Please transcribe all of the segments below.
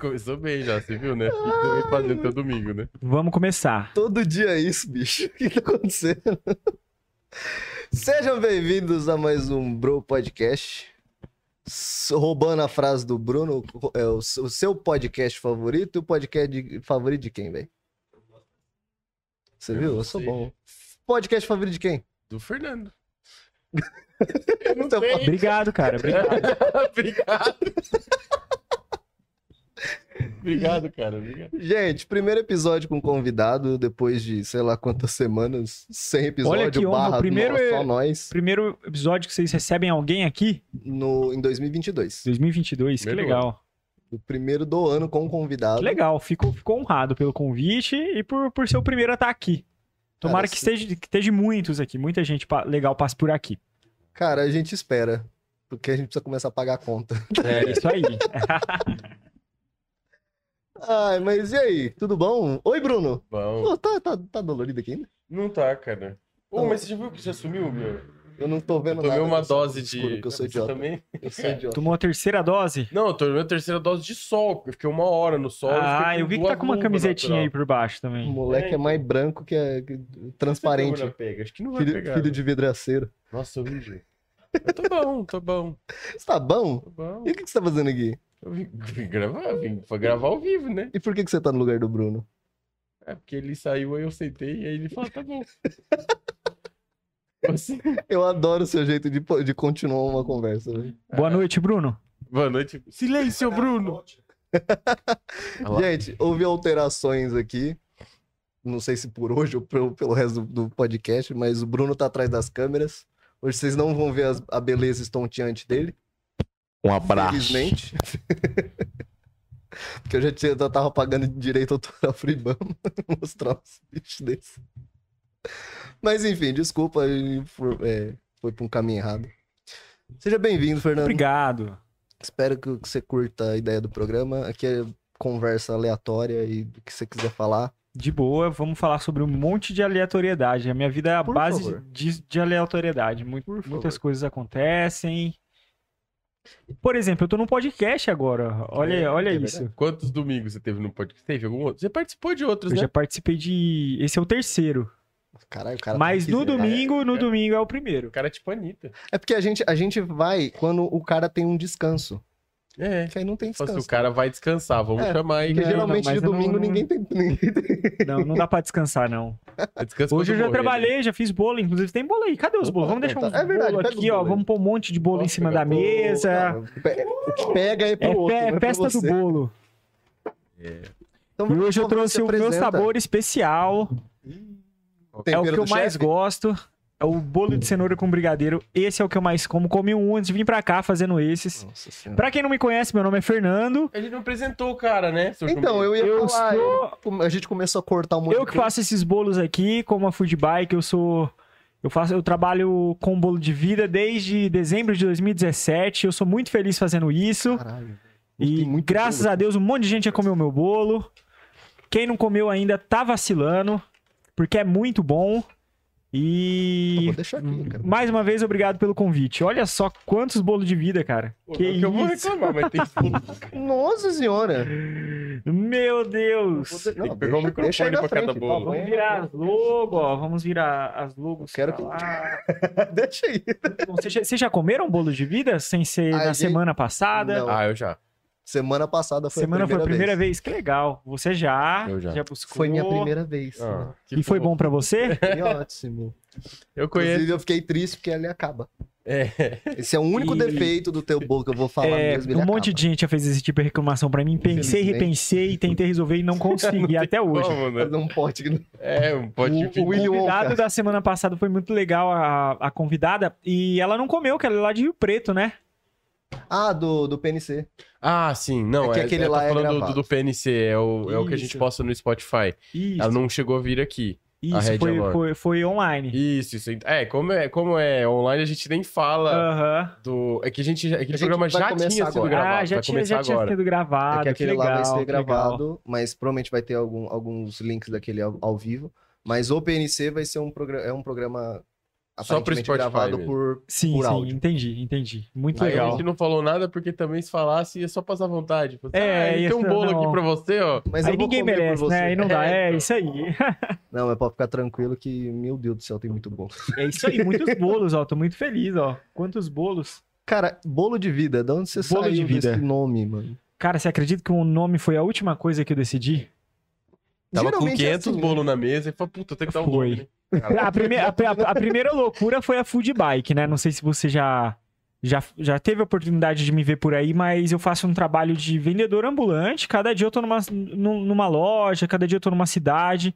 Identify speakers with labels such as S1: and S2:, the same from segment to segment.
S1: começou bem já, você viu, né? O que tu vem fazendo teu domingo, né?
S2: Vamos começar.
S3: Todo dia é isso, bicho. O que tá acontecendo? Sejam bem-vindos a mais um Bro Podcast. S- Roubando a frase do Bruno, é o s- o seu podcast favorito e o podcast de- favorito de quem, velho? Você
S1: Eu
S3: viu?
S1: não
S3: Eu sou
S1: sei.
S3: bom. Podcast favorito de quem?
S1: Do Fernando. Eu não
S3: Então,
S1: sei.
S2: Obrigado, cara. Obrigado.
S1: Obrigado. Obrigado, cara. Obrigado.
S3: Gente, primeiro episódio com convidado, depois de sei lá quantas semanas, sem episódio,
S2: que honra, o
S3: barra,
S2: primeiro
S3: nó-
S2: é-
S3: só nós,
S2: Primeiro episódio que vocês recebem alguém aqui,
S3: no, em 2022.
S2: 2022. que
S1: Primeiro
S2: legal.
S3: O primeiro do ano com convidado.
S2: Que legal. Fico, fico honrado pelo convite e por, por ser o primeiro a estar aqui. Tomara
S3: Cara,
S2: que,
S3: sim.
S2: esteja, que esteja muitos aqui. Muita gente pa- legal passe por aqui.
S3: Cara, a gente espera. Porque a gente precisa começar a pagar a conta.
S2: É isso aí.
S3: Ai, mas e aí? Tudo bom? Oi, Bruno.
S1: Bom,
S3: Pô, tá, tá, tá dolorido aqui ainda?
S1: não tá, cara. Ô, mas você já viu que já sumiu, meu?
S3: Eu não tô
S1: Eu
S3: vendo nada.
S1: tomei uma
S3: eu sou
S1: dose de.
S3: escuro, que eu sou
S1: Você é
S3: idiota.
S1: também?
S3: Eu sou idiota.
S2: Tomou a terceira dose?
S1: Não, eu tomei a terceira dose de sol. Eu fiquei uma hora no sol.
S2: ah, eu vi que tá com uma camisetinha aí por baixo
S3: O
S2: também.
S3: moleque é mais branco que, é, que- transparente.
S1: Pega. Acho que não vai
S3: Filho,
S1: pegar.
S3: filho
S1: né?
S3: de vidraceiro.
S1: Nossa, horrível. Eu tô tá bom, tô bom,
S3: Você tá bom?
S1: tô bom.
S3: E o que, que você tá fazendo aqui?
S1: Eu vim, vim gravar, vim foi gravar ao vivo, né?
S3: E por que, que você tá no lugar do Bruno?
S1: É porque ele saiu, aí eu sentei, e aí ele falou, tá bom. Você-
S3: Eu adoro o seu jeito de, po- de continuar uma conversa. velho.
S2: Boa noite, Bruno.
S1: Boa noite. Silêncio, Bruno! Olha lá.
S3: Gente, houve alterações aqui. Não sei se por hoje ou pelo, pelo resto do, do podcast, mas o Bruno tá atrás das câmeras. Hoje vocês não vão ver as- a beleza estonteante dele,
S1: Um abraço.
S3: felizmente. Porque eu já, tinha, já tava pagando direito autoral pro Ibama mostrar uns bichos desse. Mas enfim, desculpa, ele for- é, foi pra um caminho errado. Seja bem-vindo, Fernando.
S2: Obrigado.
S3: Espero que você curta a ideia do programa. Aqui é conversa aleatória e do que você quiser falar.
S2: De boa, vamos falar sobre um monte de aleatoriedade. A minha vida é a
S3: Por
S2: base
S3: favor.
S2: de, de aleatoriedade. Mu-
S3: Por
S2: muitas coisas acontecem. Por exemplo, eu tô num podcast agora. Olha,
S3: É,
S2: olha
S3: é
S2: isso.
S1: Quantos domingos você teve no podcast? Teve algum outro? Você participou de outros,
S2: Eu já
S1: né?
S2: participei de. Esse é o terceiro.
S3: Caralho, o cara. tá
S2: Mas no
S3: quiser.
S2: domingo, no
S1: É.
S2: domingo é o primeiro.
S1: O cara é tipo a Anitta.
S3: É porque a gente, a gente vai quando o cara tem um descanso.
S1: É.
S3: Que aí não tem
S1: Só se
S3: descanso.
S1: o cara vai descansar, vamos
S3: É,
S1: chamar né? aí.
S3: Porque
S2: Não,
S3: geralmente
S2: não, mas
S3: de
S2: eu não-
S3: domingo
S2: não-
S3: ninguém tem. ninguém tem-
S2: Não, não dá pra descansar, não.
S1: Descansa
S2: Hoje
S1: quando
S2: eu já
S1: morrer, né?
S2: trabalhei, já fiz bolo, inclusive tem bolo aí. Cadê os bolos? Vamos
S3: Opa,
S2: deixar
S3: tá.
S2: uns
S3: É verdade,
S2: bolo
S3: pega os
S2: aqui, ó.
S3: bolo aí.
S2: Vamos pôr um monte de bolo em
S1: Posso
S2: cima
S1: pegar?
S2: da mesa.
S3: Não, pe- Pega aí pro
S2: É,
S3: outro.
S2: fe-
S3: não é pra
S2: festa do
S3: você.
S2: bolo.
S3: Então,
S2: E hoje eu
S3: então você
S2: trouxe o meu
S3: apresenta.
S2: sabor especial. É o
S3: Tempero
S2: que eu
S3: do
S2: mais
S3: chefe?
S2: gosto. É o bolo de cenoura com brigadeiro. Esse é o que eu mais como. Comi um antes de vir pra cá fazendo esses.
S3: Nossa senhora.
S2: Pra quem não me conhece, meu nome é Fernando.
S1: A gente não apresentou o cara, né? seu
S3: Então,
S1: João?
S3: eu ia
S2: Eu
S3: falar.
S2: sou.
S3: eu- A gente começou a cortar um monte
S2: Eu
S3: de
S2: que
S3: coisa.
S2: faço esses bolos aqui, como a food bike, eu sou. Eu, faço, eu trabalho com bolo de vida desde dezembro de 2017. Eu sou muito feliz fazendo isso.
S3: Caralho.
S2: E
S3: tem muito
S2: graças
S3: bolo.
S2: a Deus, um monte de gente já comeu meu bolo. Quem não comeu ainda tá vacilando, porque é muito bom.
S3: Eu
S2: E
S3: Vou deixar aqui, cara.
S2: mais uma vez, obrigado pelo convite. Olha só quantos bolos de vida, cara.
S1: Pô,
S2: que
S1: não eu vou
S2: isso?
S1: reclamar, mas tem que
S3: Nossa senhora.
S2: Meu Deus!
S3: Não,
S1: Tem que pegar um
S3: deixa- deixa
S1: microfone
S3: aí
S1: pra cada
S3: na frente,
S1: bolo.
S3: tá bom?
S2: Vamos
S1: né?
S2: virar as logos, ó. Vamos virar as logos.
S3: Eu quero
S2: pra
S3: que-
S2: lá.
S3: Deixa aí.
S2: Bom, Vocês já, vocês já comeram bolo de vida sem ser
S3: A
S2: na
S3: gente-
S2: semana passada?
S3: Não.
S1: Ah, eu já.
S3: Semana passada foi
S2: semana
S3: a primeira,
S2: foi a primeira
S3: vez.
S2: vez. Que legal. Você já,
S1: Eu já.
S2: buscou.
S3: Foi minha primeira vez. né?
S1: Ah, que
S2: E foi
S1: fofo.
S2: bom pra você?
S3: Foi ótimo.
S1: Eu conheço.
S3: Inclusive, eu fiquei triste porque ele acaba.
S1: É.
S3: Esse é o único
S2: E-
S3: defeito do teu bolo que eu vou falar
S2: É,
S3: mesmo.
S2: um monte de gente já fez esse tipo de reclamação pra mim. Pensei,
S3: Infelizmente.
S2: repensei, tentei resolver e não consegui até hoje.
S1: Como, né?
S3: Fazer um pote que não-
S1: É, um pote
S3: O-
S1: de
S3: o Willy
S2: O
S1: pinguim.
S2: convidado
S3: Wonka.
S2: da semana passada foi muito legal, a, a convidada. E ela não comeu, que ela é lá de Rio Preto, né?
S3: Ah, do, do PNC.
S1: Ah, sim. Não,
S3: É
S1: é
S3: que aquele
S1: ela
S3: lá é
S1: tá falando
S3: gravado.
S1: do, do PNC, é o, é o que a gente
S2: Isso.
S1: posta no Spotify.
S2: Isso, Uhum.
S1: Ela não chegou a vir aqui. a
S2: isso
S1: Red
S2: foi,
S1: Alone.
S2: foi, foi online.
S1: Isso, isso. É, como é, como é online, a gente nem fala
S2: Aham.
S1: do. É que a gente. Aquele
S3: gente
S1: programa
S3: vai
S1: já
S3: começar
S1: tinha sido
S3: agora.
S1: gravado.
S2: Ah, já
S1: vai
S2: tinha,
S1: começar
S2: já tinha
S1: agora.
S2: sido gravado.
S3: é que aquele
S2: Ah, que legal,
S3: lá vai ser
S2: que legal.
S3: gravado, mas provavelmente vai ter algum- alguns links daquele ao, ao vivo. Mas o PNC vai ser um programa. É um programa
S1: Só pro
S3: aparentemente
S1: Spotify
S3: gravado
S1: mesmo.
S3: por.
S2: Sim,
S3: Por
S2: sim,
S3: áudio.
S2: entendi, entendi. Muito
S1: Aí a
S2: legal.
S1: gente não falou nada porque também se falasse ia só passar vontade. Tipo,
S2: É,
S1: ah, tem um
S2: isso
S1: bolo
S2: não.
S1: aqui pra você, ó.
S3: Mas
S2: aí
S3: eu vou
S2: ninguém
S3: comer por
S2: merece,
S3: você.
S2: né? Aí não dá.
S1: É,
S2: É
S1: então.
S2: isso aí.
S3: Não, mas pode ficar tranquilo que, meu Deus do céu, tem muito bom.
S2: É isso aí. Muitos bolos, ó. Tô muito feliz, ó. Quantos bolos.
S3: Cara, bolo de vida, de onde você
S2: Bolo
S3: saiu
S2: de vida.
S3: desse nome, mano?
S2: Cara, você acredita que o nome foi a última coisa que eu decidi?
S1: Tava com
S3: Geralmente é
S1: 500
S3: assim, né?
S1: bolos na mesa e falou, puta, tem que dar um
S2: Foi. Ah,
S1: nome. né?
S2: A, prime- a pri- a- a primeira loucura foi a food bike, né? Não sei se você já, já, já teve a oportunidade de me ver por aí, mas eu faço um trabalho de vendedor ambulante. Cada dia eu tô numa, num- numa loja, cada dia eu tô numa cidade.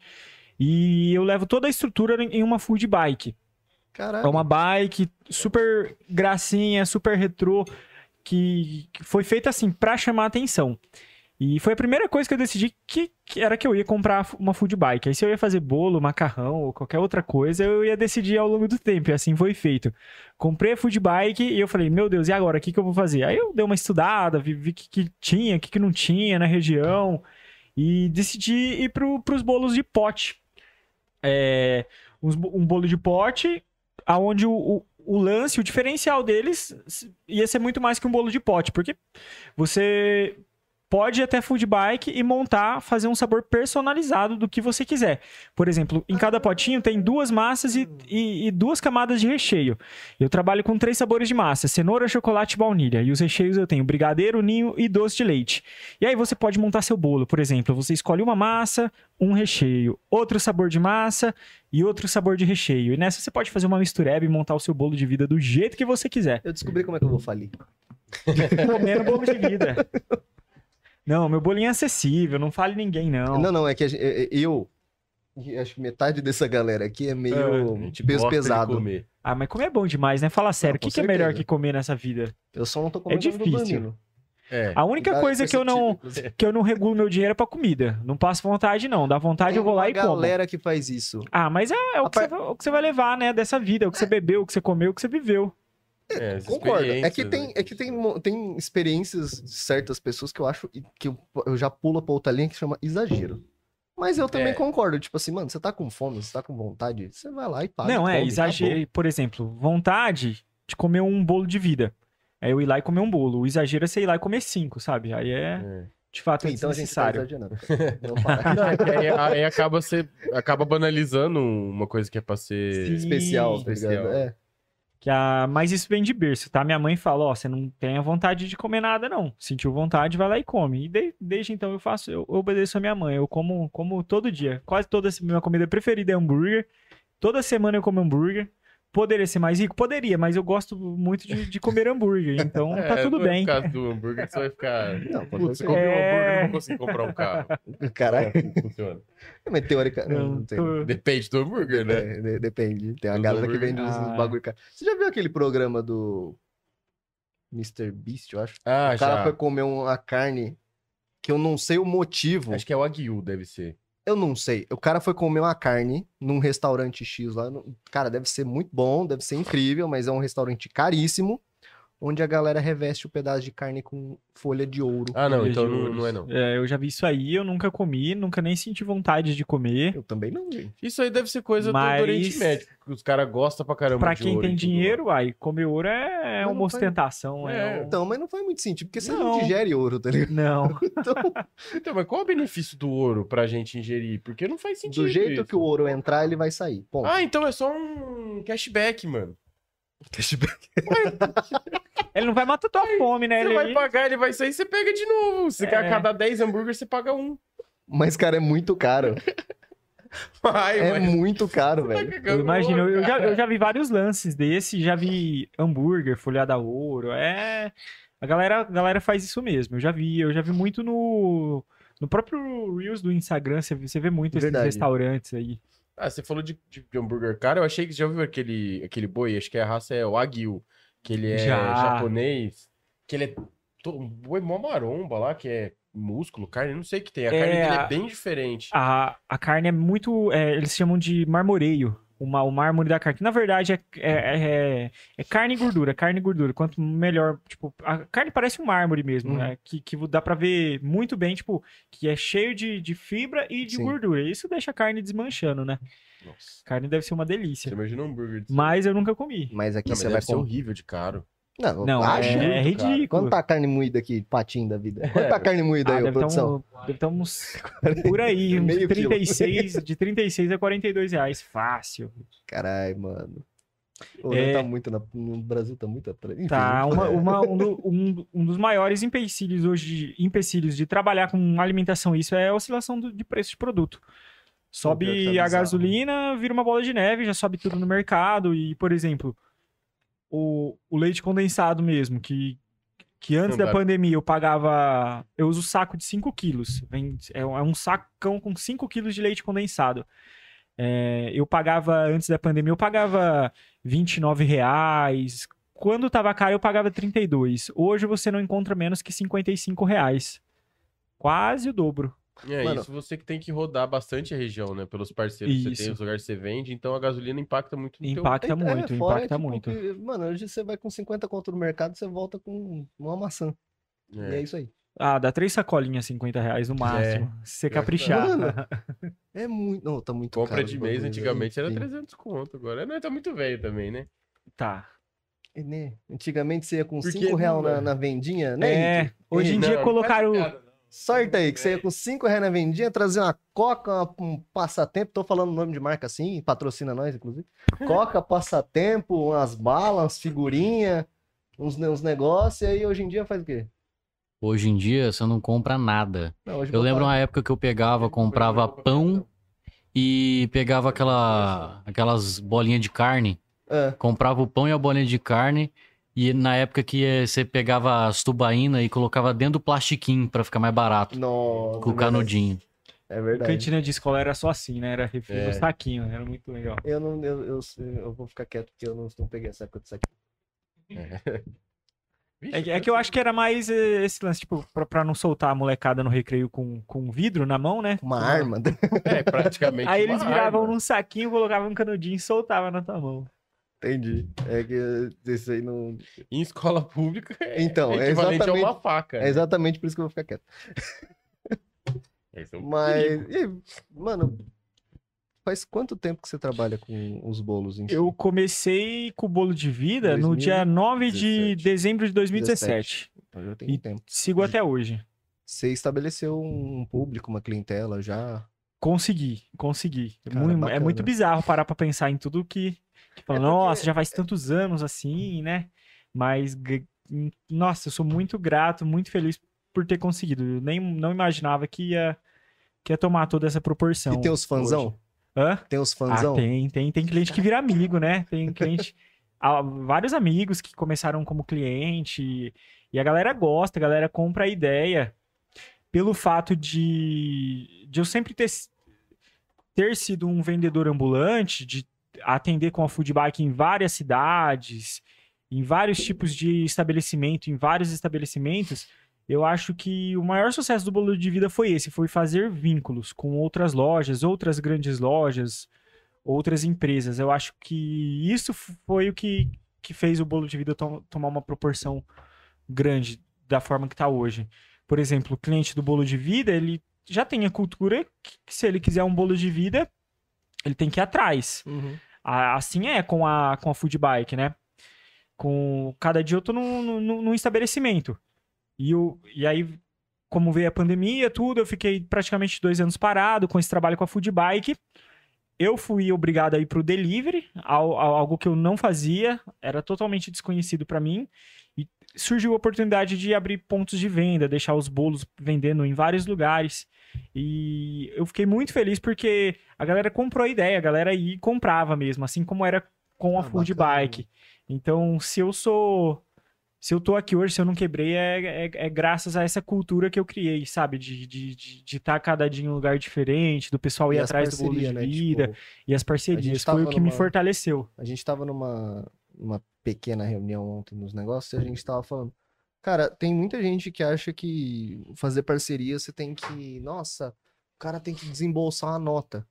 S2: E eu levo toda a estrutura em em uma food bike.
S3: Caralho.
S2: É uma bike super gracinha, super retrô, que, que foi feita assim pra chamar atenção. E foi a primeira coisa que eu decidi que, que era que eu ia comprar uma food bike. Aí se eu ia fazer bolo, macarrão ou qualquer outra coisa, eu ia decidir ao longo do tempo. E assim foi feito. Comprei a food bike e eu falei, meu Deus, e agora? O que, que eu vou fazer? Aí eu dei uma estudada, vi vi o que, que tinha, o que, que não tinha na região. E decidi ir pro, pros bolos de pote. É, uns bo- um bolo de pote aonde o, o, o lance, o diferencial deles s- ia ser muito mais que um bolo de pote, porque você pode ir até food bike e montar, fazer um sabor personalizado do que você quiser. Por exemplo, em cada potinho tem duas massas e, e, e duas camadas de recheio. Eu trabalho com três sabores de massa: cenoura, chocolate e baunilha. E os recheios eu tenho brigadeiro, ninho e doce de leite. E aí você pode montar seu bolo, por exemplo, você escolhe uma massa, um recheio, outro sabor de massa e outro sabor de recheio. E nessa você pode fazer uma mistureba e montar o seu bolo de vida do jeito que você quiser.
S3: Eu descobri como é que eu vou falir.
S2: Comendo bolo de vida. Não, meu bolinho é acessível, não fale ninguém, não.
S3: Não, não, é que a gen- é- é- eu. e Acho que metade dessa galera aqui é
S1: A
S3: meio
S1: gente
S3: peso
S1: gosta de
S3: pesado.
S1: comer.
S2: Ah, mas comer é bom demais, né? Fala sério, o
S3: com
S2: que, que é melhor
S3: certeza.
S2: que comer nessa vida?
S3: Eu só não tô comendo
S2: difícil.
S3: Do
S1: É.
S2: A única coisa que eu não que eu não regulo meu dinheiro é pra comida. Não passo vontade, não. Dá vontade, eu vou lá e como.
S3: galera que faz isso.
S2: Ah, mas é, é o, que
S3: Rapaz-
S2: você, vai- o que você vai levar, né? Dessa vida, é o que você bebeu, o que você comeu, o que você viveu. Ah,
S1: É, as
S3: Concordo. É que
S1: experiências,
S3: tem,
S1: né?
S3: é que tem, mo- tem experiências de certas pessoas que eu acho e que eu, eu já pulo pra outra linha que chama exagero. Mas eu também
S1: É.
S3: concordo. Tipo assim, mano, você tá com fome, você tá com vontade, você vai lá e paga. tá
S2: Não,
S3: e
S2: é,
S3: come,
S2: exagero. Por exemplo, vontade de comer um bolo de vida. É eu ir lá e comer um bolo. O exagero é você ir lá e comer cinco, sabe? Aí é,
S1: É.
S2: de fato,
S3: acabou.
S2: é
S3: Então a gente tá
S2: desnecessário.
S3: exagerando. cara. Não para.
S1: Não, é que aí, aí acaba, ser, acaba banalizando uma coisa que é pra ser.
S2: Sim.
S3: Especial, tá
S1: Especial.
S3: ligado? É.
S2: que a... Mas isso vem de berço, tá? Minha mãe fala, ó, você não tem a vontade de comer nada, não. Sentiu vontade, vai lá e come. E de- desde então eu faço, eu obedeço a minha mãe. Eu como, como todo dia. Quase toda se- minha comida preferida é hambúrguer. Toda semana eu como hambúrguer. Poderia ser mais rico? Poderia, mas eu gosto muito de, de comer hambúrguer. Então tá
S1: É,
S2: tudo
S1: não é
S2: bem.
S1: Por causa do hambúrguer, você vai ficar.
S3: Não, pode
S1: Putz,
S3: ser.
S1: eu comprei um
S2: É.
S1: hambúrguer, não consegui comprar um carro.
S3: Caralho.
S1: É, funciona.
S3: Mas teórica. Não,
S2: Não,
S3: não tem.
S2: Então, tô-
S1: Depende do hambúrguer, né?
S3: É, de- depende. Tem uma
S1: Dos
S3: galera que
S1: hambúrguer.
S3: vende os
S2: Ah.
S3: bagulho caro. Você já viu aquele programa do Mr. Beast, eu acho?
S1: Ah,
S3: o cara
S1: já.
S3: foi comer uma carne que eu não sei o motivo.
S1: Acho que é o Aguiú, deve ser.
S3: Eu não sei. O cara foi comer uma carne num restaurante X lá. no- Cara, deve ser muito bom, deve ser incrível, mas é um restaurante caríssimo, onde a galera reveste o pedaço de carne com folha de ouro.
S1: Ah, não, então não,
S2: Religioso.
S1: não é não.
S2: É, eu já vi isso aí, eu nunca comi, nunca nem senti vontade de comer.
S3: Eu também não, gente.
S1: Isso aí deve ser coisa
S2: Mas-
S1: do Oriente Médio, que os caras gostam pra caramba
S2: Pra
S1: de
S2: quem
S1: ouro
S2: tem
S1: e tudo
S2: dinheiro, ai, comer ouro é,
S3: Mas
S2: uma
S3: não faz-
S2: ostentação. É,
S1: É,
S2: um-
S3: Então, mas não faz muito sentido, porque você não,
S2: Não.
S3: digere ouro, tá ligado?
S2: Não.
S3: Então,
S1: mais. Então, mas qual é o benefício do ouro pra gente ingerir? Porque não faz sentido
S3: do jeito
S1: isso.
S3: que o ouro entrar, ele vai sair. Ponto.
S1: Ah, então é só um cashback, mano.
S2: Ele não vai matar tua fome, né?
S1: Você
S2: Ele
S1: vai pagar, ele vai sair, você pega de novo. Você
S2: É.
S1: quer a cada 10 hambúrguer, você paga um.
S3: Mas, cara, é muito caro.
S1: Vai,
S3: É
S1: vai.
S3: muito caro,
S1: tá
S3: velho.
S2: Eu imagino, eu já, eu já vi vários lances desse, já vi hambúrguer, folhada a ouro, é... A galera, a galera faz isso mesmo, eu já vi, eu já vi muito no... No próprio Reels do Instagram, você você vê muito esses
S3: Verdade.
S2: restaurantes aí.
S1: Ah, você falou de, de hambúrguer caro, eu achei que você já viu aquele, aquele boi, acho que a raça é o Wagyu, que ele é
S2: Já.
S1: japonês, que ele é to- um boi mó maromba lá, que é músculo, carne, não sei o que tem. A
S2: É,
S1: carne dele
S2: a-
S1: é bem diferente.
S2: A, a carne é muito. é, eles chamam de marmoreio. uma, o mármore da carne. que Na verdade, é, é, é- é carne e gordura, carne e gordura. Quanto melhor, tipo, a carne parece um mármore mesmo,
S3: Uhum.
S2: né? Que, que dá pra ver muito bem, tipo, que é cheio de, de fibra e de
S3: Sim.
S2: gordura. Isso deixa a carne desmanchando, né?
S1: Nossa.
S2: Carne deve ser uma
S1: Você
S2: delícia.
S1: imagina um hambúrguer de...
S2: Mas é eu nunca comi.
S3: Mas aqui
S1: Não, mas
S3: você
S1: deve
S3: vai
S1: ser
S3: com...
S1: horrível de caro.
S3: Não,
S2: Não,
S3: acha?
S2: é, é
S1: muito, cara.
S2: ridículo.
S3: Quanto tá a carne moída aqui, patinho da vida? Quanto
S1: É.
S3: tá a carne moída
S2: Ah,
S3: aí, ô,
S2: deve estar
S3: produção?
S2: um, deve tá uns. Por aí, uns
S3: Meio quilo.
S2: 36, de 36 a 42 reais. Fácil.
S3: Caralho, mano. O
S2: É.
S3: tá muito na... No Brasil tá muito atrás. Enfim,
S2: Tá, uma- uma- um, do- um- um dos maiores empecilhos hoje, de, empecilhos de trabalhar com alimentação, isso é a oscilação do- de preço de produto.
S3: Pô, pior que tá
S2: Sobe a
S3: bizarro.
S2: gasolina, vira uma bola de neve, já sobe tudo no mercado. E, por exemplo, o, o leite condensado mesmo, que, que antes
S1: Não
S2: da
S1: dá.
S2: pandemia eu pagava. Eu uso saco de 5 quilos. Vem, é, um- é um sacão com 5 quilos de leite condensado. É, eu pagava, antes da pandemia, eu pagava 29 reais. Quando tava caro, eu pagava 32. Hoje você não encontra menos que 55 reais. Quase o dobro.
S1: É
S3: Mano-
S1: isso, você que tem que rodar bastante a região, né? Pelos parceiros que você
S2: Isso.
S1: tem, os lugares que você vende. Então a gasolina impacta muito no
S2: Impacta
S3: É,
S2: muito,
S3: fora,
S2: impacta
S3: tipo,
S2: muito.
S3: que, mano, hoje você vai com 50 conto no mercado, você volta com uma maçã.
S1: teu...
S3: E é
S1: É.
S3: isso aí.
S2: Ah, dá três sacolinhas, 50 reais no máximo. Se você
S1: Pior que dá.
S2: caprichar.
S3: Mano, É muito... Não, tá muito
S1: Compra
S3: caro
S1: de
S3: o
S1: mês
S3: bagulho,
S1: antigamente era
S3: enfim.
S1: 300 conto, agora não tá muito velho também, né?
S2: Tá.
S3: É, né? Antigamente você ia com
S1: Porque
S3: 5 real
S1: não-
S3: na, na vendinha, né?
S2: É,
S3: Henrique?
S2: hoje em
S1: Não,
S2: dia
S1: não
S2: colocaram.
S1: faz piada, não.
S3: Sorte aí, que você ia com 5 reais na vendinha, trazer uma coca, uma- um passatempo. Tô falando nome de marca assim, patrocina nós, inclusive. Coca, passatempo, umas balas, umas figurinhas, uns, uns negócios. E aí hoje em dia faz o quê?
S4: Hoje em dia você não compra nada.
S3: Não, hoje
S4: Eu lembro
S3: botaram-
S4: uma época que eu pegava,
S1: Ele
S4: comprava
S1: comprou uma
S4: pão
S1: Coca-Cola.
S4: e pegava aquela, aquelas bolinhas de carne.
S3: Ah,
S4: Comprava o pão e a bolinha de carne. E na época que eh, você pegava as tubaína e colocava dentro do plastiquinho pra ficar mais barato.
S3: nossa,
S4: Com o canudinho.
S3: É
S2: A
S3: verdade.
S2: cantina de escola era só assim, né? Era refil
S1: É.
S2: no saquinho, era muito legal.
S3: Eu não, eu, eu, eu vou ficar quieto porque eu não, não peguei essa época disso aqui.
S1: Vixe,
S2: É, que- é que eu acho que era mais eh, esse lance, tipo, pra, pra não soltar a molecada no recreio com, com um vidro na mão, né?
S3: Uma arma.
S1: É, praticamente.
S2: Aí
S1: uma
S2: eles viravam
S1: arma.
S2: num saquinho, colocavam um canudinho e soltavam na tua mão.
S3: Entendi. É que isso aí não.
S1: Em escola pública é,
S3: Então,
S1: é
S3: é
S1: equivalente a
S3: exatamente-
S1: uma faca.
S3: É exatamente por isso que eu vou ficar quieto.
S1: né? Esse é um perigo.
S3: Mas, e, mano, faz quanto tempo que você trabalha com os bolos em si?
S2: Eu comecei com o bolo de vida no
S3: 2017.
S2: dia 9 de dezembro de 2017.
S3: Eu tenho
S2: E-
S3: um tempo.
S2: Sigo até hoje.
S3: Você estabeleceu um público, uma clientela já.
S2: Consegui, consegui. É
S3: Cara,
S2: mu- é
S3: bacana.
S2: muito bizarro parar pra pensar em tudo que. Tipo,
S3: porque-
S2: nossa, já faz tantos anos assim, né? Mas, g- hum, nossa, eu sou muito grato, muito feliz por ter conseguido. Eu nem não imaginava que ia, que ia tomar toda essa proporção.
S3: e tem os fanzão?
S2: Então, hoje. Hã?
S3: Tem os
S2: Ah,
S3: fanzão?
S2: tem, tem. Tem cliente que vira amigo, né? Tem cliente. ah, vários amigos que começaram como cliente. E a galera gosta, a galera compra a ideia. Pelo fato de, de eu sempre ter, s- ter sido um vendedor ambulante, de atender com a food bike em várias cidades, em vários tipos de estabelecimento, em vários estabelecimentos, eu acho que o maior sucesso do Bolo de Vida foi esse, foi fazer vínculos com outras lojas, outras grandes lojas, outras empresas. Eu acho que isso foi o que, que fez o Bolo de Vida to- tomar uma proporção grande da forma que está hoje. Por exemplo, o cliente do Bolo de Vida, ele já tem a cultura que que se ele quiser um bolo de vida, ele tem que ir atrás.
S3: Uhum.
S2: A- Assim é com a, com a food bike, né? Com cada dia eu tô num, num, num estabelecimento. E, eu, e aí, como veio a pandemia, tudo, eu fiquei praticamente dois anos parado com esse trabalho com a food bike. Eu fui obrigado a ir pro delivery, ao- ao- algo que eu não fazia, era totalmente desconhecido para mim. E surgiu a oportunidade de abrir pontos de venda, deixar os bolos vendendo em vários lugares. E eu fiquei muito feliz porque a galera comprou a ideia, a galera ia e comprava mesmo, assim como era com a
S3: Ah,
S2: food
S3: bacana.
S2: bike. Então, se eu sou. Se eu tô aqui hoje, se eu não quebrei, é, é, é graças a essa cultura que eu criei, sabe? De estar de, de, de tá cada dia em um lugar diferente, do pessoal ir
S3: as
S2: atrás do bolo de
S3: parceria, né?
S2: vida
S3: Tipo,
S2: e as
S3: a
S2: parcerias.
S3: gente
S2: Foi
S3: tava
S2: o que me
S3: numa-
S2: fortaleceu.
S3: a gente tava numa uma pequena reunião ontem nos negócios e a gente tava falando. Cara, tem muita gente que acha que fazer parceria você tem que. Nossa, o cara tem que desembolsar uma nota.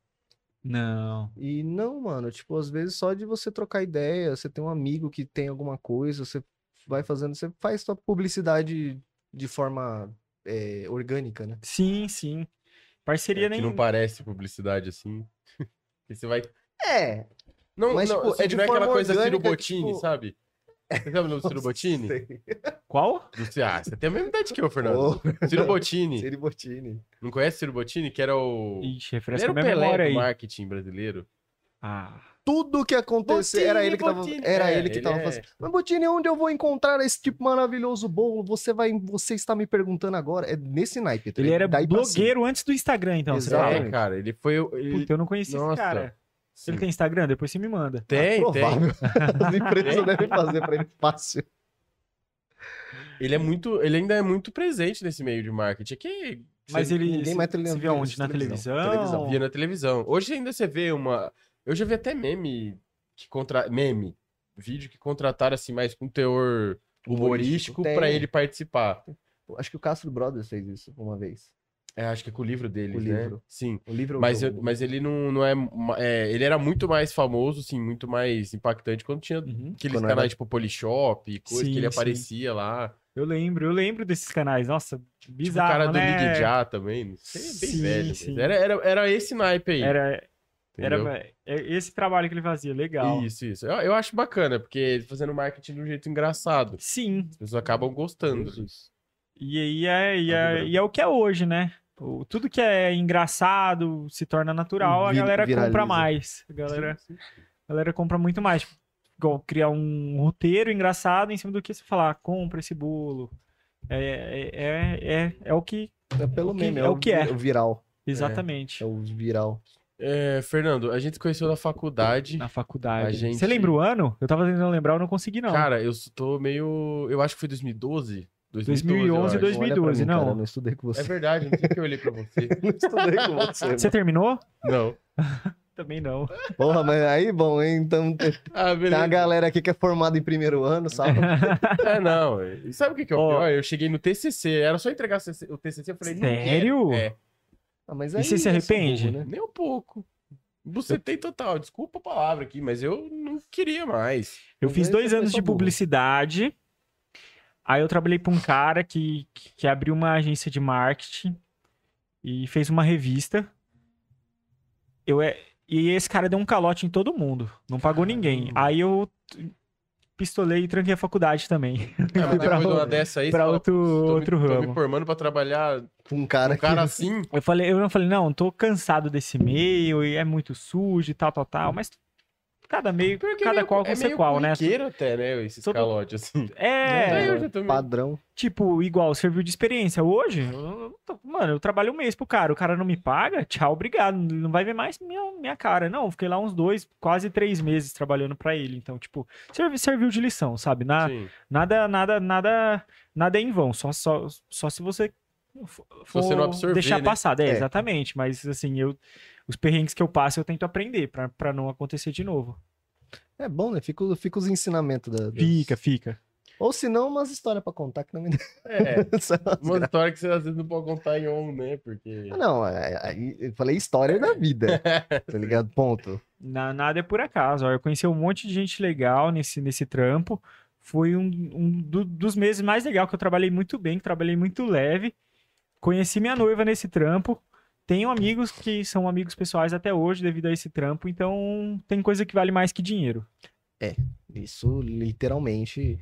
S2: Não.
S3: E não, mano, tipo, às vezes só de você trocar ideia, você tem um amigo que tem alguma coisa, você vai fazendo, você faz sua publicidade de forma é, orgânica, né?
S2: Sim, sim. Parceria
S1: É, que
S2: nem.
S1: não parece publicidade assim. Porque você vai.
S3: É,
S1: Não,
S3: Mas,
S1: não,
S3: tipo,
S1: assim,
S3: é de
S1: não é aquela
S3: forma
S1: coisa Ciro
S3: orgânica,
S1: Bottini,
S3: tipo-
S1: sabe? Você sabe o nome do Ciro Bottini?
S2: Qual?
S1: Do Ci- Ah, você tem a mesma idade que eu, Fernando.
S3: Ô,
S1: Ciro Bottini.
S3: Ciro Bottini.
S1: Não conhece Ciro Bottini? Que era o.
S2: Ixi,
S1: Ele
S2: refresca
S1: era o
S2: minha
S1: Pelé do
S2: memória aí.
S1: marketing brasileiro.
S2: Ah.
S3: Tudo que aconteceu, era
S1: Bottini,
S3: ele que tava,
S1: Bottini.
S3: era
S1: É,
S3: ele que
S1: ele
S3: tava
S1: é-
S3: fazendo. Mas Bottini, onde eu vou encontrar esse tipo maravilhoso bolo? Você vai, você está me perguntando agora. É nesse naipe. tá?
S2: Ele era
S3: daí pra cima.
S2: blogueiro antes do Instagram, então. Você
S3: Exato.
S2: fala.
S1: É, cara, ele foi. o- Ele...
S2: Puta, eu não conheci
S1: Nossa.
S2: esse cara. Ele
S1: Sim.
S2: tem Instagram? Depois você me manda.
S1: Tem, tem.
S3: tá Ah, Provável. As empresas devem fazer pra ele fácil.
S1: Ele é muito. Ele ainda é muito presente nesse meio de marketing. É que
S2: Mas ele.
S3: ninguém
S2: se-
S3: mais tá
S2: se
S3: ligando
S2: vê
S3: pra
S2: onde?
S3: isso,
S2: Na
S3: televisão.
S2: televisão?
S3: Televisão,
S1: Tá via na televisão. Hoje ainda você vê uma. Eu já vi até meme que contra meme, vídeo que contrataram assim mais com teor humorístico
S3: Tem.
S1: pra ele participar.
S3: Acho que o Castro Brothers fez isso uma vez.
S1: É, acho que é com o livro dele,
S3: O
S1: né?
S3: livro.
S1: Sim.
S3: O livro é o
S1: Mas, eu-
S3: jogo.
S1: mas ele não, não é, ma- é, Ele era muito mais famoso, assim, muito mais impactante quando tinha
S2: Uhum.
S1: aqueles
S3: Quando era-
S1: canais tipo Polishop, e coisa
S2: Sim,
S1: que ele
S2: sim.
S1: aparecia lá.
S2: Eu lembro, eu lembro desses canais. Nossa,
S1: Tipo
S2: bizarro.
S1: o cara do
S2: né?
S1: Big Já também. Não sei, é bem
S2: Sim,
S1: velho. mas
S2: sim.
S1: Era, era, era esse naipe aí.
S2: Era,
S1: entendeu?
S2: era é, esse trabalho que ele fazia, legal.
S1: Isso, isso. Eu, eu acho bacana, porque ele fazendo marketing de um jeito engraçado.
S2: Sim.
S1: As pessoas
S2: Uhum.
S1: acabam gostando.
S3: Jesus.
S2: E aí é, e
S1: Tá
S2: é,
S1: vibrando.
S2: e é o que é hoje, né? O- tudo que é engraçado se torna natural, a
S3: Vi-
S2: galera
S3: viraliza.
S2: compra mais. A galera,
S1: Sim, sim.
S2: a galera compra muito mais. Tipo, igual criar um roteiro engraçado em cima do que você falar, "Ah, compra esse bolo. É, é, é, é, é o que.
S3: É pelo
S2: O que-
S3: meme,
S2: é o que é.
S3: o viral.
S2: Exatamente.
S3: É o viral.
S1: É, Fernando, a gente se conheceu na faculdade.
S2: Na
S1: A
S2: faculdade.
S1: gente-
S2: Você lembra o ano? Eu tava tentando lembrar, eu não consegui, não.
S1: Cara, eu tô meio. Eu acho que foi 2012.
S2: 2011,
S1: eu acho.
S2: 2012,
S3: Olha pra mim,
S2: não.
S3: cara, eu não estudei com você.
S1: É verdade, não sei que eu olhei pra você.
S3: não estudei com você.
S2: Você tá terminou?
S1: Não.
S2: Também não.
S3: mano. Porra, mas aí, bom, hein? Então, tem
S2: Tá
S1: Ah, beleza.
S3: uma galera aqui que é formada em primeiro ano, sabe?
S1: É, não. E Sabe o que, que é o
S2: Ó.
S1: pior? Eu cheguei no TCC, era só entregar CC o TCC, eu falei, não quero.
S2: Sério?
S1: É,
S3: Ah, mas
S2: E
S3: aí
S2: você se
S3: eu sou
S2: arrepende?
S3: burro, né?
S1: nem um pouco. Você tem total, desculpa a palavra aqui, mas eu não queria mais.
S2: Eu
S3: Mas
S2: fiz
S3: aí
S2: dois
S3: você
S2: anos
S3: começou
S2: de
S3: burro.
S2: publicidade. Aí eu trabalhei para um cara que, que que abriu uma agência de marketing e fez uma revista. Eu é, e esse cara deu um calote em todo mundo, não pagou ninguém. Aí eu t- pistolei e tranquei a faculdade também
S1: É, mas
S2: Pra
S1: depois de uma
S3: outro-
S1: dessa aí,
S2: para
S1: você
S2: outro
S1: fala, "Tô me-
S2: outro
S1: tô me
S2: ramo.
S1: formando pra trabalhar
S3: Com um
S1: com
S3: cara,
S1: um cara
S3: que...
S1: assim.
S2: Eu falei, eu não falei, não, tô cansado desse meio e é muito sujo e tal, tal, tal, mas cada meio,
S1: Pior que é
S2: cada
S1: meio-
S2: qual
S1: é
S2: com seu
S1: meio
S2: qual, né?
S1: corriqueiro até, né? Esses
S2: Todo-
S1: calotes, assim.
S2: É,
S1: Aí eu já tô meio-
S3: padrão.
S2: Tipo, igual, serviu de experiência. Hoje, eu- eu tô- mano, eu trabalho um mês pro cara, o cara não me paga, tchau, obrigado, ele não vai ver mais minha, minha cara. Não, fiquei lá uns dois, quase três meses trabalhando pra ele. Então, tipo, servi- serviu de lição, sabe? Na,
S1: Sim.
S2: nada, nada, nada, nada é em vão, só, só, só se você for
S1: você não absorver,
S2: deixar
S1: né?
S2: passar. É,
S3: É.
S2: exatamente, mas assim, eu, os perrengues que eu passo, eu tento aprender pra, pra não acontecer de novo.
S3: É bom, né? Fica, o- fica os ensinamentos da. das-
S2: Fica, fica.
S3: Ou se não, umas histórias pra contar que não me
S1: É,
S3: Só-
S1: uma história que você às vezes não pode contar em on, né? Porque...
S3: Não, é- aí eu falei história da vida. Tá ligado? Ponto.
S2: Na- nada é por acaso. ó. Eu conheci um monte de gente legal nesse, nesse trampo. Foi um, um do- dos meses mais legal que eu trabalhei muito bem, que trabalhei muito leve. Conheci minha noiva nesse trampo. Tenho amigos que são amigos pessoais até hoje devido a esse trampo, então tem coisa que vale mais que dinheiro.
S3: Isso literalmente.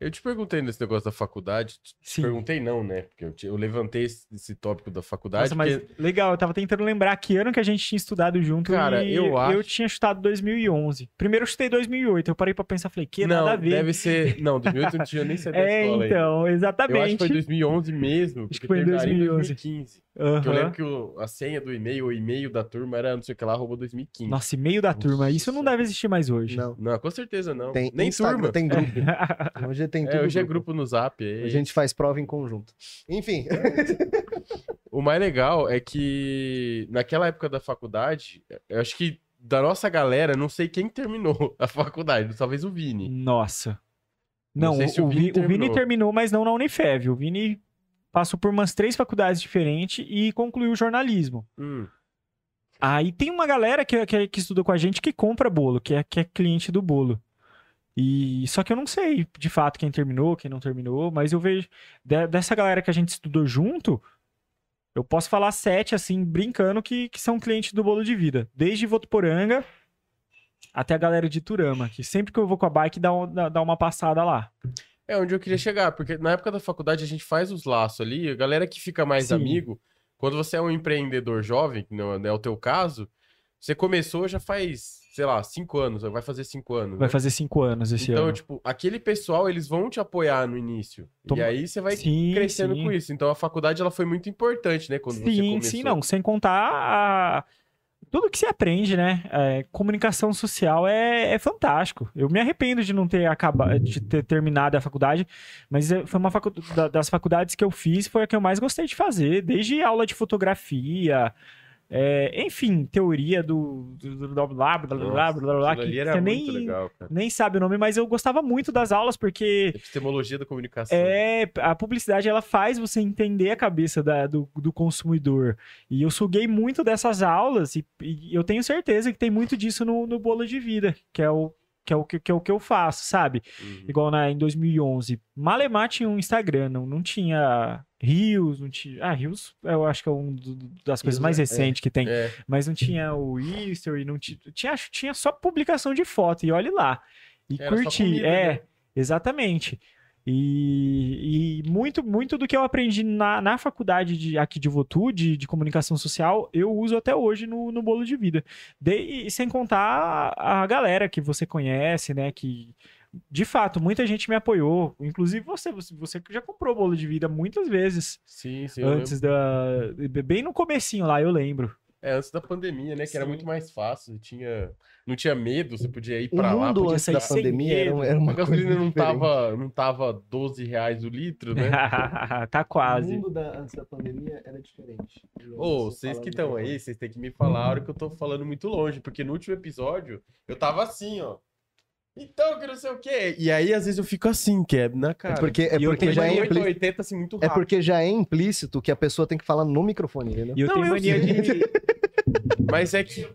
S1: Eu te perguntei nesse negócio da faculdade. te
S2: Sim.
S1: Perguntei não, né? Porque eu, te- eu levantei esse, esse tópico da faculdade.
S2: Nossa, mas
S1: porque-
S2: legal, eu tava tentando lembrar que ano que a gente tinha estudado junto
S1: Cara,
S2: e
S1: eu acho-
S2: tinha chutado 2011. Primeiro eu chutei 2008, eu parei pra pensar, falei, que
S1: não,
S2: nada a ver.
S1: deve ser... Não, 2008 não tinha nem saído da
S2: é,
S1: escola ainda.
S2: então, exatamente.
S1: Eu acho que foi 2011 mesmo.
S2: Acho
S1: porque
S2: que foi em
S1: terminaram
S2: 2011.
S1: 2015. Porque
S2: Aham.
S1: eu lembro que o- a senha do e-mail, o e-mail da turma era não sei o que lá, arroba 2015.
S2: Nossa, e meio da turma. Isso não
S1: Nossa.
S2: deve existir mais hoje.
S3: Não.
S1: Não, com certeza não.
S3: Tem
S1: nem
S3: Instagram,
S1: turma.
S3: Tem grupo. Hoje tem tudo.
S1: É, hoje é grupo É. no zap. é-
S3: A gente faz prova em conjunto. Enfim.
S1: O mais legal é que naquela época da faculdade, eu acho que da nossa galera, não sei quem terminou a faculdade, talvez o Vini.
S2: Nossa.
S1: Não
S2: Não,
S1: sei se
S2: o,
S1: o Vini
S2: Vi- o Vini
S1: terminou.
S2: terminou, mas não na Unifev. O Vini passou por umas três faculdades diferentes e concluiu jornalismo.
S1: Hum.
S2: Aí tem uma galera que, que, que estudou com a gente que compra bolo, que é, que é cliente do bolo. E só que eu não sei de fato quem terminou, quem não terminou, mas eu vejo de- dessa galera que a gente estudou junto, eu posso falar sete assim, brincando que, que são clientes do bolo de vida, desde Votuporanga até a galera de Turama, que sempre que eu vou com a bike dá, um- dá- dá uma passada lá.
S1: É onde eu queria chegar, porque na época da faculdade a gente faz os laços ali, a galera que fica mais
S2: Sim.
S1: amigo, quando você é um empreendedor jovem, que não é o teu caso, você começou já faz, sei lá, cinco anos, vai fazer cinco anos.
S2: Vai
S1: né?
S2: fazer cinco anos esse
S1: Então,
S2: ano.
S1: tipo, aquele pessoal, eles vão te apoiar no início. E
S2: Toma-
S1: aí você vai
S2: sim,
S1: crescendo
S2: sim.
S1: com isso. Então a faculdade ela foi muito importante, né? Quando você
S2: Sim,
S1: começou.
S2: sim, não. Sem contar a- tudo que se aprende, né? É, comunicação social é, é fantástico. Eu me arrependo de não ter acabado, de ter terminado a faculdade, mas é- foi uma facu- da- das faculdades que eu fiz, foi a que eu mais gostei de fazer, desde aula de fotografia. é, enfim, teoria do, do, do- blá blá blá blá blá
S1: Nossa,
S2: blá blá
S1: aquilo ali
S2: que
S1: era
S2: você
S1: muito
S2: nem,
S1: legal, cara.
S2: nem sabe o nome, mas eu gostava muito das aulas porque
S1: Epistemologia da comunicação.
S2: é, a publicidade ela faz você entender a cabeça da- do, do consumidor. E eu suguei muito dessas aulas e, e eu tenho certeza que tem muito disso no, no bolo de vida, que é o que, é o que, que é o que eu faço, sabe?
S1: Uhum.
S2: Igual na, em 2011. Malemar tinha um Instagram, não, não tinha Rios, não tinha... Ah, Rios eu acho que é uma das
S3: Reels
S2: coisas mais
S3: é-
S2: recentes que tem.
S1: É,
S2: Mas não tinha o history, não ti- tinha, acho- tinha só publicação de foto, e olhe lá. E
S1: Era só
S2: curti,
S1: comida,
S2: é,
S1: né?
S2: exatamente. E, e muito, muito do que eu aprendi na, na faculdade de, aqui de Votu, de, de comunicação social, eu uso até hoje no, no bolo de vida. De- e sem contar a, a galera que você conhece, né? Que, de fato, muita gente me apoiou. Inclusive você, você, você que já comprou bolo de vida muitas vezes.
S1: sim, sim. eu lembro.
S2: Antes da. Bem no comecinho lá, eu lembro.
S1: É, antes da pandemia, né? Que era
S3: Sim.
S1: muito mais fácil. Tinha... Não tinha medo, você podia ir
S3: O
S1: pra lá.
S3: mundo
S1: Podia...
S3: antes
S2: sair
S3: da
S2: sem
S3: pandemia era, uma- era
S2: é
S1: A
S3: uma coisa
S1: gasolina não
S3: diferente.
S1: tava, não tava 12 reais o litro, né?
S2: tá
S3: O
S2: quase.
S3: mundo da- antes da pandemia era diferente.
S1: Ô, vocês que estão aí, vocês têm que me falar a hora que eu tô falando muito longe, porque no último episódio eu tava assim, ó. Então, que não sei o quê. E aí, às vezes, eu fico assim, que é na
S3: É
S1: cara.
S3: porque, é
S2: E eu
S3: porque
S2: tenho
S3: já é
S1: é
S3: implícito.
S1: 80, assim, muito
S3: É
S1: rápido.
S3: porque já é implícito que a pessoa tem que falar no microfone, entendeu?
S2: E eu
S1: Não,
S2: tenho
S1: eu
S2: mania de,
S1: Mas é que.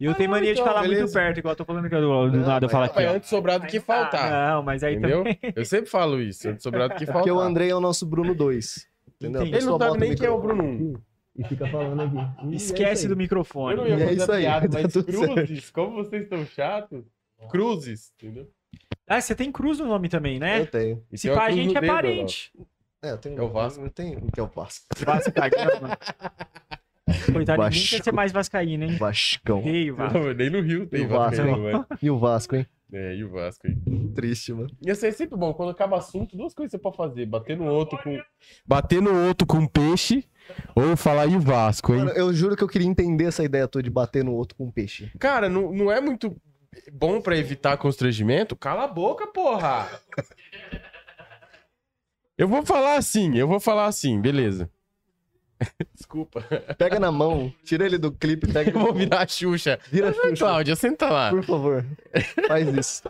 S2: e eu tenho
S1: não,
S2: mania de
S1: então,
S2: falar muito
S1: beleza. ah,
S2: perto, igual eu tô falando que eu, do
S3: Não,
S2: nada eu
S3: mas-
S1: Vai
S2: falo aqui. ó.
S1: é antes sobrar do
S2: Aí
S1: que
S3: tá.
S2: não dá.
S1: faltar.
S2: Não, mas aí também.
S1: Entendeu? Eu sempre falo isso, antes sobrar do que faltar.
S3: Ah, Porque o Andrei é o nosso Bruno 2. Entendeu?
S2: Entendi.
S1: Ele não sabe nem quem é o Bruno 1.
S3: E fica falando aqui. é
S2: Esquece
S1: é
S2: do
S1: Eu não
S2: microfone.
S1: ia
S3: E é
S1: fazer
S3: isso aí,
S1: piada,
S3: tá
S1: mas
S3: tudo
S1: cruzes, como vocês estão chatos, cruzes, entendeu?
S2: Ah, você tem cruz no nome também, né?
S3: Eu tenho.
S1: E
S2: Se
S1: tem uma
S2: pá, a
S1: cruz
S2: gente
S1: no
S2: é
S1: dedo,
S2: parente.
S3: É, eu tenho.
S1: É o Vasco.
S3: Eu tenho. Que é o Vasco.
S2: Vasco tá aqui, ó, mano. Coitado, ninguém
S3: Vasco.
S2: quer ser mais vascaíno, hein?
S3: Vascão.
S2: Feio,
S1: Não,
S2: Vasco.
S1: mas nem no Rio tem
S3: E o
S1: Vasco.
S3: Vasco,
S1: ainda, mas-
S3: E o Vasco, hein?
S1: É, e o Vasco aí.
S3: Triste, mano.
S1: Ia ser sempre bom, quando acaba assunto, duas coisas você pode fazer. Bater no outro com. Bater no outro com peixe ou falar e o Vasco,
S3: Mano, eu juro que eu queria entender essa ideia toda de bater no outro com um peixe.
S1: Cara, não, não é muito bom pra evitar constrangimento? Cala a boca, porra! Eu vou falar assim, eu vou falar assim, beleza. Desculpa.
S3: Pega na mão, tira ele do clipe, pega.
S1: Eu vou virar a Xuxa.
S3: Vira a Xuxa,
S1: Cláudia, senta lá.
S3: por favor. Faz isso.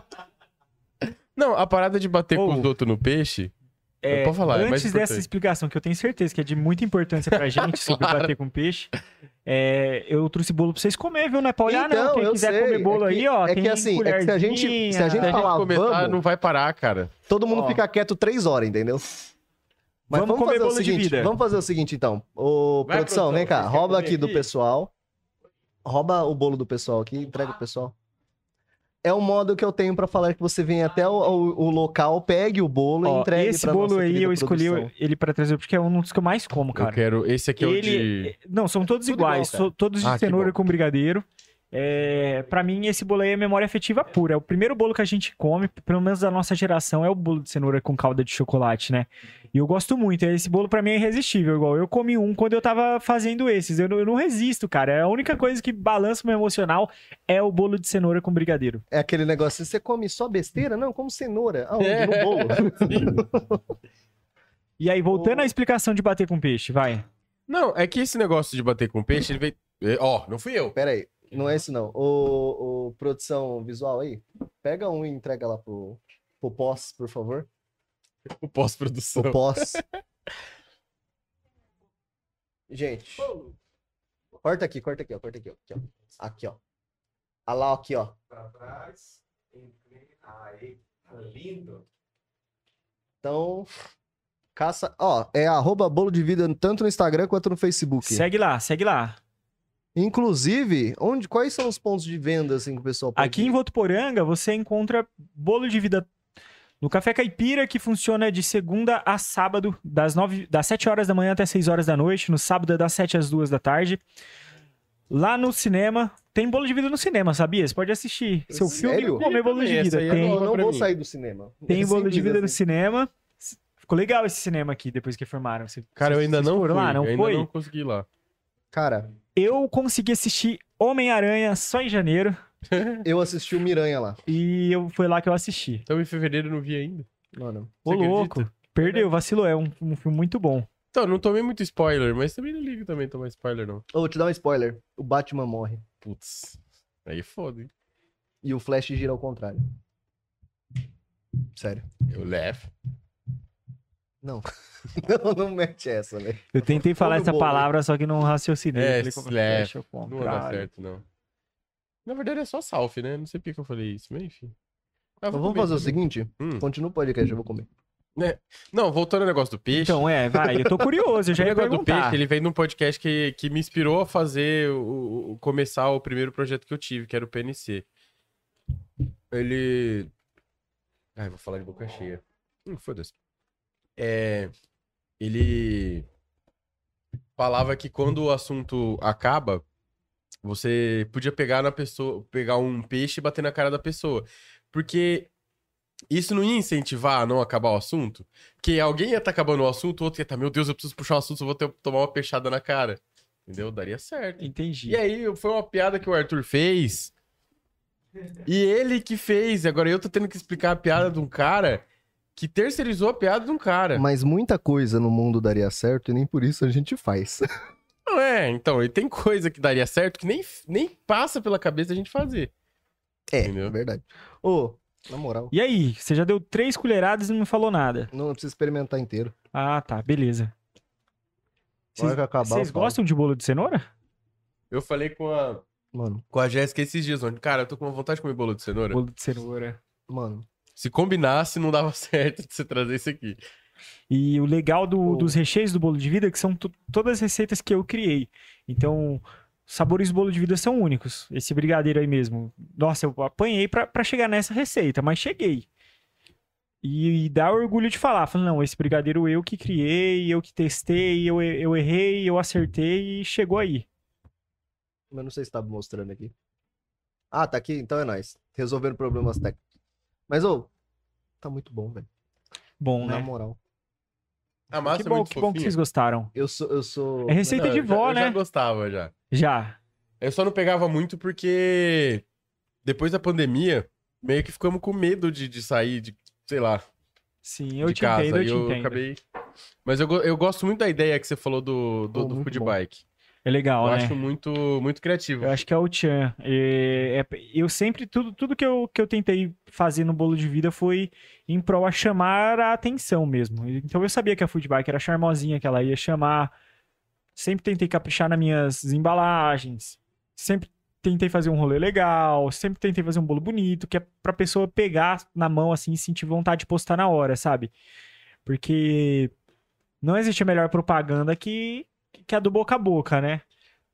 S1: Não, a parada de bater
S2: Ou-
S1: com os outros no peixe.
S2: É,
S1: pode falar, é mais
S2: antes dessa
S1: importante.
S2: explicação, que eu tenho certeza que é de muita importância pra gente sobre bater com peixe, é, eu trouxe bolo pra vocês comer, viu? Não é pra olhar, não. Quem
S3: eu
S2: quiser
S3: sei.
S2: comer bolo
S3: É que-
S2: aí, ó.
S3: É
S2: tem
S3: que assim, é que se a gente, se a gente
S1: Se a gente
S3: falar
S1: começar,
S3: vamos,
S1: não vai parar, cara.
S3: todo mundo
S2: Ó.
S3: fica quieto três horas, entendeu? Mas
S2: Vamos
S3: vamos,
S2: comer
S3: fazer o
S2: bolo de
S3: seguinte,
S2: vida.
S3: vamos fazer o seguinte então. Ô,
S1: Vai,
S3: produção,
S1: produção,
S3: vem cá,
S1: vocês querem
S3: rouba
S1: comer
S3: aqui do
S1: aqui?
S3: pessoal. Rouba o bolo do pessoal aqui, entrega pro pessoal. É um modo que eu tenho pra falar que você vem até o, o- o local, pegue o bolo e
S2: Ó,
S3: entregue
S2: esse
S3: pra
S2: bolo
S3: nossa
S2: aí
S3: querida
S2: eu escolhi
S3: produção.
S2: ele pra trazer porque é um dos que eu mais como,
S1: Eu
S2: cara.
S1: quero. Esse aqui é o
S2: Ele-
S1: de.
S2: Não, são todos
S3: Tudo
S2: iguais,
S3: igual, cara.
S2: so- todos de
S1: Ah, que
S2: cenoura
S1: bom.
S2: com brigadeiro. É, para mim esse bolo aí é memória afetiva pura. É o primeiro bolo que a gente come, pelo menos da nossa geração, é o bolo de cenoura com calda de chocolate, né? E eu gosto muito. Esse bolo pra mim é irresistível, igual eu comi um quando eu tava fazendo esses. Eu, não- eu não resisto, cara. É a única coisa que balança o meu emocional é o bolo de cenoura com brigadeiro.
S3: É aquele negócio, você come só besteira? Não, como cenoura. Aonde? No bolo.
S2: E aí, voltando
S3: Ô.
S2: à explicação de bater com peixe, vai.
S1: Não, é que esse negócio de bater com peixe, ele veio. É, Ó, não fui eu.
S3: Pera aí, não é isso não. Ô, ô, produção visual aí, pega um e entrega lá pro, pro pós, por favor.
S1: O pós-produção.
S3: Pro pós. Gente, Corta aqui, corta aqui, ó. Corta aqui, ó. Aqui, ó. Aqui, ó. Olha lá, ó, aqui, ó.
S5: Pra trás. Aí. tá Lindo.
S3: Então, caça. Ó, é arroba bolo de vida tanto no Instagram quanto no Facebook.
S2: Segue lá, segue lá.
S3: Inclusive, onde, quais são os pontos de venda assim, que o pessoal pode
S2: Aqui em Votuporanga você encontra bolo de vida no Café Caipira, que funciona de segunda a sábado, das, nove, das 7 horas da manhã até 6 horas da noite. No sábado é das 7 às 2 da tarde. Lá no cinema, tem bolo de vida no cinema, sabia? Você pode assistir seu
S3: Sério?
S2: filme e comer bolo de
S1: Essa
S2: vida.
S1: aí é
S2: Tem,
S3: Eu
S1: nova
S3: não
S1: pra
S3: vou
S1: mim.
S3: sair do cinema.
S2: tem
S3: É
S2: bolo de
S3: simples
S2: vida no
S3: assim.
S2: cinema. Ficou legal esse cinema aqui, depois que reformaram. Você-
S1: Cara, eu
S2: vocês-
S1: ainda
S2: vocês
S1: não
S2: foram
S1: fui.
S2: lá, não
S1: eu ainda
S2: foi?
S1: não consegui ir lá.
S3: Cara,
S2: Eu consegui assistir Homem-Aranha só em janeiro,
S3: eu assisti o Miranha lá.
S2: e eu, foi lá que eu assisti.
S1: Então em fevereiro eu não vi ainda.
S3: Mano,
S2: Ô,
S1: Você acredita?
S2: louco. Perdeu, vacilou. É um, um filme muito bom.
S1: Então, não tomei muito spoiler, mas também não ligo também tomar spoiler, não.
S3: eu vou te dar um spoiler. O Batman morre
S1: Putz. Aí é foda, hein?
S3: e o Flash gira ao contrário. Sério.
S1: Eu levo.
S3: Não. não, não mete essa, né?
S2: Eu tentei falar
S3: Todo
S2: essa
S3: bom,
S2: palavra, só que não raciocinei.
S1: É,
S2: Falei, como
S1: é,
S2: flash ao
S1: Não dá
S2: contrário.
S1: certo, não. Na verdade é só selfie, né? Não sei por que que eu falei isso, mas enfim. Ah,
S3: Então
S1: vou
S3: vamos
S1: comer
S3: fazer o
S1: também.
S2: né?
S3: seguinte?
S1: Hum.
S3: Continua o podcast, eu vou comer.
S1: Não, voltando ao negócio do peixe.
S2: Então, é, vai. Eu tô curioso, eu já
S1: o
S2: ia
S1: negócio do
S2: perguntar.
S1: peixe, ele vem de um podcast que, que me inspirou a fazer o, o- começar o primeiro projeto que eu tive, que era o PNC. Ele. Ai, vou falar de boca cheia. Hum, foda-se. É, ele falava que quando o assunto acaba, você podia pegar na pessoa, pegar um peixe e bater na cara da pessoa. Porque isso não ia incentivar a não acabar o assunto? Porque alguém ia estar acabando o assunto, o outro ia estar, meu Deus, eu preciso puxar o assunto, eu vou ter, tomar uma peixada na cara. Entendeu? Daria certo.
S2: Entendi.
S1: E aí, foi uma piada que o Arthur fez. E ele que fez. Agora eu tô tendo que explicar a piada de um cara que terceirizou a piada de um cara.
S3: Mas muita coisa no mundo daria certo e nem por isso a gente faz.
S1: Não é, então, e tem coisa que daria certo que nem, nem passa pela cabeça a gente fazer.
S3: É,
S1: Entendeu?
S3: verdade. Ô, na moral,
S2: E aí, você já deu três colheradas e não me falou nada.
S3: não precisa experimentar inteiro.
S2: Ah, tá, beleza.
S3: Na hora
S2: Vocês
S3: que acabar, eu
S2: vocês
S3: falo.
S2: gostam de bolo de cenoura?
S1: Eu falei com a,
S3: Mano,
S1: com a Jéssica esses dias, onde, cara, eu tô com uma vontade de comer bolo de cenoura.
S2: Bolo de cenoura.
S3: mano.
S1: Se combinasse, não dava certo de você trazer isso aqui.
S2: E o legal do-
S3: Oh.
S2: dos recheios do bolo de vida é que são to- todas as receitas que eu criei. Então, os sabores do bolo de vida são únicos. Esse brigadeiro aí mesmo. Nossa, eu apanhei pra pra chegar nessa receita, mas cheguei. E, e dá orgulho de falar. Falei, não, esse brigadeiro eu que criei, eu que testei, eu, e- eu errei, eu acertei e chegou aí.
S3: Mas não sei se tá mostrando aqui. Ah, tá aqui? Então é nóis. Resolvendo problemas técnicos. Mas, ô, tá muito bom, velho.
S2: Bom,
S3: Na
S2: né?
S3: moral.
S1: A massa é
S2: que bom,
S1: muito
S2: que bom que
S1: fofinha.
S2: vocês gostaram.
S3: Eu sou. Eu sou...
S2: É receita
S1: Não,
S2: de
S1: eu já-
S2: vó,
S1: eu já
S2: né?
S1: gostava já.
S2: Já.
S1: Eu só não pegava muito porque depois da pandemia, meio que ficamos com medo de, de sair, de, sei lá,
S2: Sim, eu
S1: de
S2: te
S1: casa.
S2: entendo, eu
S1: e
S2: te
S1: eu
S2: entendo.
S1: acabei. Mas eu, go- eu gosto muito da ideia que você falou do, do,
S3: Pô,
S1: do
S3: muito
S1: food
S3: bom.
S1: bike.
S2: É legal,
S1: eu
S2: né?
S1: acho muito, muito criativo.
S2: Eu acho que é o Tchan. É, é- eu sempre, tudo, tudo que, eu, que eu tentei fazer no bolo de vida foi em prol a chamar a atenção mesmo. Então eu sabia que a food bike era charmosinha, que ela ia chamar. Sempre tentei caprichar nas minhas embalagens. Sempre tentei fazer um rolê legal. Sempre tentei fazer um bolo bonito, que é pra pessoa pegar na mão assim e sentir vontade de postar na hora, sabe? Porque não existe a melhor propaganda que, que a do boca a boca, né?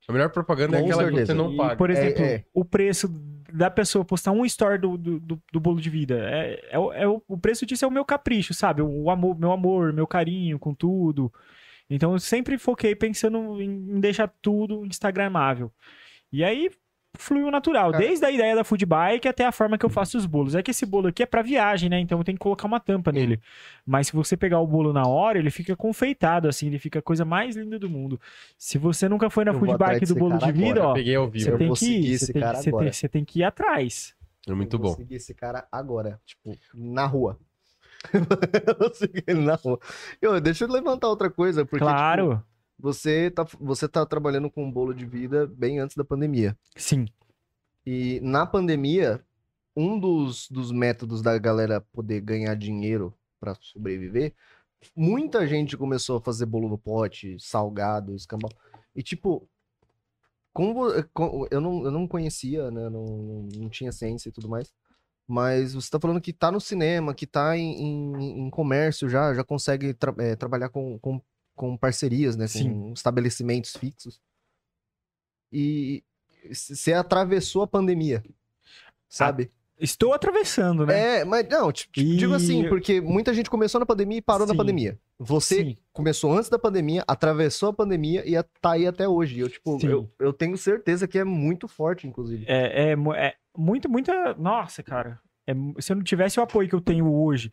S1: A melhor propaganda é
S3: Com
S1: aquela que
S3: certeza.
S1: você não
S2: E,
S1: paga.
S2: Por
S3: É,
S2: exemplo,
S3: é.
S2: o preço da pessoa postar um story do, do, do- do bolo de vida. É, é, o- é o, o preço disso é o meu capricho, sabe? O amor, meu amor, meu carinho com tudo. Então eu sempre foquei pensando em em deixar tudo instagramável. E aí fluiu natural,
S3: Cara.
S2: desde a ideia da food bike até a forma que eu faço os bolos. É que esse bolo aqui é pra viagem, né? Então eu tenho que colocar uma tampa nele. Mas se você pegar o bolo na hora, ele fica confeitado assim, ele fica a coisa mais linda do mundo. Se você nunca foi na
S3: Eu vou
S2: food
S3: atrás
S2: bike do
S3: desse
S2: bolo de
S3: cara
S2: vida,
S3: agora.
S2: ó,
S1: Peguei ao
S2: você
S1: vivo.
S3: Eu
S2: tem
S3: vou
S2: que
S3: seguir
S2: ir,
S3: esse
S2: você tem,
S3: cara
S2: você,
S3: agora.
S2: tem, você tem que ir atrás.
S1: É muito
S3: Eu vou
S1: bom.
S3: seguir esse cara agora, tipo, na rua. eu vou seguir ele na rua. Eu, deixa eu levantar outra coisa, porque tipo,
S2: claro,
S3: você, tá, você tá trabalhando com um bolo de vida bem antes da pandemia.
S2: sim.
S3: E na pandemia, um dos, dos métodos da galera poder ganhar dinheiro pra sobreviver, muita gente começou a fazer bolo no pote, salgado, escambau. E tipo, com vo- com- eu, não, eu não conhecia, né? Não, não- não tinha ciência e tudo mais. Mas você tá falando que tá no cinema, que tá em, em- em comércio já, já consegue tra- eh, trabalhar com, com, com parcerias, né? Com
S2: Sim.
S3: estabelecimentos fixos. E c- você atravessou a pandemia, sabe?
S2: Estou atravessando, né?
S3: É, mas não, ti- ti- digo assim,
S2: E-
S3: porque muita gente começou na pandemia e parou na
S2: Sim.
S3: pandemia. Você
S2: Sim.
S3: começou antes da pandemia, atravessou a pandemia e a- tá aí até hoje. Eu, tipo,
S2: Sim.
S3: eu, eu tenho certeza que é muito forte, inclusive.
S2: É, é, mu- é muito, muita. Nossa, cara. É mu- se eu não tivesse o apoio que eu tenho hoje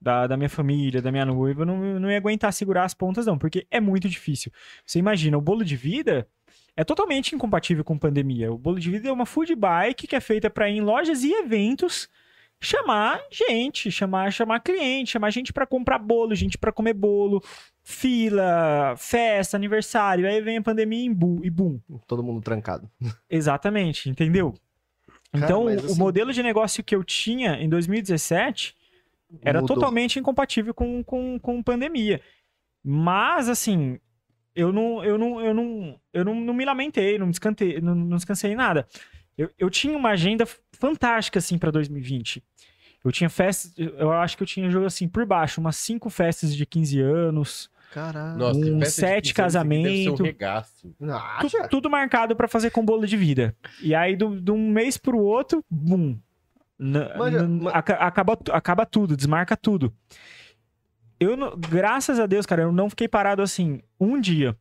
S2: da, da minha família, da minha noiva, eu não, eu não ia aguentar segurar as pontas, não, porque é muito difícil. Você imagina, o bolo de vida é totalmente incompatível com pandemia. O bolo de vida é uma food bike que é feita para ir em lojas e eventos chamar gente, chamar chamar cliente, chamar gente para comprar bolo, gente para comer bolo, fila, festa, aniversário. Aí vem a pandemia e bu- e bum.
S3: Todo mundo trancado.
S2: Exatamente, entendeu?
S3: Cara,
S2: Então,
S3: mas
S2: o- o
S3: assim-
S2: modelo de negócio que eu tinha em 2017 era
S3: Mudou.
S2: totalmente incompatível com, com, com pandemia. Mas, assim, eu não, eu não, eu não, eu não, não me lamentei, não, descantei, não, não descansei em nada. Eu, eu tinha uma agenda f- fantástica, assim, para 2020. Eu tinha festas, eu eu acho que eu tinha, assim, por baixo, umas cinco festas de 15 anos.
S3: Caralho.
S1: Nossa,
S2: Um
S1: festa de
S2: sete
S1: 15 anos, isso aqui deve ser um
S2: casamento.
S1: regaço.
S2: Tu-
S3: Acha?
S2: tudo marcado pra fazer com bolo de vida. E aí, do- de um mês pro outro, bum. N-
S3: Manja,
S2: n-
S3: ma-
S2: aca- acaba, tu- acaba tudo, desmarca tudo. Eu, não- graças a Deus, cara, eu não fiquei parado assim um dia.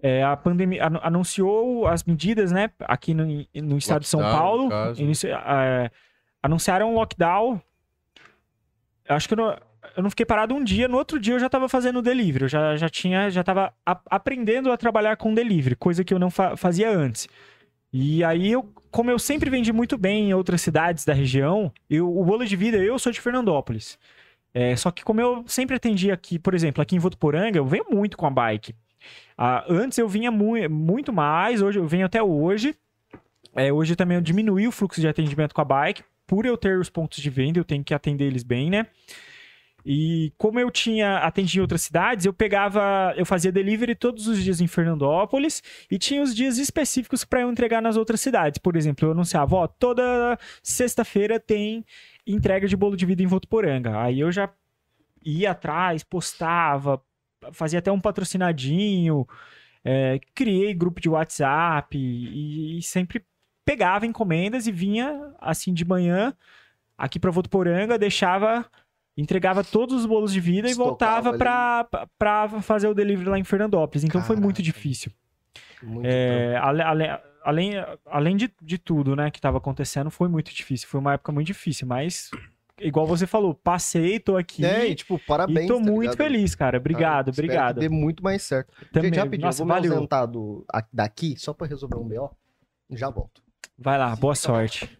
S2: É, a pandemia anu- anunciou as medidas, né? Aqui no, no estado de São
S1: Lockdown,
S2: Paulo.
S1: no caso.
S2: Inici- é, anunciaram um lockdown. Eu Acho que eu não, eu não fiquei parado um dia, no outro dia eu já tava fazendo delivery, eu já, já tinha, já tava a- aprendendo a trabalhar com delivery, coisa que eu não fa- fazia antes. E aí eu, como eu sempre vendi muito bem em outras cidades da região, eu, o bolo de vida, eu sou de Fernandópolis. É, só que como eu sempre atendi aqui, por exemplo, aqui em Votuporanga, eu venho muito com a bike. Ah, antes eu vinha mu- muito mais, hoje eu venho até hoje. É, hoje também eu diminuí o fluxo de atendimento com a bike, por eu ter os pontos de venda, eu tenho que atender eles bem, né? E como eu tinha atendido em outras cidades, eu pegava, eu fazia delivery todos os dias em Fernandópolis e tinha os dias específicos para eu entregar nas outras cidades. Por exemplo, eu anunciava, ó, toda sexta-feira tem entrega de bolo de vida em Votuporanga. Aí eu já ia atrás, postava, fazia até um patrocinadinho, é, criei grupo de WhatsApp e, e sempre pegava encomendas e vinha assim de manhã aqui para Votuporanga, deixava, entregava todos os bolos de vida
S3: Estocava
S2: e voltava para fazer o delivery lá em Fernandópolis. Então foi muito
S3: Caraca.
S2: difícil.
S3: Muito
S2: É, ale- ale- além, além de, de tudo, né, que estava acontecendo, foi muito difícil. Foi uma época muito difícil, mas igual você falou, passei, tô aqui.
S3: É, e tipo, parabéns.
S2: e tô
S3: tá
S2: muito
S3: ligado?
S2: feliz, cara. Obrigado,
S3: Cara, espero
S2: obrigado.
S3: Que dê muito mais certo.
S2: Também.
S3: Gente, rapidinho,
S2: Nossa,
S3: eu vou um me
S2: valeu.
S3: ausentar do- a- daqui só pra resolver um BO. Já volto.
S2: Vai lá, boa sorte.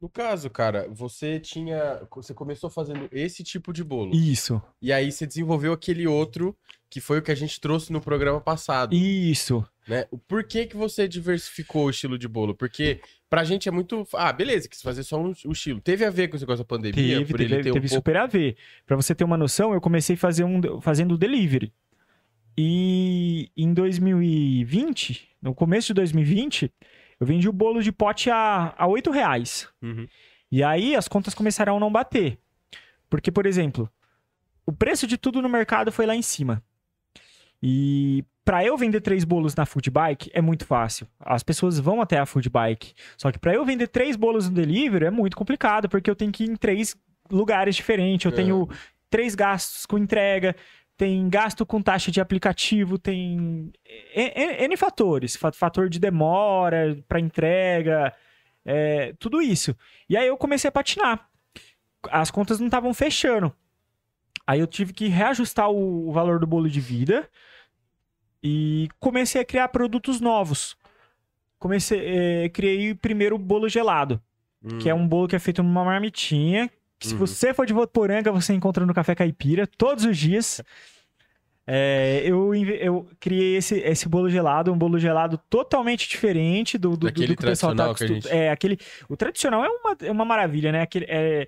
S1: No caso, cara, você tinha. Você começou fazendo esse tipo de bolo.
S2: Isso,
S1: E aí você desenvolveu aquele outro, que foi o que a gente trouxe no programa passado,
S2: isso.
S1: né? O porquê que você diversificou o estilo de bolo? Porque pra gente é muito, ah, beleza, quis fazer só um, um estilo. Teve a ver com esse negócio da pandemia,
S2: Teve,
S1: por
S2: teve,
S1: ele ter
S2: teve
S1: um pouco...
S2: super a ver. Pra você ter uma noção, eu comecei a fazer um, fazendo delivery. E em 2020, no começo de 2020, eu vendi o bolo de pote a, a 8 reais.
S1: Uhum.
S2: E aí as contas começaram a não bater. Porque, por exemplo, o preço de tudo no mercado foi lá em cima. E para eu vender três bolos na food bike é muito fácil. As pessoas vão até a food bike. Só que para eu vender três bolos no delivery é muito complicado, porque eu tenho que ir em três lugares diferentes. Eu
S1: É.
S2: tenho três gastos com entrega, tem gasto com taxa de aplicativo, tem N, N fatores, fa- fator de demora para entrega, é, tudo isso. E aí eu comecei a patinar. As contas não estavam fechando. Aí eu tive que reajustar o, o valor do bolo de vida e comecei a criar produtos novos. Comecei, eh, criei primeiro o bolo gelado, que é um bolo que é feito numa marmitinha. Que se
S1: Uhum.
S2: você for de Votuporanga, você encontra no Café Caipira todos os dias. Eh, eu, inve- eu criei esse, esse bolo gelado, um bolo gelado totalmente diferente do, do, do,
S1: Daquele
S2: do que o pessoal tá
S1: tradicional que a
S2: acostum-
S1: gente-
S2: É, aquele. O tradicional é uma, é uma maravilha, né? Aquele, é,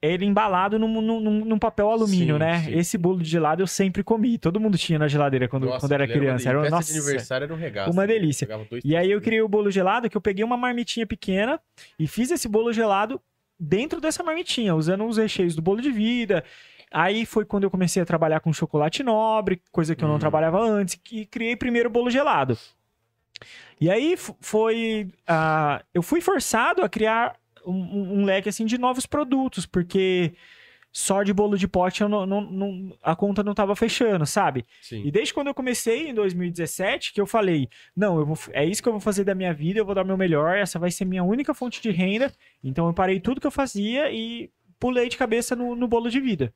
S2: ele embalado num, num- num- num papel alumínio,
S1: Sim,
S2: né?
S1: sim.
S2: Esse bolo de gelado eu sempre comi. Todo mundo tinha na geladeira quando,
S1: Nossa,
S2: quando era
S1: aquilo
S2: criança.
S1: uma
S2: Era,
S1: delícia.
S2: nossa.
S1: Festa de aniversário era um regaço.
S2: uma
S1: né?
S2: delícia.
S1: Pegava dois, né?
S2: E aí eu
S1: três.
S2: criei o bolo gelado, que eu peguei uma marmitinha pequena e fiz esse bolo gelado dentro dessa marmitinha, usando os recheios do bolo de vida. Aí foi quando eu comecei a trabalhar com chocolate nobre, coisa que eu não
S1: Hum.
S2: trabalhava antes, e criei primeiro o bolo gelado. E aí f- foi. ah, eu fui forçado a criar um, um- um leque assim de novos produtos, porque só de bolo de pote eu não- não- não- a conta não estava fechando, sabe?
S1: Sim.
S2: E desde quando eu comecei em 2017, que eu falei, não, eu vou, é isso que eu vou fazer da minha vida, eu vou dar o meu melhor, essa vai ser minha única fonte de renda. Então eu parei tudo que eu fazia e pulei de cabeça no, no bolo de vida.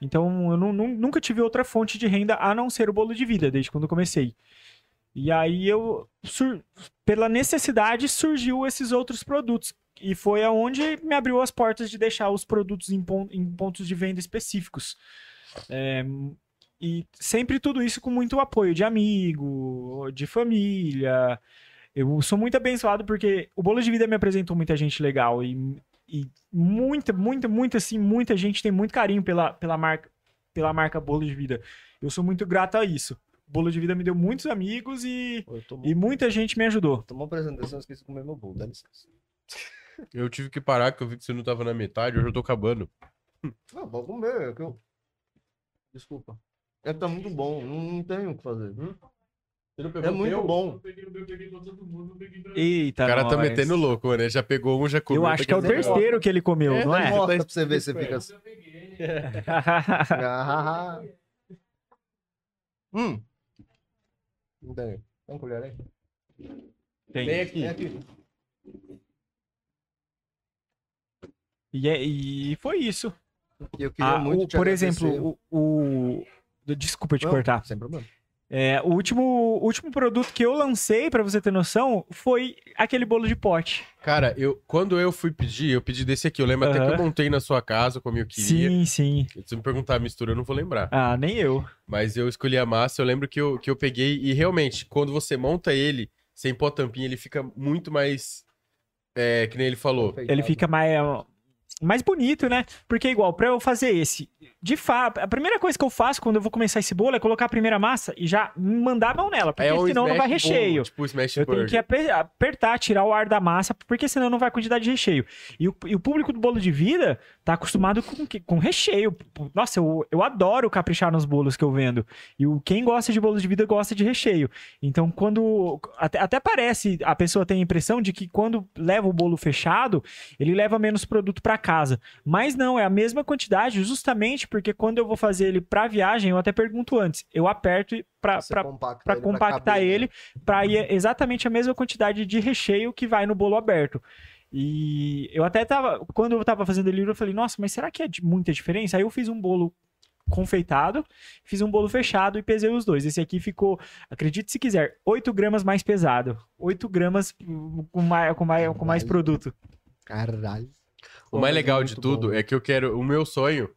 S2: Então eu nu- nu- nunca tive outra fonte de renda a não ser o bolo de vida, desde quando eu comecei. E aí eu, sur- pela necessidade, surgiu esses outros produtos. E foi aonde me abriu as portas de deixar os produtos em, pon- em pontos de venda específicos. É, e sempre tudo isso com muito apoio de amigo, de família. Eu sou muito abençoado porque o Bolo de Vida me apresentou muita gente legal e, e muita, muita, muita, assim, muita gente tem muito carinho pela, pela, marca, pela marca Bolo de Vida. Eu sou muito grato a isso. O Bolo de Vida me deu muitos amigos e,
S3: Pô, Eu tô
S2: e muita gente me ajudou.
S3: Tomou apresentação, esqueci de comer meu bolo, dá licença.
S1: Eu tive que parar, que eu vi que você não tava na metade, hoje eu tô acabando.
S3: Não, pode comer, é que eu. Desculpa. É que tá muito bom, não, não tenho o que fazer. Hum? É muito bom.
S2: Eita,
S1: O cara tá metendo louco, mano. Ele já pegou um, já comeu.
S2: Eu acho
S1: tá
S2: que é o
S1: querendo
S3: terceiro.
S2: terceiro que ele comeu,
S1: É,
S2: não
S1: tá
S2: é?
S1: bom.
S3: Mostra pra você ver se você fica assim.
S1: é.
S3: Ah, ah, ah. hum. Não tem. Tem uma colher aí?
S1: mais.
S2: Tem.
S1: Vem aqui.
S3: Tem aqui.
S2: E, é- e foi isso.
S3: E eu queria
S2: Ah,
S3: muito
S2: o-
S3: te
S2: por
S3: agradecer.
S2: exemplo, o, o- Desculpa te
S3: Não,
S2: cortar.
S3: Sem problema.
S2: É, o último, o último produto que eu lancei, pra você ter noção, foi aquele bolo de pote.
S1: Cara, eu, quando eu fui pedir, eu pedi desse aqui. Eu lembro até que eu
S2: Aham.
S1: montei na sua casa como eu queria.
S2: Sim, sim.
S1: Se você me perguntar a mistura, eu não vou lembrar.
S2: Ah, nem eu.
S1: Mas eu escolhi a massa, eu lembro que eu, que eu peguei. E realmente, quando você monta ele sem pó tampinha, ele fica muito mais. É, que nem ele falou.
S2: Ele fica mais, mais bonito, né? Porque, igual, pra eu fazer esse, de fato, a primeira coisa que eu faço quando eu vou começar esse bolo é colocar a primeira massa e já mandar a mão nela, porque
S1: É um
S2: senão não
S1: smash
S2: vai
S1: bom,
S2: recheio.
S1: tipo smash
S2: Eu tenho
S1: burger.
S2: que ape- apertar, tirar o ar da massa, porque senão não vai quantidade de recheio. E o, e o público do bolo de vida tá acostumado com, que- com recheio. Nossa, eu, eu adoro caprichar nos bolos que eu vendo. E o, quem gosta de bolo de vida gosta de recheio. Então, quando. Até, até parece, a pessoa tem a impressão de que quando leva o bolo fechado, ele leva menos produto para casa. Mas não, é a mesma quantidade, justamente porque quando eu vou fazer ele pra viagem, eu até pergunto antes. Eu aperto e pra,
S3: Você
S2: pra,
S3: compacta
S2: para
S3: ele,
S2: compactar
S3: caber, né?
S2: ele, para ir exatamente a mesma quantidade de recheio que vai no bolo aberto. E eu até tava, quando eu tava fazendo ele, eu falei, nossa, mas será que é de muita diferença? Aí eu fiz um bolo confeitado, fiz um bolo fechado e pesei os dois. Esse aqui ficou, acredite se quiser, 8 gramas mais pesado. 8 gramas hum, com mais, com mais, com mais
S3: Caralho.
S2: produto.
S3: Caralho.
S1: O mais
S3: Pô,
S1: legal
S3: muito
S1: de tudo
S3: bom.
S1: é que eu quero. O meu sonho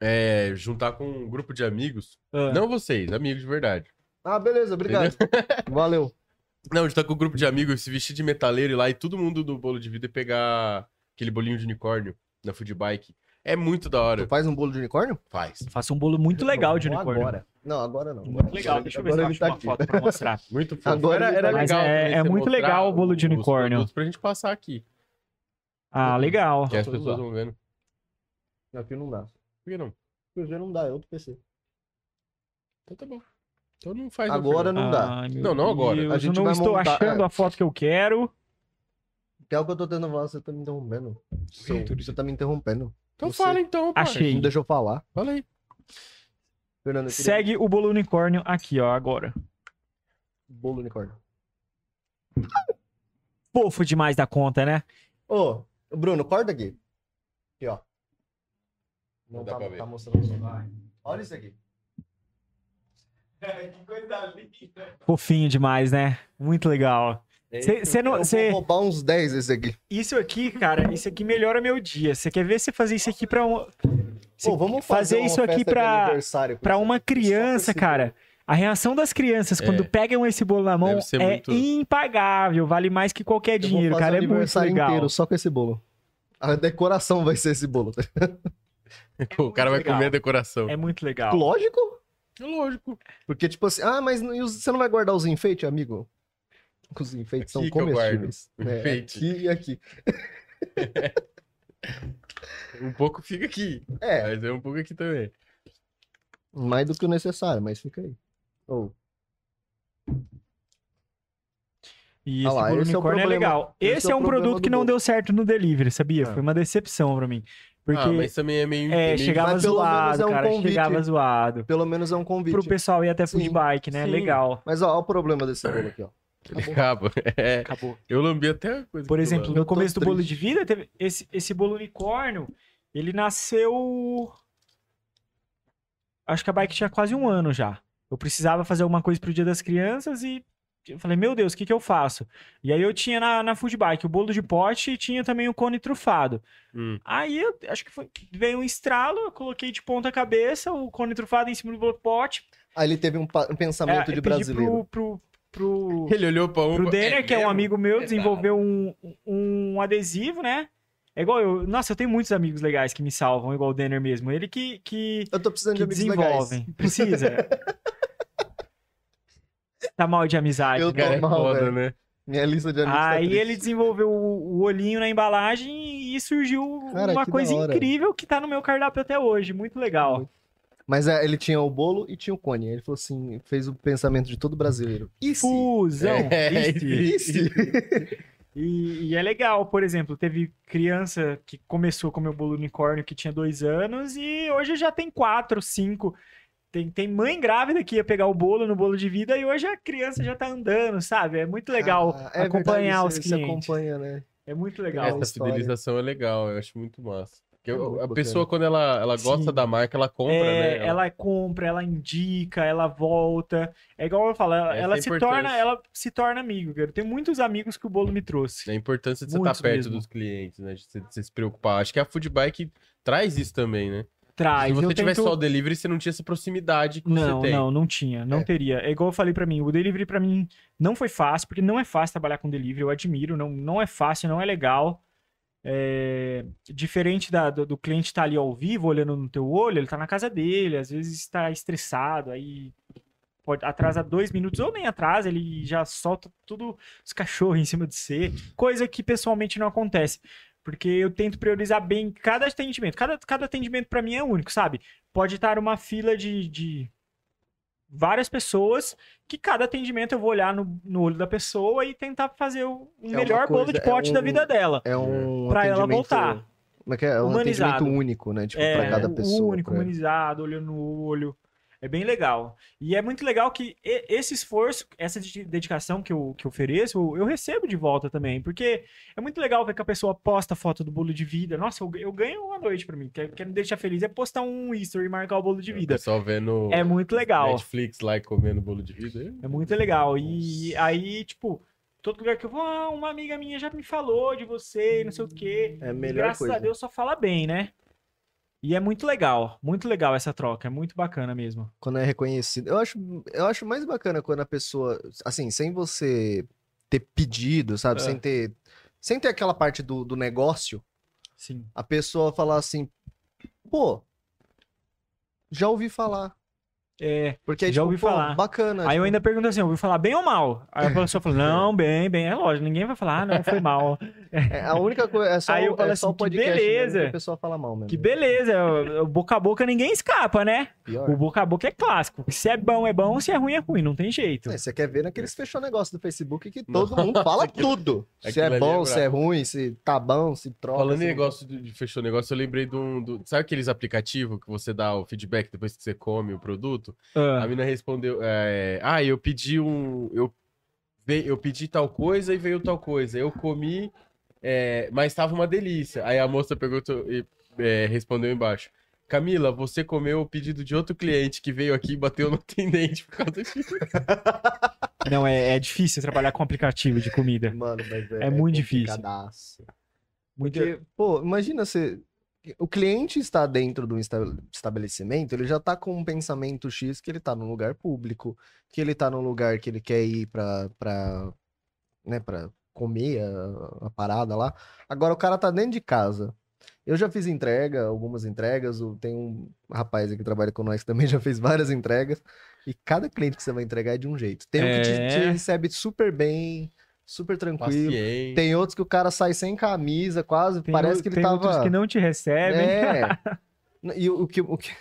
S1: é juntar com um grupo de amigos.
S2: Ah,
S1: Não vocês, amigos de verdade.
S3: Ah, beleza, obrigado. Valeu.
S1: Não, juntar com um grupo de amigos, se vestir de metaleiro e lá e todo mundo do bolo de vida e pegar aquele bolinho de unicórnio na food bike. É muito da hora.
S3: Tu faz um bolo de unicórnio?
S1: Faz.
S2: Faço um bolo muito legal de
S3: Não,
S2: unicórnio.
S3: Agora. Não, agora não.
S2: Muito legal, deixa eu ver se eu
S3: agora
S2: acho
S3: ele tá
S2: uma
S3: aqui.
S2: foto pra mostrar.
S1: Muito
S3: fofo. Agora ele tá-
S2: Mas é-
S1: também
S2: é
S1: você
S2: muito
S1: mostrar
S2: legal o bolo de
S1: os
S2: unicórnio.
S1: produtos pra gente passar aqui.
S2: Ah, legal.
S1: Que as
S3: todos
S1: pessoas
S3: lá.
S1: vão vendo.
S3: Aqui não dá.
S1: Por que não?
S3: Cruzeiro não dá, é outro PC.
S1: Então tá bom. Então não faz. não,
S3: Agora
S1: Fernando.
S3: não dá.
S2: Ai, meu
S1: Não, não agora.
S2: Deus,
S3: A gente
S2: eu não
S3: vai
S2: estou
S3: montar-
S2: achando
S3: é.
S2: a foto que eu quero.
S3: Que é o que eu tô tentando falar, você tá me interrompendo. Seu- você tá me interrompendo.
S1: Então
S3: Você-
S1: fala então, pai.
S2: Achei.
S3: Não deixa eu falar.
S1: Fala aí.
S3: Fernando, eu queria
S2: Segue o bolo unicórnio aqui, ó, agora.
S3: bolo unicórnio.
S2: Fofo demais da conta, né?
S3: Ô, Bruno, corta aqui. Aqui, ó. Não,
S1: dá
S3: tá,
S1: pra ver.
S3: tá mostrando o celular. Olha isso aqui.
S5: É, Que coisa linda.
S2: Fofinho demais, né? Muito legal. Cê- cê não-
S3: É Eu
S2: cê-
S3: vou roubar uns 10 desse aqui.
S2: Isso aqui, cara, isso aqui melhora meu dia. Você quer ver você fazer isso aqui pra um. Cê
S3: Ô, vamos
S2: fazer,
S3: fazer uma
S2: isso aqui
S3: festa de
S2: pra,
S3: aniversário com
S2: pra
S3: isso
S2: uma
S3: aqui, só com
S2: criança,
S3: esse
S2: cara. A reação das crianças quando
S1: É.
S2: pegam esse bolo na mão
S1: Deve ser
S2: é
S1: muito-
S2: impagável, vale mais que qualquer
S3: Eu vou
S2: dinheiro,
S3: fazer
S2: cara.
S3: o
S2: É muito
S3: aniversário
S2: legal.
S3: inteiro só com esse bolo. A decoração vai ser esse bolo. tá ligado?
S1: o cara vai
S2: legal.
S1: comer a decoração. É
S2: É muito legal.
S3: Lógico.
S1: lógico.
S3: Porque, tipo assim, ah, mas não- e os- você não vai guardar os enfeites, amigo? Os enfeites são
S1: Aqui que eu
S3: comestíveis.
S1: guardo.
S3: É,
S1: Enfeite.
S3: aqui e aqui.
S1: Um pouco fica aqui.
S3: É,
S1: Mas é um pouco aqui também.
S3: mais do que o necessário, mas fica aí. Ou,
S2: E
S3: Ah
S2: esse
S3: lá,
S2: bolo
S3: esse é o
S2: unicórnio é,
S3: problema.
S2: legal. Esse, é, um
S3: problema
S2: produto
S3: do É.
S2: que não
S3: bolo.
S2: deu certo no delivery, sabia?
S1: Ah.
S2: Foi uma decepção pra mim. Porque
S1: Ah, mas também é meio.
S2: é,
S1: meio-
S2: chegava
S3: mas pelo menos
S2: zoado,
S3: é um
S2: cara.
S3: convite.
S2: Chegava zoado.
S3: pelo menos é um convite.
S2: Pro pessoal ir até food
S3: Sim,
S2: bike, né?
S1: sim.
S2: Legal.
S3: Mas ó, olha o problema desse bolo aqui, ó.
S1: Ele acaba. É,
S2: Acabou.
S1: eu lambi até a coisa.
S2: Por
S1: que eu
S2: exemplo,
S1: lambo.
S2: no
S3: Eu tô
S2: começo do bolo
S3: triste.
S2: de vida, teve esse, esse bolo unicórnio, ele nasceu. Acho que a bike tinha quase um ano já. Eu precisava fazer alguma coisa pro Dia das Crianças e eu falei, meu Deus, o que, que eu faço? E aí eu tinha na, na food bike o bolo de pote e tinha também o cone trufado.
S1: Hum.
S2: Aí eu acho que foi- veio um estralo, eu coloquei de ponta cabeça o cone trufado em cima do bolo de pote.
S3: Aí ele teve um, pa- um pensamento de
S2: É, eu pedi
S3: brasileiro.
S2: pro, pro, pro,
S1: Ele olhou pra um.
S2: pro Denner, que é um
S1: mesmo?
S2: amigo meu, desenvolveu um, um adesivo, né? É igual eu. Nossa, eu tenho muitos amigos legais que me salvam, igual o Denner mesmo. Ele que, que,
S3: Eu tô precisando de
S2: que
S3: amigos legais.
S2: desenvolvem. Precisa. tá mal de amizade.
S3: Eu
S2: né?
S1: Cara, é
S3: Normal,
S1: foda,
S3: velho.
S1: né?
S3: Minha lista de amigos tá
S2: Aí
S3: triste.
S2: ele desenvolveu o, o olhinho na embalagem e surgiu
S3: Cara,
S2: uma
S3: que
S2: coisa
S3: da hora.
S2: incrível que tá no meu cardápio até hoje. Muito legal.
S3: Mas é, ele tinha o bolo e tinha o cone. Ele falou assim, fez o pensamento de todo brasileiro. E se?
S2: Fusão.
S1: É,
S2: Ixi.
S3: E se?
S2: E, e é legal, por exemplo, teve criança que começou com o meu bolo unicórnio que tinha dois anos e hoje já tem quatro, cinco. Tem, tem mãe grávida que ia pegar o bolo no bolo de vida e hoje a criança já tá andando, sabe? É muito legal
S3: Ah, é
S2: acompanhar
S3: verdade,
S2: os
S3: você- você
S2: clientes.
S3: acompanha, né?
S2: É muito legal.
S3: Legal.
S1: Essa
S3: história.
S1: fidelização é legal, eu acho muito massa. Porque
S3: É
S1: eu-
S3: muito
S1: a
S3: bacana.
S1: pessoa, quando ela, ela gosta
S2: Sim.
S1: da marca, ela compra,
S2: É,
S1: né?
S2: ela compra, ela indica, ela volta. É igual eu falo, ela,
S1: Essa
S2: ela
S1: é a
S2: se torna,
S1: importância.
S2: ela se torna amigo, cara. Tem muitos amigos que o bolo me trouxe.
S1: É A importância de você estar
S2: Muitos
S1: perto
S2: mesmo.
S1: dos clientes, né? De você, de você se preocupar. Acho que a food bike traz isso também, né? Se
S2: Traz. Ah, eu
S1: você tivesse
S2: tento-
S1: só o delivery, você não tinha essa proximidade que
S2: Não,
S1: você tem.
S2: não, não tinha, não
S3: É.
S2: teria. É igual eu falei pra mim, o delivery pra mim não foi fácil, porque não é fácil trabalhar com delivery, eu admiro, não, não é fácil, não é legal. É, diferente da- do, do cliente estar ali ao vivo, olhando no teu olho, ele tá na casa dele, às vezes está estressado, aí pode atrasar dois minutos ou nem atrasa, ele já solta tudo os cachorros em cima de você, coisa que pessoalmente não acontece. Porque eu tento priorizar bem cada atendimento. Cada, cada atendimento pra mim é único, sabe? Pode estar uma fila de, de várias pessoas que cada atendimento eu vou olhar no, no olho da pessoa e tentar fazer o o
S3: uma
S2: melhor bolo
S3: coisa,
S2: de
S3: é
S2: pote da
S3: um-
S2: vida dela.
S3: É um
S2: Pra ela
S3: atendimento-
S2: voltar.
S3: Como é que é? É um
S2: Humanizado.
S3: atendimento único, né? Tipo,
S2: É,
S3: pra cada
S2: o
S3: pessoa.
S2: único,
S3: pra-
S2: humanizado, olhando no olho. É bem legal. E é muito legal que e- esse esforço, essa de- dedicação que eu, que eu ofereço, eu- eu recebo de volta também. Porque é muito legal ver que a pessoa posta a foto do bolo de vida. Nossa, eu, eu ganho uma noite pra mim. Quer, quer me deixar feliz é postar um history e marcar o bolo de vida.
S1: Só vendo
S2: É muito legal.
S1: Netflix lá e comendo bolo de vida.
S2: É muito legal. E aí, tipo, todo lugar que eu vou, ah, uma amiga minha já me falou de você e não sei o quê.
S3: É a
S2: E
S3: melhor
S2: graças
S3: coisa.
S2: a Deus só fala bem, né? E é muito legal, muito legal essa troca, é muito bacana mesmo.
S3: Quando é reconhecido. Eu acho, eu acho mais bacana quando a pessoa. Assim, sem você ter pedido, sabe?
S1: É.
S3: Sem ter. Sem ter aquela parte do, do negócio,
S2: Sim.
S3: a pessoa falar assim, pô, já ouvi falar.
S2: É,
S3: Porque aí,
S2: Já
S3: tipo,
S2: ouvi
S3: pô,
S2: falar.
S3: bacana.
S2: aí eu
S3: tipo,
S2: ainda pergunto assim, ouviu falar bem ou mal? Aí a pessoa fala, não, bem, bem, é lógico, ninguém vai falar, ah, não, foi mal.
S3: É, a única coisa. É só,
S2: Aí eu
S3: é
S2: falo
S3: só
S2: assim,
S3: o
S2: que
S3: podcast mesmo
S2: beleza.
S3: que a pessoa fala mal mesmo.
S2: Que beleza, é o- o boca a boca ninguém escapa, né?
S3: Pior.
S2: O boca a boca é clássico, se é bom é bom, se é ruim é ruim, não tem jeito.
S3: É, você quer ver naqueles fechou negócio do Facebook que todo mundo fala tudo. Se
S1: aquilo
S3: é
S1: ali é
S3: bom,
S1: brabo.
S3: se é ruim, se tá bom, se troca.
S1: Falando
S3: se
S1: em
S3: não-
S1: negócio de de fechou negócio, eu lembrei de um. do- sabe aqueles aplicativos que você dá o feedback depois que você come o produto? A
S2: Ah,
S1: mina respondeu: é, Ah, eu pedi um. Eu, ve- eu pedi tal coisa e veio tal coisa. Eu comi, é, mas estava uma delícia. Aí a moça perguntou e é, respondeu embaixo. Camila, você comeu o pedido de outro cliente que veio aqui e bateu no atendente por causa disso.
S2: não, é, é difícil trabalhar com aplicativo de comida.
S3: Mano, mas
S2: É muito difícil.
S3: complicadaço.
S2: Muito...
S3: Porque, pô, imagina você. O cliente está dentro do estabelecimento, ele já tá com um pensamento X que ele tá num lugar público, que ele tá num lugar que ele quer ir pra. pra né, pra comer a, a parada lá. Agora o cara tá dentro de casa. Eu já fiz entrega, algumas entregas. o- Tem um rapaz aqui que trabalha com nós que também já fez várias entregas. E cada cliente que você vai entregar é de um jeito. Tem um que te,
S2: É.
S3: te recebe super bem, super tranquilo.
S1: Paciente.
S3: Tem outros que o cara sai sem camisa, quase.
S2: Tem
S3: parece
S2: o-
S3: que ele
S2: tem
S3: tava.
S2: outros que não te recebem.
S3: É. N- E, o, o que, o que-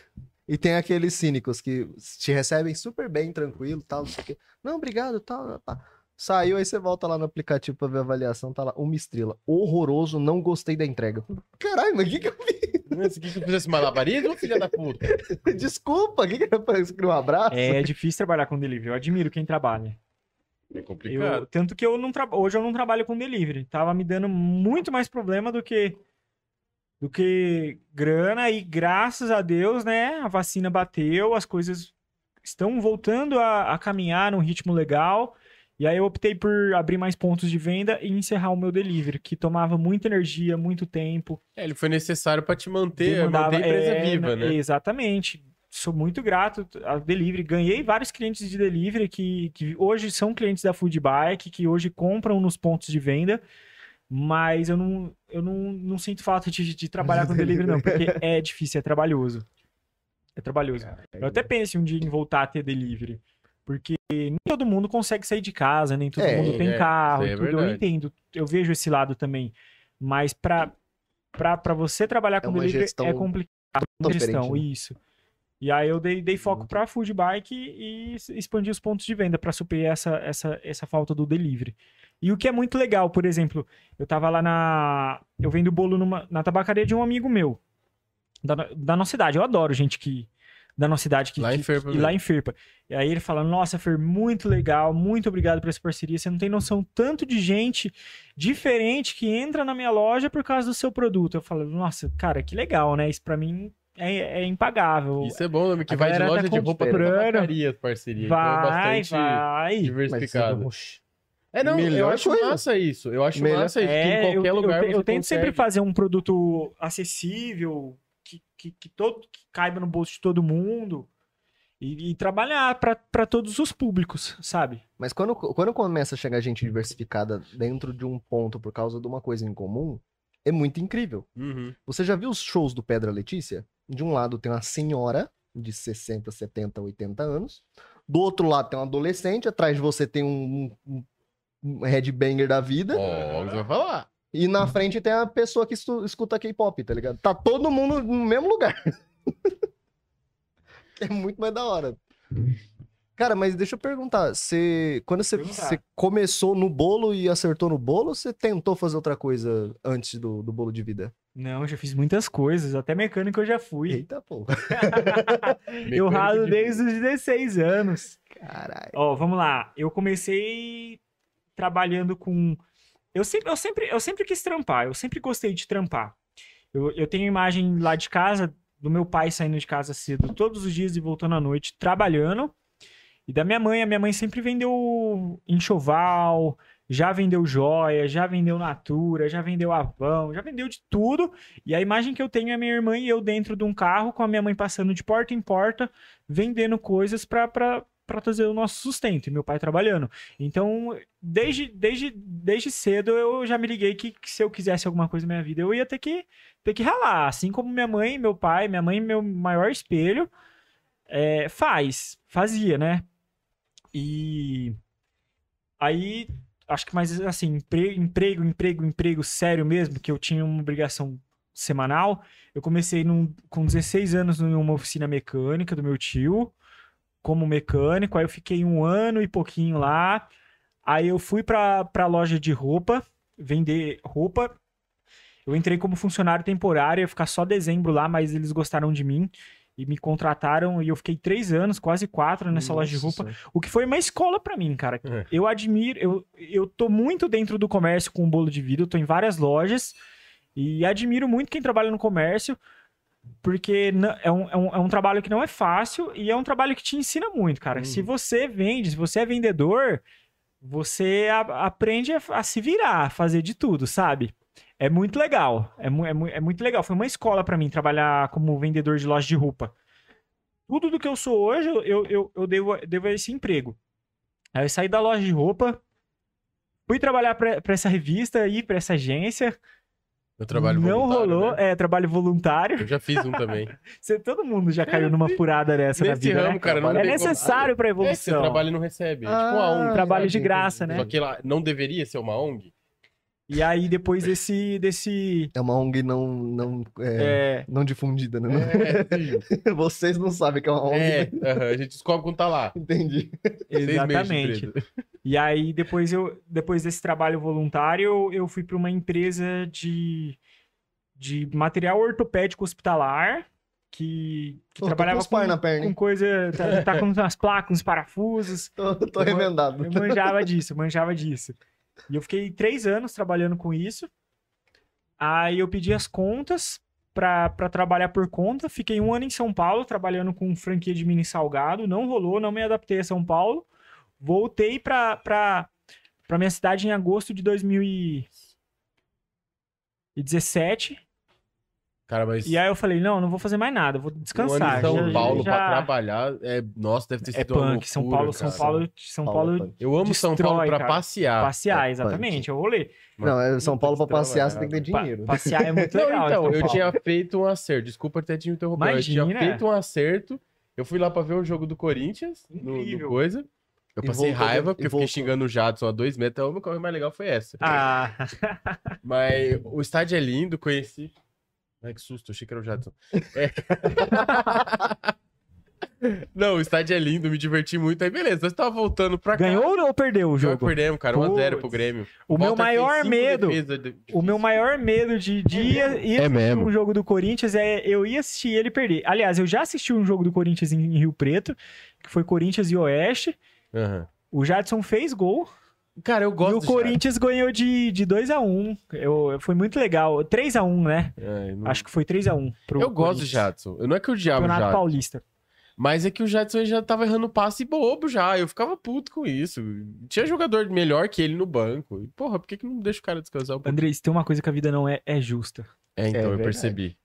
S3: e tem aqueles cínicos que te recebem super bem, tranquilo, tal, não sei o quê. Não, obrigado, tal, tá. Saiu, aí você volta lá no aplicativo pra ver a avaliação, tá lá, uma estrela. Horroroso, não gostei da entrega. Caralho, mas o que, que eu
S1: Mas o que que eu fiz esse malabarismo, filha da puta?
S3: fiz? Desculpa, o que, que eu fiz? Você queria Um abraço?
S2: É difícil trabalhar com delivery. Eu admiro quem trabalha.
S1: É
S2: Eu, tanto que eu não traba- hoje eu não trabalho com delivery. Tava me dando muito mais problema do que do que grana e graças a Deus, né? A vacina bateu, as coisas estão voltando a, a caminhar num ritmo legal. E aí eu optei por abrir mais pontos de venda e encerrar o meu delivery, que tomava muita energia, muito tempo.
S1: É, ele foi necessário pra te manter,
S2: demandava-
S1: manter a empresa
S2: é,
S1: viva, né?
S2: Exatamente. Sou muito grato ao delivery. Ganhei vários clientes de delivery que, que hoje são clientes da Food Bike, que hoje compram nos pontos de venda, mas eu não, eu não, não sinto falta de, de trabalhar com delivery, não, porque é difícil, é trabalhoso. É trabalhoso. Eu até penso um dia em voltar a ter delivery, porque nem todo mundo consegue sair de casa, nem todo
S3: É,
S2: mundo tem
S1: é,
S2: carro,
S1: isso aí é
S2: tudo. eu
S1: verdade.
S2: entendo, eu vejo esse lado também, mas pra, pra, pra você trabalhar com
S3: uma
S2: delivery
S3: gestão
S2: é complicado
S3: tão
S2: gestão,
S3: diferente, né?
S2: isso. E aí eu dei, dei
S1: Uhum.
S2: foco para food bike e s- expandi os pontos de venda para suprir essa, essa, essa falta do delivery. E o que é muito legal, por exemplo, eu tava lá na. Eu vendo bolo numa- na tabacaria de um amigo meu. Da, no- da nossa cidade. Eu adoro gente que. Da nossa cidade que.
S1: Lá
S2: que-
S1: em Firpa
S2: que- lá em Firpa. E aí ele fala: Nossa, Fer, muito legal, muito obrigado por essa parceria. Você não tem noção tanto de gente diferente que entra na minha loja por causa do seu produto. Eu falo, nossa, cara, que legal, né? Isso pra mim é, é impagável.
S1: Isso é bom, né? Que
S2: A
S1: vai de
S2: galera
S1: loja
S2: tá
S1: de roupa
S2: comprando.
S1: pra tabacaria, parceria. então é
S2: vai,
S1: bastante
S2: vai.
S3: Mas isso
S1: diversificado.
S3: não- Oxi.
S1: É, não, eu
S3: Melhor
S1: acho
S3: coisa.
S1: massa isso. Eu acho
S3: Melhor-
S1: massa isso. que
S2: É,
S1: em qualquer
S2: eu,
S1: lugar
S2: eu, te- eu
S1: você
S2: tento sempre
S1: consegue.
S2: fazer um produto acessível, que, que, que todo, que caiba no bolso de todo mundo. E, e trabalhar pra- pra todos os públicos, sabe?
S3: Mas quando, quando começa a chegar gente diversificada dentro de um ponto por causa de uma coisa em comum, é muito incrível.
S1: Uhum.
S3: Você já viu os shows do Pedra Letícia? De um lado tem uma senhora de 60, 70, 80 anos. Do outro lado tem um adolescente. Atrás de você tem um, um, um headbanger da vida.
S2: Uhum.
S1: Ó, o que você vai falar.
S3: E na frente tem a pessoa que estu- escuta K-pop, tá ligado? Tá todo mundo no mesmo lugar. é muito mais da hora. Cara, mas deixa eu perguntar, você quando você,
S2: Perguntar.
S3: você começou no bolo e acertou no bolo, ou você tentou fazer outra coisa antes do, do bolo de vida?
S2: Não, eu já fiz muitas coisas, até mecânico eu já fui.
S3: Eita, pô.
S2: eu
S1: Mecânico
S2: ralo
S1: de-
S2: desde os 16 anos.
S3: Caralho.
S2: Ó, vamos lá. Eu comecei trabalhando com. Eu sempre, eu sempre, eu sempre quis trampar, eu sempre gostei de trampar. Eu, eu tenho imagem lá de casa, do meu pai saindo de casa cedo todos os dias e voltando à noite, trabalhando. E da minha mãe, a minha mãe sempre vendeu enxoval, já vendeu joia, já vendeu natura, já vendeu avão, já vendeu de tudo. E a imagem que eu tenho é minha irmã e eu dentro de um carro, com a minha mãe passando de porta em porta, vendendo coisas pra, pra, para trazer o nosso sustento, e meu pai trabalhando. Então, desde, desde, desde cedo eu já me liguei que, que se eu quisesse alguma coisa na minha vida, eu ia ter que, ter que ralar. Assim como minha mãe, meu pai, minha mãe, meu maior espelho, é, faz, fazia, né? E aí, acho que mais assim, empre- emprego, emprego, emprego sério mesmo, que eu tinha uma obrigação semanal. Eu comecei num- com 16 anos numa oficina mecânica do meu tio como mecânico, aí eu fiquei um ano e pouquinho lá. Aí eu fui pra, pra loja de roupa, vender roupa. Eu entrei como funcionário temporário, ia ficar só dezembro lá, mas eles gostaram de mim e me contrataram. E eu fiquei três anos, quase quatro, nessa loja de
S3: Nossa
S2: roupa.
S3: Senhora.
S2: O que foi uma escola pra mim, cara.
S1: É.
S2: Eu admiro, eu, eu tô muito dentro do comércio com o bolo de vida, eu tô em várias lojas e admiro muito quem trabalha no comércio, porque na- é um, é, um, é um trabalho que não é fácil e é um trabalho que te ensina muito, cara.
S1: Uhum.
S2: Se você vende, se você é vendedor, você a- aprende a, a se virar, a fazer de tudo, sabe? É muito legal. É, mu- é mu- é muito legal. Foi uma escola pra mim trabalhar como vendedor de loja de roupa. Tudo do que eu sou hoje, eu, eu, eu devo, devo a esse emprego. Aí eu saí da loja de roupa, Fui trabalhar pra, pra essa revista aí, pra essa agência.
S1: Eu trabalho
S2: Não
S1: voluntário,
S2: rolou,
S1: né?
S2: é, trabalho voluntário.
S1: Eu já fiz um também.
S2: Você, todo mundo já caiu numa furada dessa na
S1: É, Nesse
S2: vida,
S1: ramo,
S2: né?
S1: cara, não
S2: É
S1: tem como-
S2: necessário pra
S1: É, você
S2: evolução.
S1: trabalha e não recebe. É tipo
S3: Ah,
S1: uma ONG.
S2: Trabalho de
S1: sabe?
S2: graça, né?
S1: Só que ela não deveria ser uma ONG.
S2: E aí, depois desse, desse
S3: É uma ONG não, não, é,
S2: é,
S3: não difundida, né?
S1: É, sim.
S3: Vocês não sabem que é uma ONG.
S1: É,
S3: né?
S1: aham, a gente descobre quando tá lá.
S3: Entendi.
S1: Seis meses de
S2: Exatamente.
S1: empresa.
S2: E aí, depois, eu, depois desse trabalho voluntário, eu, eu fui para uma empresa de, de material ortopédico hospitalar, que, que
S3: Pô, tô
S2: trabalhava
S3: com uns par na perna,
S2: com
S3: hein?
S2: coisa. Tá, tá com umas placas, uns parafusos.
S3: Tô, tô
S2: Eu man-
S3: remendado.
S2: Eu manjava disso, eu manjava disso. E eu fiquei três anos trabalhando com isso. Aí eu pedi as contas pra pra trabalhar por conta. Fiquei um ano em São Paulo trabalhando com franquia de mini salgado. Não rolou, não me adaptei a São Paulo. Voltei pra, pra, pra minha cidade em agosto de 2017.
S1: Cara, mas
S2: E aí eu falei, não, não vou fazer mais nada, vou
S1: um ano
S2: descansar.
S1: em São
S2: Já-
S1: Paulo pra
S2: já-
S1: trabalhar, é, nossa, deve ter sido
S2: É
S1: uma
S2: punk, São
S1: loucura,
S2: Paulo, São
S1: cara.
S2: Paulo, São
S3: Paulo é
S2: Paulo
S3: punk.
S1: Eu amo São
S2: destrói,
S1: Paulo pra
S2: cara.
S1: passear.
S2: passear,
S3: é
S2: exatamente, é o rolê.
S3: Não, é São
S1: Puta
S3: Paulo
S1: que né?
S3: pra passear,
S2: né?
S3: você tem que ter
S1: trabalhada.
S3: dinheiro.
S2: Pa- passear é muito
S1: Não,
S2: legal.
S1: então,
S2: em São
S1: eu
S2: Paulo.
S1: tinha feito um acerto. Desculpa até te interromper. Eu
S2: Imagina.
S1: tinha feito um acerto. Eu fui lá pra ver o jogo do Corinthians, no,
S2: Incrível.
S1: no coisa. Eu
S3: E
S1: passei
S3: voltou,
S1: raiva,
S3: e
S1: porque eu
S3: voltou.
S1: fiquei xingando o Jadson a dois metros. A única coisa mais legal foi essa.
S2: Ah,
S1: Mas o estádio é lindo, conheci. Ai, que susto, achei que era o Jadson. É. Não, o estádio é lindo, me diverti muito. Aí, beleza, nós tava voltando pra cá.
S2: Ah, ganhou ou perdeu o
S1: Nós
S2: jogo?
S1: Perdemos, cara, 1x0 pro
S2: Putz.
S1: Grêmio.
S2: O meu
S1: Walter fez
S2: maior
S1: cinco
S2: medo,
S1: defesas de-
S2: o meu maior medo de dia ir
S1: É
S2: assistir
S1: mesmo.
S2: um jogo do Corinthians é eu ir assistir e ele perder. Aliás, eu já assisti um jogo do Corinthians em em Rio Preto, que foi Corinthians e Oeste.
S1: Aham.
S2: O Jadson fez gol
S1: Cara, eu gosto
S2: e o
S1: do
S2: Corinthians ganhou de, de 2x1. Eu, foi muito legal. 3x1, né?
S1: Jadson. É, eu não-
S2: Acho que foi 3x1. pro
S1: Eu gosto do
S2: Corinthians.
S1: Jadson. Eu- Não é que eu odiava o
S2: Campeonato
S1: Jadson.
S2: Paulista.
S1: Mas é que o Jadson ele já tava errando passe bobo já. Eu ficava puto com isso. Tinha jogador melhor que ele no banco. E, porra, por que, que não deixa o cara descansar um pouco?
S2: André, se tem uma coisa que a vida não é, é justa.
S1: É, então,
S3: É
S1: eu
S3: verdade.
S1: percebi.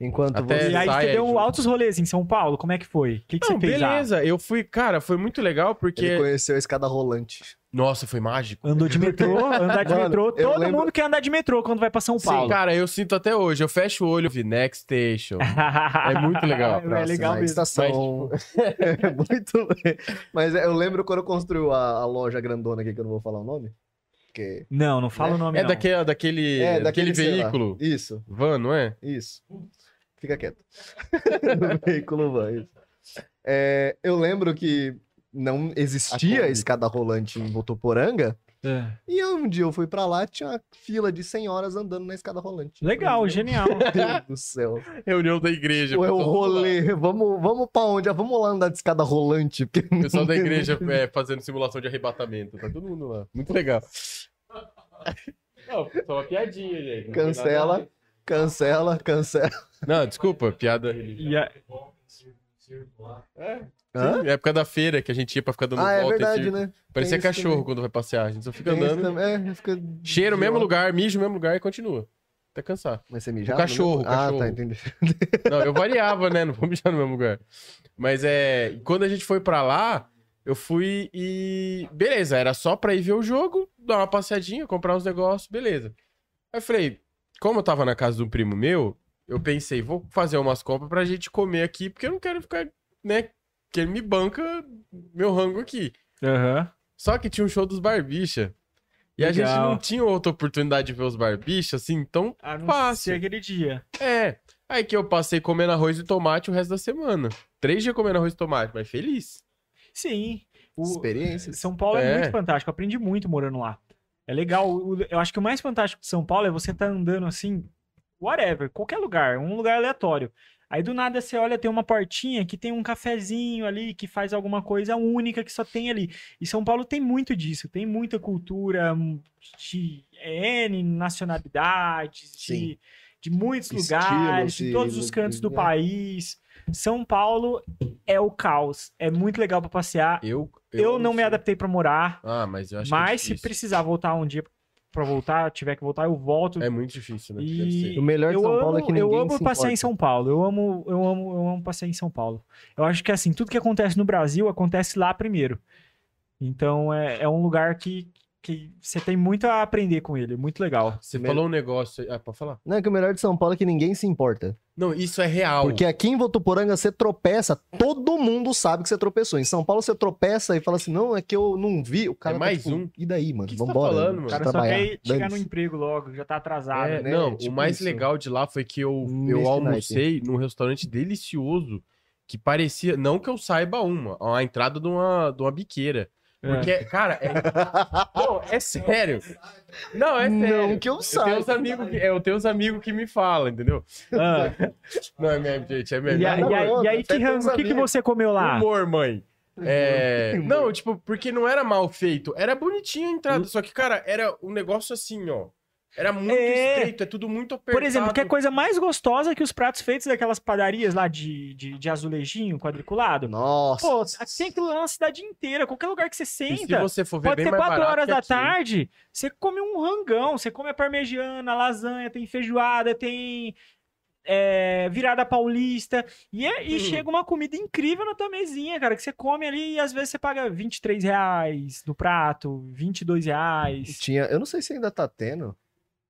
S3: Enquanto
S1: Até-
S3: você.
S2: e aí
S1: sai,
S2: você
S1: é
S2: deu
S1: justo.
S2: altos rolês em São Paulo? Como é que foi? O que, que
S1: Não,
S2: você fez lá?
S1: beleza. Eu fui, cara, foi muito legal porque.
S3: Ele conheceu a escada rolante.
S1: Nossa, foi mágico.
S2: Andou de metrô, andar de
S3: Mano,
S2: metrô.
S3: eu
S2: Todo
S3: lembro-
S2: mundo quer andar de metrô quando vai pra São Paulo.
S1: Cara, eu sinto até hoje. Eu fecho o olho e vi Next Station.
S2: é
S1: muito legal.
S2: É legal
S3: na
S2: mesmo.
S3: estação.
S1: tipo,
S3: É muito. Mas é, eu lembro quando construiu a, a loja grandona aqui, que eu não vou falar o nome. Porque.
S2: Não, não fala o nome
S1: É
S2: não.
S1: daquele, daquele,
S3: é
S1: É, daquele
S3: sei lá.
S1: veículo.
S3: Isso,
S1: Van, não é?
S3: isso. Fica quieto. Do veículo van, isso. É, eu lembro que não
S1: A
S3: existia
S1: Kombi.
S3: escada rolante em Botuporanga.
S2: É.
S3: E eu, um dia eu fui pra lá, tinha uma fila de senhoras andando na escada rolante.
S2: Legal, genial.
S3: Meu Deus do céu.
S1: Reunião da igreja.
S3: Ou é o
S1: pessoal tudo lá.
S3: rolê. Vamos, vamos pra onde? Ah, vamos lá andar de escada rolante. Porque
S1: O pessoal da igreja é, fazendo simulação de arrebatamento. Tá todo mundo lá. Muito legal. Não, só uma piadinha, gente. Não tem nada a
S3: Cancela.
S1: ver.
S3: Cancela, cancela.
S1: Não, desculpa, piada religiosa.
S2: E a-
S1: É,
S3: Hã?
S1: sim, época da feira que a gente ia pra ficar dando
S3: Ah, é
S1: volta. e
S3: verdade,
S1: tiro.
S3: né?
S1: Parecia
S3: isso
S1: cachorro
S3: também.
S1: quando vai passear. A gente só fica
S3: Tem isso
S1: andando.
S3: também. É, fica...
S1: Cheiro no mesmo lugar, mijo no mesmo lugar e continua. Até cansar.
S3: Mas você mijava?
S1: O cachorro,
S3: né?
S1: o cachorro.
S3: Ah, tá, entendi.
S1: Não, eu variava, né? Não vou mijar no mesmo lugar. Mas é. Quando a gente foi pra lá, eu fui e. Beleza, era só pra ir ver o jogo, dar uma passeadinha, comprar uns negócios, beleza. Aí eu falei, como eu tava na casa de um primo meu, eu pensei, vou fazer umas compras pra gente comer aqui, porque eu não quero ficar, né? Que ele me banca meu rango aqui.
S2: Aham.
S1: Só que tinha um show dos Barbicha. E a gente
S2: Legal.
S1: não tinha outra oportunidade de ver os Barbicha, assim, então
S2: A não
S1: Fácil.
S2: ser aquele dia.
S1: é. Aí que eu passei comendo arroz e tomate o resto da semana. Três dias comendo arroz e tomate, mas feliz.
S2: Sim. O...
S3: Experiências.
S2: São Paulo é.
S1: É.
S2: muito fantástico. Eu aprendi muito morando lá. É legal. O- Eu acho que o mais fantástico de São Paulo é você tá andando assim, whatever, qualquer lugar, um lugar aleatório. Aí do nada você olha, tem uma portinha que tem um cafezinho ali que faz alguma coisa única que só tem ali. E São Paulo tem muito disso, tem muita cultura hum, de é, N nacionalidades,
S3: Sim.
S2: de, de muitos
S3: Estilos
S2: lugares, de
S3: e-
S2: todos os cantos do
S3: é.
S2: país. São Paulo é o caos. É muito legal pra passear.
S1: Eu,
S2: Eu, não me
S1: sei.
S2: adaptei pra morar,
S1: Ah, mas eu acho que é
S2: mas se
S1: difícil.
S2: precisar voltar um dia pra voltar, tiver que voltar, eu volto.
S1: É muito difícil, né?
S2: E-
S1: Deve ser.
S3: O melhor de
S2: eu
S3: São Paulo
S2: amo,
S3: é que ninguém
S2: eu amo
S3: se
S2: passear em
S3: importa.
S2: São Paulo. Eu amo, eu amo, eu amo passear em São Paulo. Eu acho que assim, tudo que acontece no Brasil acontece lá primeiro. Então é, é um lugar que, que você tem muito a aprender com ele, muito legal.
S1: Você
S3: Me-
S1: falou um negócio. Ah, pode falar?
S3: Não, é que o melhor de São Paulo é que ninguém se importa.
S1: Não, isso é real.
S3: Porque aqui em Votuporanga você tropeça, todo mundo sabe que você tropeçou. Em São Paulo você tropeça e fala assim: não, é que eu não vi. O cara
S1: É
S3: tá
S1: mais
S3: tipo,
S1: um.
S3: E daí, mano?
S1: Que que você tá
S3: Vambora.
S1: falando, mano?
S2: O
S1: Deixa
S2: cara
S3: eu
S2: só
S3: trabalhar.
S2: quer chegar no
S3: Dane-se.
S2: emprego logo, já tá atrasado.
S1: É,
S3: né?
S1: Não,
S3: Tipo
S1: o mais
S3: isso.
S1: legal de lá foi que eu,
S3: Um
S1: eu
S3: Miss
S1: almocei num restaurante delicioso que parecia, não que eu saiba uma, a entrada de uma, de uma biqueira. Porque, cara, é. Pô, é sério. Não, é sério.
S3: Não que eu
S1: Eu tenho, uns
S3: saiba.
S1: amigos que, é, eu tenho uns amigos que me falam, entendeu?
S2: Ah,
S1: Não, é mesmo, gente, é mesmo.
S2: e, aí-
S3: Não,
S2: e aí-
S3: não,
S2: e aí,
S3: até
S2: que
S3: tem uns
S2: rango, o que, que
S3: amigos.
S2: você comeu lá?
S1: Humor, mãe. É...
S3: Humor.
S1: Não, tipo, porque não era mal feito. Era bonitinho a entrada. Só que, cara, era um negócio assim, ó. Era muito
S2: É.
S1: estreito, é tudo muito apertado.
S2: Por exemplo, que é coisa mais gostosa que os pratos feitos daquelas padarias lá de, de, de azulejinho quadriculado.
S3: Nossa.
S2: Pô, assim é aqui tem aquilo lá na cidade inteira, qualquer lugar que você
S1: E se
S2: senta.
S1: você for ver
S2: Pode
S1: bem
S2: ser
S1: mais
S2: 4
S1: barato
S2: horas
S1: que
S2: da
S1: aqui.
S2: tarde, você come um rangão, você come a parmegiana, lasanha, tem feijoada, tem é, virada paulista. E, é- e
S1: Hum.
S2: chega uma comida incrível na tua mesinha, cara, que você come ali e às vezes você paga 23 reais no prato, 22 reais.
S3: Tinha, eu não sei se ainda tá tendo,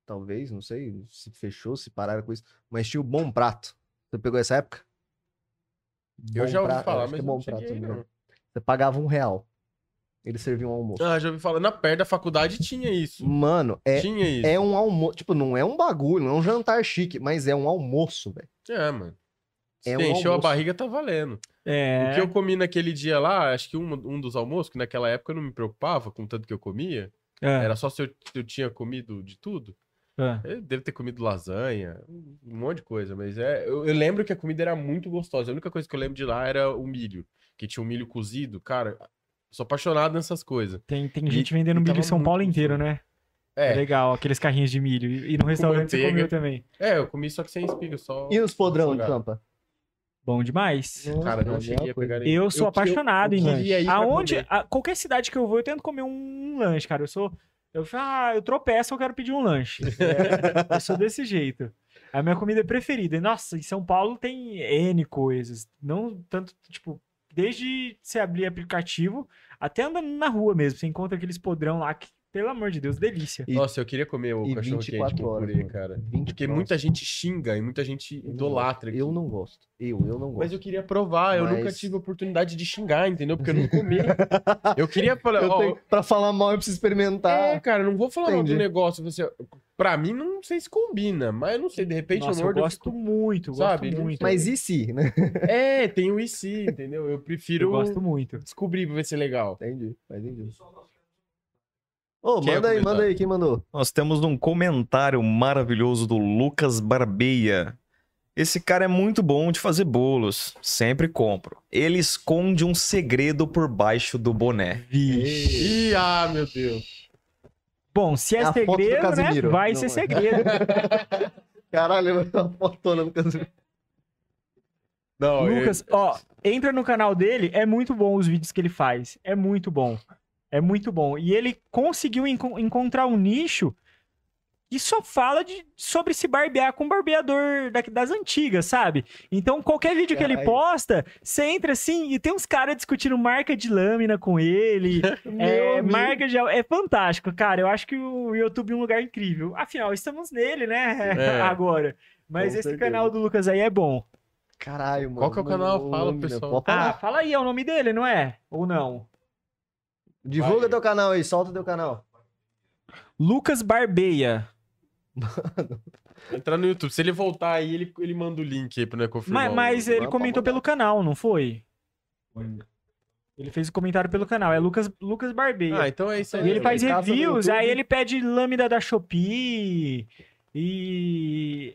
S3: talvez, não sei se fechou, se pararam com isso, mas tinha o Bom Prato. Você pegou essa época?
S1: Eu
S3: Bom
S1: já ouvi
S3: Prato,
S1: falar,
S3: acho que
S1: mas
S3: é
S1: não
S3: Bom
S1: cheguei
S3: Prato
S1: aí,
S3: mesmo.
S1: não.
S3: Você pagava um real. Ele servia um almoço.
S1: Ah, já ouvi falar. Na perto da faculdade tinha isso.
S3: Mano, é,
S1: Tinha isso.
S3: é um almoço. Tipo, não é um bagulho, não é um jantar chique, mas é um almoço, velho.
S1: É, mano. Se
S3: É um
S1: encheu a
S3: almoço.
S1: barriga, tá valendo. O
S2: É.
S1: que eu comi naquele dia lá, acho que um, um dos almoços, que naquela época eu não me preocupava com o tanto que eu comia,
S2: é,
S1: era só se eu, se eu tinha comido de tudo.
S2: é.
S1: Eu devo ter comido lasanha, um monte de coisa, mas é. Eu, eu lembro que a comida era muito gostosa. A única coisa que eu lembro de lá era o milho, que tinha um milho cozido. Cara, sou apaixonado nessas coisas.
S2: Tem, tem
S1: E-
S2: gente vendendo
S1: e
S2: milho em
S1: tava
S2: São
S1: muito
S2: Paulo
S1: gostoso.
S2: inteiro, né?
S1: É.
S2: Legal, aqueles carrinhos de milho. E, e no restaurante você
S1: manteiga.
S2: comeu também.
S1: É, eu comi só que sem espiga, só.
S3: E os podrão de
S1: Salgado.
S3: tampa?
S2: Bom demais.
S1: Cara, não cheguei a pegar nenhum.
S2: Eu sou
S1: eu-
S2: apaixonado
S1: eu
S2: em
S1: queria
S2: lanche.
S1: ir pra
S2: Aonde,
S1: comer.
S2: a- qualquer cidade que eu vou, eu tento comer um lanche, cara. Eu sou. Eu falo, ah, eu tropeço, eu quero pedir um lanche. É, eu sou desse jeito. É a minha comida preferida. E, Nossa, em São Paulo tem N coisas. Não tanto, tipo, desde você abrir aplicativo até andando na rua mesmo. Você encontra aqueles podrão lá que, pelo amor de Deus, delícia.
S3: E-
S1: Nossa, eu queria comer o
S3: e
S1: cachorro quente
S3: 24
S1: com
S3: horas,
S1: purê,
S3: mano.
S1: cara.
S3: 20
S1: Porque
S3: pão.
S1: muita gente xinga e muita gente
S3: não
S1: idolatra.
S3: Eu
S1: aqui.
S3: não gosto. Eu, eu não gosto.
S1: Mas eu queria provar, eu nunca
S3: Mas-
S1: tive oportunidade de xingar, entendeu? Porque eu não comi. eu queria falar,
S3: Eu
S1: ó,
S3: tenho- pra falar mal, eu preciso experimentar.
S1: É, cara, eu não vou falar mal do
S3: Entendi.
S1: negócio. Você, pra mim, não sei se combina, mas eu não sei, de repente
S2: Nossa,
S1: eu
S2: eu
S1: mordo.
S2: gosto muito, gosto
S1: sabe, não
S2: muito.
S1: sei.
S3: Mas e se, né?
S1: É, tem o IC, entendeu? Eu prefiro
S2: Eu gosto muito.
S1: descobrir pra ver se é legal.
S3: Entendi, faz sentido. Ô,
S1: Quer
S3: manda aí,
S1: comentar?
S3: manda aí, quem mandou?
S6: Nós temos um comentário maravilhoso do Lucas Barbeia. Esse cara é muito bom de fazer bolos, sempre compro. Ele esconde um segredo por baixo do boné.
S2: Vixe.
S1: Ih, ah, meu Deus.
S2: Bom, se é,
S3: É a foto do
S2: segredo, né?
S3: Casimiro.
S2: Vai
S3: Não,
S2: ser
S3: é.
S2: segredo.
S3: Caralho, eu uma fotona no Casimiro.
S1: Não,
S2: Lucas, ó, entra no canal dele, é muito bom os vídeos que ele faz. É muito bom. É muito bom. E ele conseguiu enco- encontrar um nicho que só fala de, sobre se barbear com barbeador da- das antigas, sabe? Então, qualquer vídeo que ele
S3: Caralho.
S2: posta, você entra assim e tem uns caras discutindo marca de lâmina com ele. é, marca de. É fantástico, cara. Eu acho que o YouTube é um lugar incrível. Afinal, estamos nele, né?
S1: É.
S2: Agora. Mas
S3: Com
S2: esse
S3: certeza.
S2: canal do Lucas aí é bom.
S3: Caralho, mano.
S1: Qual que é o canal?
S3: Não,
S1: Fala,
S3: menino,
S1: pessoal.
S3: pode
S2: Ah,
S3: falar.
S2: fala aí, é o nome dele, não é? Ou não?
S3: Divulga
S1: Vai.
S3: é teu canal aí, solta teu canal.
S2: Lucas Barbeia.
S1: Entrar no YouTube. Se ele voltar aí, ele, ele manda o link aí pra não confirmar.
S2: Mas,
S1: o
S2: mas
S1: nome.
S2: ele
S3: Não,
S2: comentou
S3: pode
S2: pelo canal, não foi? Ele fez o comentário pelo canal, é Lucas, Lucas Barbeia.
S1: Ah, então é isso aí.
S2: e ele
S1: né?
S2: faz
S3: ele caça no
S2: reviews,
S3: YouTube.
S2: aí ele pede lâmina da Shopee e...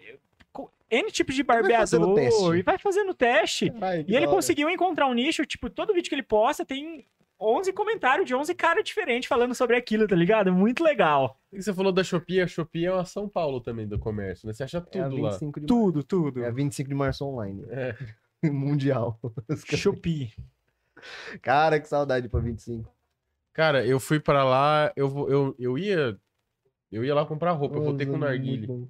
S2: co- N tipo de
S3: fazendo
S2: barbeador,
S3: teste.
S2: e vai fazendo teste.
S3: Caralho, que
S2: E ele
S3: da hora.
S2: conseguiu encontrar um nicho, tipo, todo vídeo que ele posta tem 11 comentários de 11 caras diferentes falando sobre aquilo, tá ligado? Muito legal.
S1: E Você falou da Shopee, a Shopee é uma São Paulo também do comércio, né? Você acha
S3: É a
S1: tudo lá.
S3: 25 de março.
S2: Tudo, tudo.
S3: É a 25 de março online.
S1: É.
S3: Mundial.
S2: Shopee.
S3: Cara, que saudade pra 25.
S1: Cara, eu fui pra lá, eu, vou- eu, eu ia. Eu ia lá comprar roupa, eu voltei com
S3: Nossa,
S1: narguile.
S3: muito bom.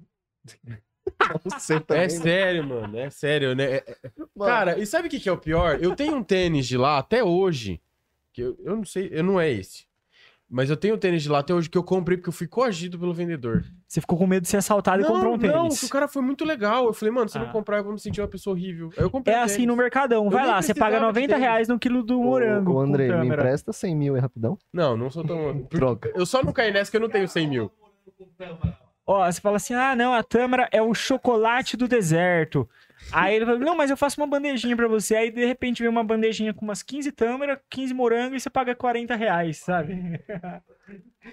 S3: Você também, né?
S1: É sério, mano, é sério, né? É-
S3: tá mano.
S1: Cara, e sabe o que, que é o pior? Eu tenho um tênis de lá até hoje, que eu, eu não sei, eu não é esse. Mas eu tenho tênis de lá até hoje que eu comprei porque eu fui coagido pelo vendedor.
S2: Você ficou com medo de ser assaltado e comprou um
S1: Não,
S2: tênis.
S1: que o cara foi muito legal. Eu falei, mano, se eu
S2: Ah.
S1: não comprar, eu vou me sentir uma pessoa horrível. Aí eu comprei.
S2: É
S1: o
S2: assim
S1: tênis.
S2: no Mercadão. Vai
S1: nem
S2: lá, você
S1: precisava
S2: paga
S1: de
S2: 90
S1: tênis.
S2: reais no quilo do morango.
S3: Ô,
S2: com
S3: Andrei, me
S2: câmera.
S3: empresta 100 mil aí rapidão?
S1: Não, não sou tão.
S3: Troca.
S1: Eu só não caí nessa que eu não tenho 100 mil.
S2: Ó, você fala assim: ah, não, a Tâmara é o chocolate do deserto. Aí ele fala: não, mas eu faço uma bandejinha pra você. Aí de repente vem uma bandejinha com umas 15 Tâmara, 15 morango e você paga 40 reais, sabe?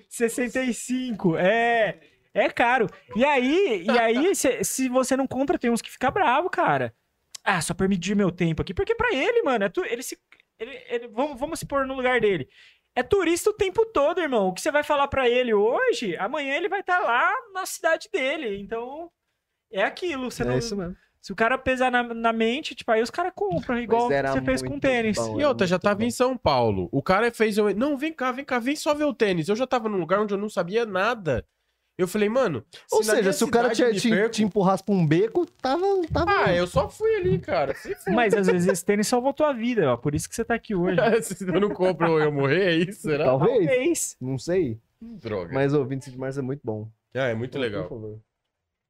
S2: 65, é. É caro. E aí, e aí se, se você não compra, tem uns que fica bravo, cara. Ah, só pra medir meu tempo aqui. Porque pra ele, mano, é tu, ele se. ele- ele- vamos, vamos se pôr no lugar dele. É turista o tempo todo, irmão. O que você vai falar pra ele hoje, amanhã ele vai estar lá na cidade dele. Então, é aquilo. Você
S3: é
S2: não-
S3: isso mesmo.
S2: se o cara pesar na, na mente, tipo, aí os caras compram, igual
S3: era
S2: você fez com
S3: muito
S2: tênis.
S3: bom.
S1: E outra, já
S3: É Muito
S1: tava
S3: bom.
S1: em São Paulo. O cara fez. Eu... Não, vem cá, vem cá, vem só ver o tênis. Eu já tava num lugar onde eu não sabia nada. Eu falei, mano.
S3: Ou
S1: na
S3: seja,
S1: minha
S3: se o cara
S1: cidade
S3: te,
S1: me
S3: te,
S1: perco-
S3: te empurrasse pra um beco, tava. tava...
S1: Ah, eu só fui ali, cara. Se for.
S2: Mas às vezes esse tênis salvou tua vida, ó. Por isso que você tá aqui hoje.
S1: Se eu não compro ou eu morrer, é isso? Será?
S3: Talvez.
S2: Talvez.
S3: Não sei.
S1: Droga.
S3: Então, Mas o 25 de março é muito bom.
S1: Ah, é muito
S3: Por
S1: legal.
S3: favor.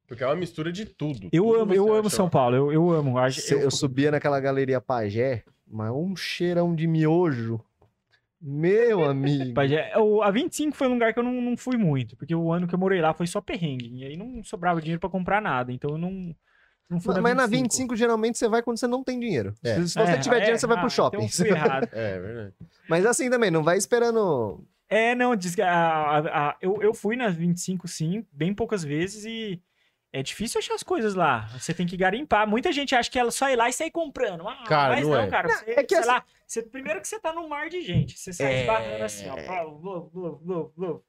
S1: Porque é uma mistura de tudo.
S2: Eu
S1: Tudo
S2: amo,
S1: você
S2: eu amo
S1: acha
S2: São
S1: lá.
S2: Paulo, eu, eu amo. A-
S3: Se- Eu, subia naquela galeria Pajé, mas um cheirão de miojo. Meu amigo.
S2: Pajé- é, o- a 25 foi um lugar que eu não, não fui muito, porque o ano que eu morei lá foi só perrengue. E aí não sobrava dinheiro pra comprar nada, então eu não, não fui
S3: Mas na 25, geralmente, você vai quando você não tem dinheiro.
S1: É.
S3: Se, se você
S2: É,
S3: tiver
S2: é,
S3: dinheiro, você vai
S2: ah,
S3: pro shopping.
S2: Então fui errado.
S1: É, é verdade.
S3: Mas assim também, não vai esperando.
S2: É, não, diz que a- a- a- eu, eu fui nas 25, sim, bem poucas vezes e é difícil achar as coisas lá. Você tem que garimpar. Muita gente acha que ela só ir lá e sair comprando. Ah,
S1: Cara,
S2: mas
S1: não
S2: não,
S1: é.
S2: cara. Você,
S3: é que
S2: sei
S3: assim-
S2: lá, você- primeiro que você tá num mar de gente. Você sai esbarrando assim,
S3: É.
S2: ó. pá, blô, blô, blô, blô.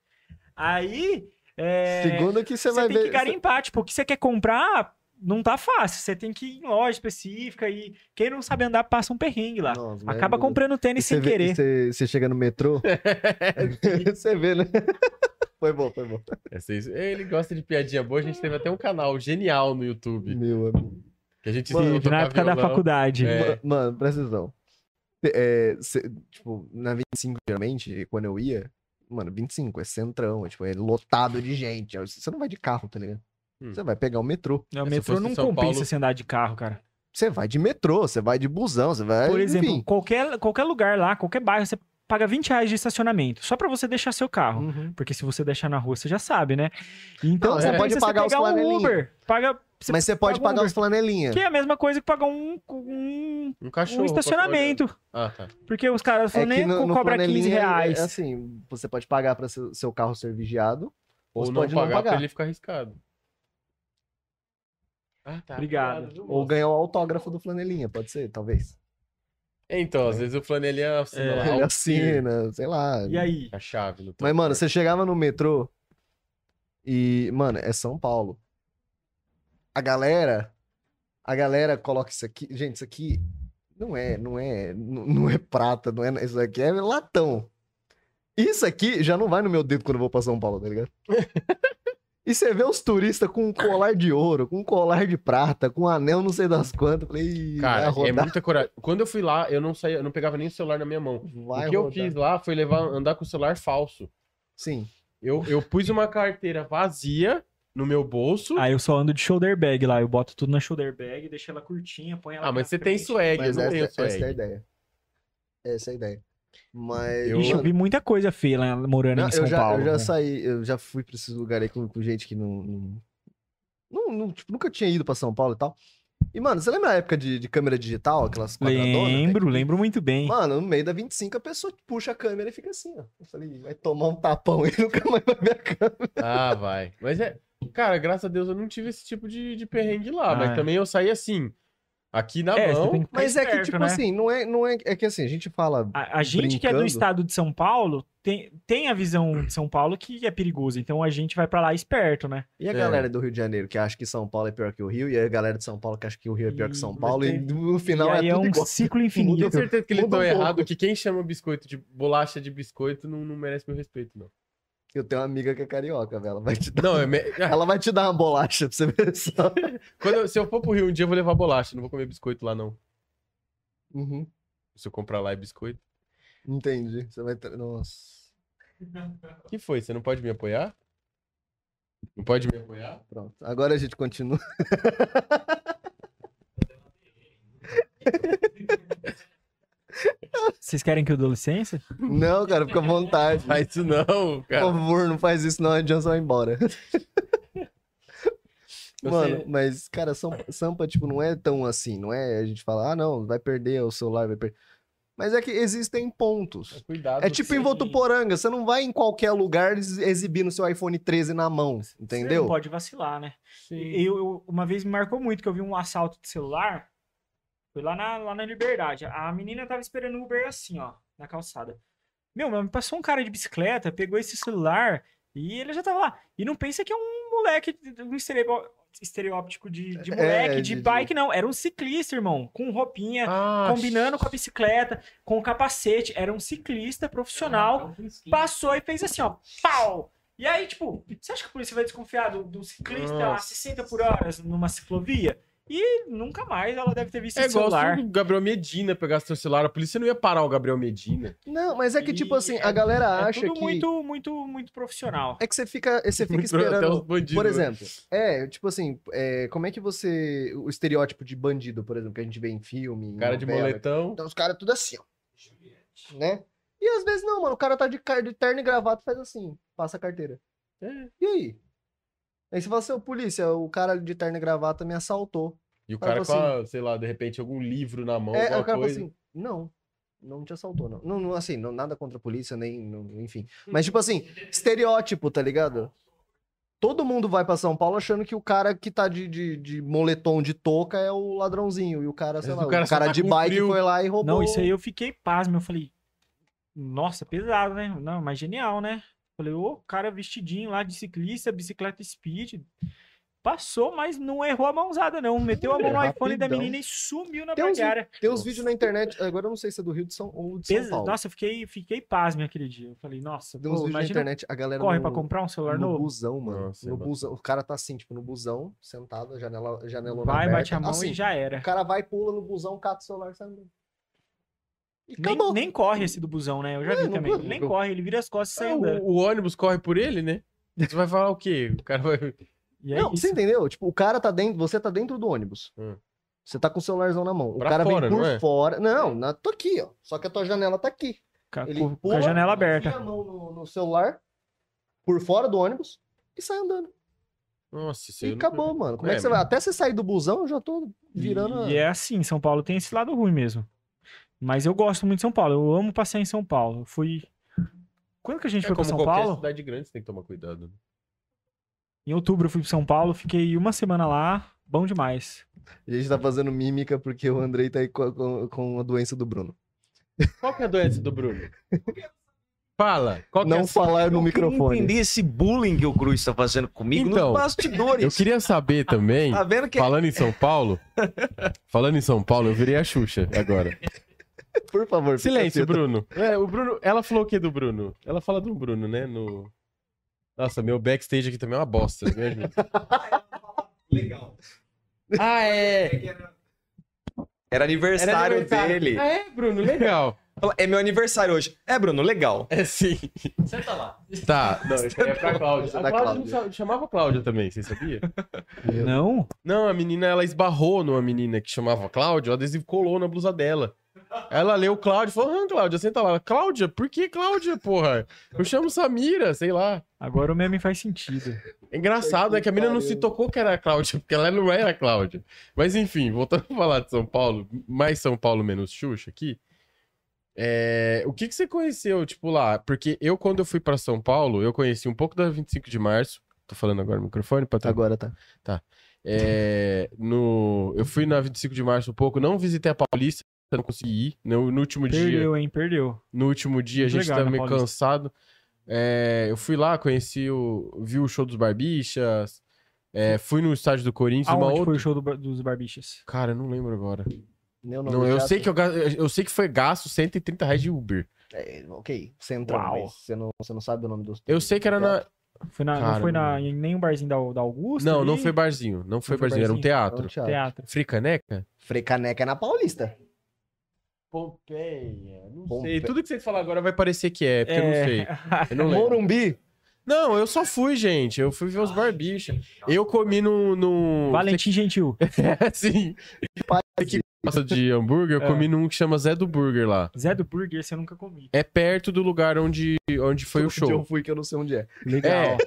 S2: Aí. é,
S3: Segundo que você,
S2: você
S3: vai
S2: tem
S3: ver.
S2: que garimpar. Tipo, o que você quer comprar não tá fácil. Você tem que ir em loja específica e quem não sabe andar passa um perrengue lá.
S3: Nossa,
S2: Acaba
S3: velho.
S2: comprando
S3: né? E
S2: tênis
S3: você
S2: sem
S3: vê-
S2: querer.
S3: e Você, você chega no metrô. você vê, né? foi bom, foi bom.
S1: Essa é isso. Ele gosta de piadinha boa, a gente teve até um canal genial no YouTube.
S3: Meu amigo.
S1: Que a gente
S3: Mano,
S1: ensinou a
S2: Sim,
S1: tocar
S2: na época da
S1: violão.
S2: faculdade.
S1: É.
S3: Ma- Mano, presta atenção. Cê- é, cê- tipo, na 25, geralmente, quando eu ia, mano, 25 é centrão, é, tipo, é lotado de gente. É, Você não vai de carro, tá ligado?
S1: Hum.
S3: Você vai pegar o metrô.
S2: Não, o
S1: Se
S2: metrô
S1: fosse
S2: não
S1: em São
S2: compensa
S1: Paulo-
S2: você andar de carro, cara.
S3: Você vai de metrô, você vai de busão, você vai.
S2: Por exemplo,
S3: É,
S2: um
S3: enfim.
S2: qualquer, qualquer lugar lá, qualquer bairro, você paga 20 reais de estacionamento. Só pra você deixar seu carro.
S3: Uhum.
S2: Porque se você deixar na rua, você já sabe, né? Então
S3: Não,
S2: você
S1: você
S2: pode
S3: pode pagar os
S2: pegar um
S3: flanelinha.
S2: Uber. Paga, você
S3: Mas você pode
S2: paga um
S3: pagar
S2: Uber,
S3: os flanelinha.
S2: Que é a mesma coisa que pagar um, um, um
S1: Um cachorro. pra ficar olhando.
S2: estacionamento.
S1: Ah, tá.
S2: Porque os
S3: É
S2: caras falam, nem co- cobra 15
S3: flanelinha é-
S2: reais.
S3: É, assim, você pode pagar pra seu, seu carro ser vigiado.
S1: Ou
S3: você
S1: não
S3: pode
S1: pagar, pra ele ficar arriscado. Ah, tá.
S2: Obrigado.
S1: viu,
S3: Ou
S1: moço?
S3: ganhar o autógrafo do flanelinha, pode ser, talvez.
S1: Então, às vezes o flanelinha assina
S2: É.
S1: lá,
S3: É. Ele
S1: o
S3: assina, sei lá.
S2: E aí?
S1: A chave no
S3: Mas,
S1: teu
S3: mano,
S1: corpo.
S3: você chegava no metrô e, mano, é São Paulo. A galera, a galera coloca isso aqui. Gente, isso aqui não é, não é, não não é prata, não é, isso aqui é latão. Isso aqui já não vai no meu dedo quando eu vou pra São Paulo, tá ligado? e você vê os turistas com um colar de ouro, com um colar de prata, com um anel não sei das quantas. eu Falei, "Ih,
S1: Cara, é
S3: vai rodar,
S1: muita coragem. Quando eu fui lá, eu não saía, eu não pegava nem o celular na minha mão.
S3: vai
S1: o que eu
S3: rodar."
S1: fiz né? lá foi levar, andar com o celular falso.
S3: Sim.
S1: Eu, eu pus uma carteira vazia no meu bolso.
S2: Aí eu só ando de shoulder bag lá. Eu boto tudo na shoulder bag, deixo ela curtinha, põe ela
S1: Ah, mas
S2: pra
S1: você tem
S2: frente.
S1: swag,
S3: Mas
S1: eu não tenho
S3: essa, essa
S1: swag.
S3: é a ideia. Essa é a ideia. Mas.
S1: Eu-
S2: Ixi, eu vi muita coisa feia lá morando
S3: Não,
S2: em São
S3: eu já,
S2: Paulo.
S3: Eu já
S2: né?
S3: saí, eu já fui pra esses lugares aí com, com gente que não. não, não- não, tipo, nunca tinha ido pra São Paulo e tal. E, mano, você lembra a época de, de câmera digital, aquelas quadradonas? né?
S2: Lembro, lembro muito bem.
S3: Mano, no meio da 25 a pessoa puxa a câmera e fica assim, ó. Eu falei, vai tomar um tapão e nunca mais vai ver a câmera.
S1: Ah, vai. Mas é. Cara, graças a Deus eu não tive esse tipo de, de perrengue lá.
S2: Ah,
S1: mas
S2: é.
S1: também eu saí assim. Aqui na
S2: É, você
S1: mão.
S2: tem que ficar
S3: Mas é que,
S2: esperto,
S3: tipo
S2: né?
S3: assim, não é, não é. É que assim, a gente fala.
S2: A, a gente que é do
S3: brincando.
S2: estado de São Paulo tem, tem a visão de São Paulo que é perigoso. Então a gente vai pra lá esperto, né?
S3: E a
S1: É.
S3: galera do Rio de Janeiro que acha que São Paulo é pior que o Rio, e a galera de São Paulo que acha que o Rio é pior que São
S2: E-
S3: Paulo, e no final
S2: e aí
S3: é
S2: é,
S3: tudo
S2: um
S3: igual.
S2: ciclo
S1: Eu tenho
S2: infinito.
S1: certeza que eles
S3: Muda
S1: estão
S3: um pouco.
S1: errados, que quem chama biscoito de bolacha de biscoito não, não merece meu respeito, não.
S3: Eu tenho uma amiga que é carioca, velho. Ela vai te dar,
S1: Não, é me-
S3: ela vai te dar uma bolacha pra você ver só.
S1: Quando eu- se eu for pro Rio um dia, eu vou levar bolacha, não vou comer biscoito lá, não.
S3: Uhum.
S1: Se eu comprar lá é biscoito.
S3: Entendi. Você vai. tra- Nossa.
S1: O que foi? Você não pode me apoiar? Não pode me apoiar?
S3: Pronto. Agora a gente continua.
S2: Vocês querem que eu dou licença?
S3: Não, cara, fica à vontade.
S1: Faz isso não,
S3: Por
S1: cara.
S3: favor, não faz isso, não. A Johnson vai embora. Mano, mas, cara, Sampa, Sampa, tipo, não é tão assim, não é a gente falar, ah, não, vai perder o celular, vai perder. Mas é que existem pontos.
S1: Cuidado.
S2: um
S3: É tipo em Votuporanga, você não vai em qualquer lugar ex- exibindo seu iPhone 13 na mão,
S2: Você não
S3: entendeu?
S2: pode vacilar, né? Eu, eu- uma vez me marcou muito que eu vi um assalto de celular. Foi lá na, lá na Liberdade. A menina tava esperando o Uber assim, ó, na calçada. Meu, mas passou um cara de bicicleta, pegou esse celular e ele já tava lá. E não pensa que é um moleque, um estereo- estereótipo de, de moleque, de,
S3: de- de-
S2: bike, não. Era um ciclista, irmão, com roupinha,
S1: Ah,
S2: combinando com a bicicleta, com o capacete. Era um ciclista profissional passou e fez assim, ó, pau! E aí, tipo, você acha que a polícia vai desconfiar do, do ciclista a
S1: Nossa.
S2: 60 por hora numa ciclovia? E nunca mais ela deve ter visto
S1: É
S2: esse
S1: igual
S2: celular.
S1: se o Gabriel Medina pegasse seu celular, a polícia não ia parar o Gabriel Medina.
S3: Não, mas é que, tipo
S2: E
S3: assim,
S2: é-
S3: a galera
S2: É
S3: acha
S2: tudo
S3: que.
S2: muito, muito, muito profissional.
S3: É que você fica, você fica
S1: Muito pro- até os
S3: esperando.
S1: bandidos,
S3: Por
S1: né?
S3: exemplo, é, tipo assim, é, como é que você. O estereótipo de bandido, por exemplo, que a gente vê em filme. em
S1: Cara de
S3: novela,
S1: moletão.
S3: Então os caras tudo assim, ó. Né? E às vezes não, mano. O cara tá de, car- de terno e gravata faz assim, passa a carteira.
S2: É.
S3: E aí? Aí você fala assim, ô polícia, o cara de terno e gravata me assaltou.
S1: E o
S3: Cara,
S1: cara com,
S3: tipo
S1: a, sei lá, de repente, algum livro na mão,
S3: é, aí o
S1: alguma
S3: cara fala
S1: coisa.
S3: assim, não, não te assaltou, não. Não, não, assim, não, nada contra a polícia, nem, não- enfim. Mas tipo assim, estereótipo, tá ligado? Todo mundo vai pra São Paulo achando que o cara que tá de, de, de moletom de touca é o ladrãozinho. E o cara, sei
S2: É,
S1: Mas
S3: lá,
S1: o
S3: o
S1: cara
S3: cara,
S1: só tá
S3: de
S1: com
S3: bike
S1: frio.
S3: foi lá e roubou.
S2: Não, isso aí eu fiquei pasmo. Eu falei, nossa, pesado, né? Não, mas genial, né? Falei, ô, cara vestidinho lá de ciclista, bicicleta speed. Passou, mas não errou a mãozada, não. Meteu a mão no iPhone da
S3: Rapidão.
S2: menina e sumiu na
S3: Tem uns-
S2: bagária.
S3: Tem uns vídeos na internet, agora eu não sei se é do Rio de São ou de São
S2: Pesa-
S3: Paulo.
S2: Nossa, eu fiquei, fiquei pasmo aquele dia. Eu falei, nossa,
S3: Tem uns
S2: pô,
S3: vídeos na
S2: imagina
S3: internet, a galera
S2: corre
S3: no,
S2: pra comprar um celular
S3: no
S2: novo. é
S3: busão, mano.
S1: Nossa,
S3: no
S1: mano.
S3: busão, o cara tá assim, tipo, no busão, sentado, janela, janelona
S2: Vai,
S3: aberta,
S2: bate a mão
S3: né, assim,
S2: e já era.
S3: O cara vai, pula no busão, cata o celular, sai andando. E
S2: Nem,
S3: acabou.
S2: nem corre esse do busão, né? Eu já
S3: É,
S2: vi
S3: não
S2: também.
S3: corre,
S2: nem
S1: não-
S2: corre, ele vira as costas e sai
S1: Ah,
S2: andando.
S1: o, o ônibus corre por ele, né? Você vai falar o quê? O cara vai.
S2: E é
S3: não,
S2: isso.
S3: você entendeu? Tipo, o cara tá dentro, você tá dentro do ônibus.
S1: Hum.
S3: Você tá com o celularzão na mão. O
S1: Pra
S3: cara
S1: fora,
S3: vem por
S1: não é?
S3: fora. Não, na, tô aqui, ó. Só que a tua janela tá aqui.
S2: Ca-
S3: Ele
S2: com, com
S3: pula, assim,
S2: a janela
S3: enfia
S2: aberta.
S3: a mão no, no celular, por fora do ônibus, e sai andando.
S1: Nossa, isso aí
S3: E
S1: eu nunca-
S3: acabou, mano. Como é,
S1: É,
S3: que você
S1: mas-
S3: vai? Até você sair do busão, eu já tô virando. a-
S2: E é assim, São Paulo tem esse lado ruim mesmo. Mas eu gosto muito de São Paulo. Eu amo passear em São Paulo. Eu fui. Quando que a gente
S1: É
S2: foi pra
S1: como
S2: São
S1: qualquer
S2: Paulo?
S1: cidade grande, você tem que tomar cuidado. né?
S2: Em outubro eu fui pra São Paulo, fiquei uma semana lá. Bom demais.
S3: A gente tá fazendo mímica porque o Andrei tá aí com a, com- com a doença do Bruno.
S1: Qual que é a doença do Bruno? Fala. Qual que é
S3: Não
S1: a
S3: falar no
S6: Eu queria
S3: microfone.
S6: entender esse bullying que o Cruz tá fazendo comigo
S1: Então,
S6: nos bastidores.
S1: Eu queria saber
S2: Ah,
S1: também,
S6: Tá vendo que
S1: falando em São Paulo. Falando em São Paulo, eu virei a Xuxa agora.
S3: Por favor, fica
S1: Silêncio,
S3: quieto.
S1: Bruno. É, o Bruno. Ela falou o que do Bruno? Ela fala do Bruno, né? No. Nossa, meu backstage aqui também é uma bosta. Me ajuda.
S5: Legal.
S1: ah, é.
S5: É que era-
S6: era aniversário, dele.
S1: Ah, é, Bruno, legal.
S6: Fala, É meu aniversário hoje. É, Bruno, legal.
S1: É sim.
S4: Senta lá.
S1: Tá. Não, isso aí é pra Cláudia.
S3: Essa
S1: A
S3: da
S1: Cláudia,
S3: Cláudia.
S1: não sa- chamava Cláudia também, você sabia?
S2: Não?
S1: Não, a menina, ela esbarrou numa menina que chamava Cláudia, o adesivo colou na blusa dela. Ela leu Cláudia e falou, ah, Cláudia, senta lá. Cláudia, por que Cláudia, porra? Eu chamo Samira, sei lá.
S2: Agora o meme faz sentido.
S1: É engraçado, é que a menina não se tocou que era a Cláudia, porque ela não era a Cláudia. Mas enfim, voltando a falar de São Paulo, mais São Paulo menos Xuxa aqui. é, O que, que você conheceu, tipo, lá? Porque eu, quando eu fui pra São Paulo, eu conheci um pouco da 25 de março. Tô falando agora no microfone pra
S3: Agora tá.
S1: é, no, eu fui na 25 de março um pouco, não visitei a Paulista, não consegui ir. No, no último dia,
S2: Perdeu, hein? Perdeu.
S1: no último dia a
S2: Muito
S1: gente
S2: legal
S1: tava
S2: na
S1: meio
S2: Paulista.
S1: cansado. É, eu fui lá, conheci o. Vi o show dos Barbixas. é, fui no estádio do Corinthians, é uma
S2: Aonde
S1: outra.
S2: foi o show do Bar- dos Barbichas?
S1: Cara, eu não lembro agora.
S3: Meu
S1: Não, eu, sei que eu, ga- eu sei que foi gasto 130 reais de Uber.
S3: É, ok, central,
S2: Uau.
S3: mas você não, você não sabe o nome dos.
S1: Eu sei que era na.
S2: Foi na,
S1: Cara,
S2: não foi na,
S1: mano.
S2: em nenhum barzinho da, da Augusta?
S1: Não,
S2: ali?
S1: não foi barzinho. Não foi
S2: foi
S1: barzinho, era um
S2: barzinho.
S3: É um
S1: teatro.
S3: teatro.
S2: Teatro.
S1: Fricaneca?
S3: Frecaneca é na Paulista.
S1: Pompeia. Não
S3: Pompeia.
S1: sei. Tudo que vocês falam agora vai parecer que é, porque eu não sei. Eu não lembro.
S3: Morumbi.
S1: Não, eu só fui, gente. Eu fui ver os barbichos. Eu comi num. num...
S2: Valentim Gentil.
S1: Sim.
S3: Parece.
S1: Gosta de hambúrguer, eu
S2: É.
S1: comi num que chama Zé do Burger lá.
S2: Zé do Burger, esse eu nunca comi.
S1: É perto do lugar onde, onde foi o
S3: Onde Eu
S1: show.
S3: fui que eu não sei onde é.
S1: É.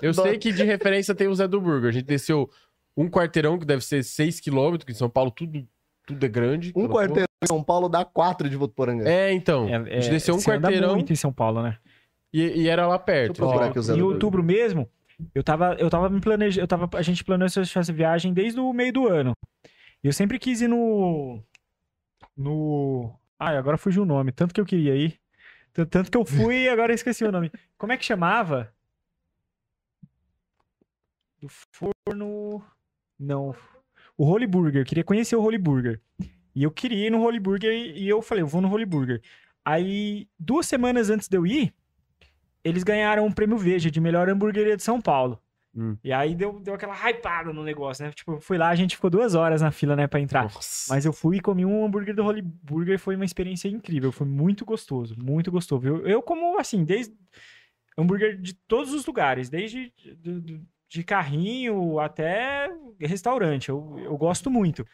S1: Eu
S3: Adoro.
S1: sei que de referência tem o Zé do Burger. A gente desceu um quarteirão, que deve ser 6 quilômetros, que em São Paulo tudo, tudo é grande.
S3: Um
S1: pela
S3: quarteirão em São Paulo dá quatro de Votuporanga.
S1: porra. É, então.
S2: É,
S1: a gente desceu um
S2: você anda
S1: quarteirão
S2: muito em São Paulo, né?
S1: e, e era lá perto.
S3: Deixa eu procurar aqui o Zé
S2: Em
S3: do
S2: outubro mesmo, eu tava, eu tava me planejando, eu tava, a gente planejou essa- essa viagem desde o meio do ano. E eu sempre quis ir no no Ai, agora fugiu o nome, tanto que eu queria ir. T- Tanto que eu fui e agora eu esqueci o nome. Como é que chamava? Do forno Não. O Holy Burger, eu queria conhecer o Holy Burger. E eu queria ir no Holy Burger e e eu falei, eu vou no Holy Burger. Aí, duas semanas antes de eu ir, eles ganharam um prêmio Veja de melhor hamburgueria de São Paulo.
S1: Hum.
S2: E aí deu, deu aquela hypada no negócio, né? Tipo, eu fui lá, a gente ficou duas horas na fila, né, pra entrar.
S1: Nossa.
S2: Mas eu fui e comi um hambúrguer do Holy Burger e foi uma experiência incrível. Foi muito gostoso, muito gostoso. Eu, eu como, assim, desde hambúrguer de todos os lugares, desde do- do- de carrinho até restaurante. Eu, eu gosto muito.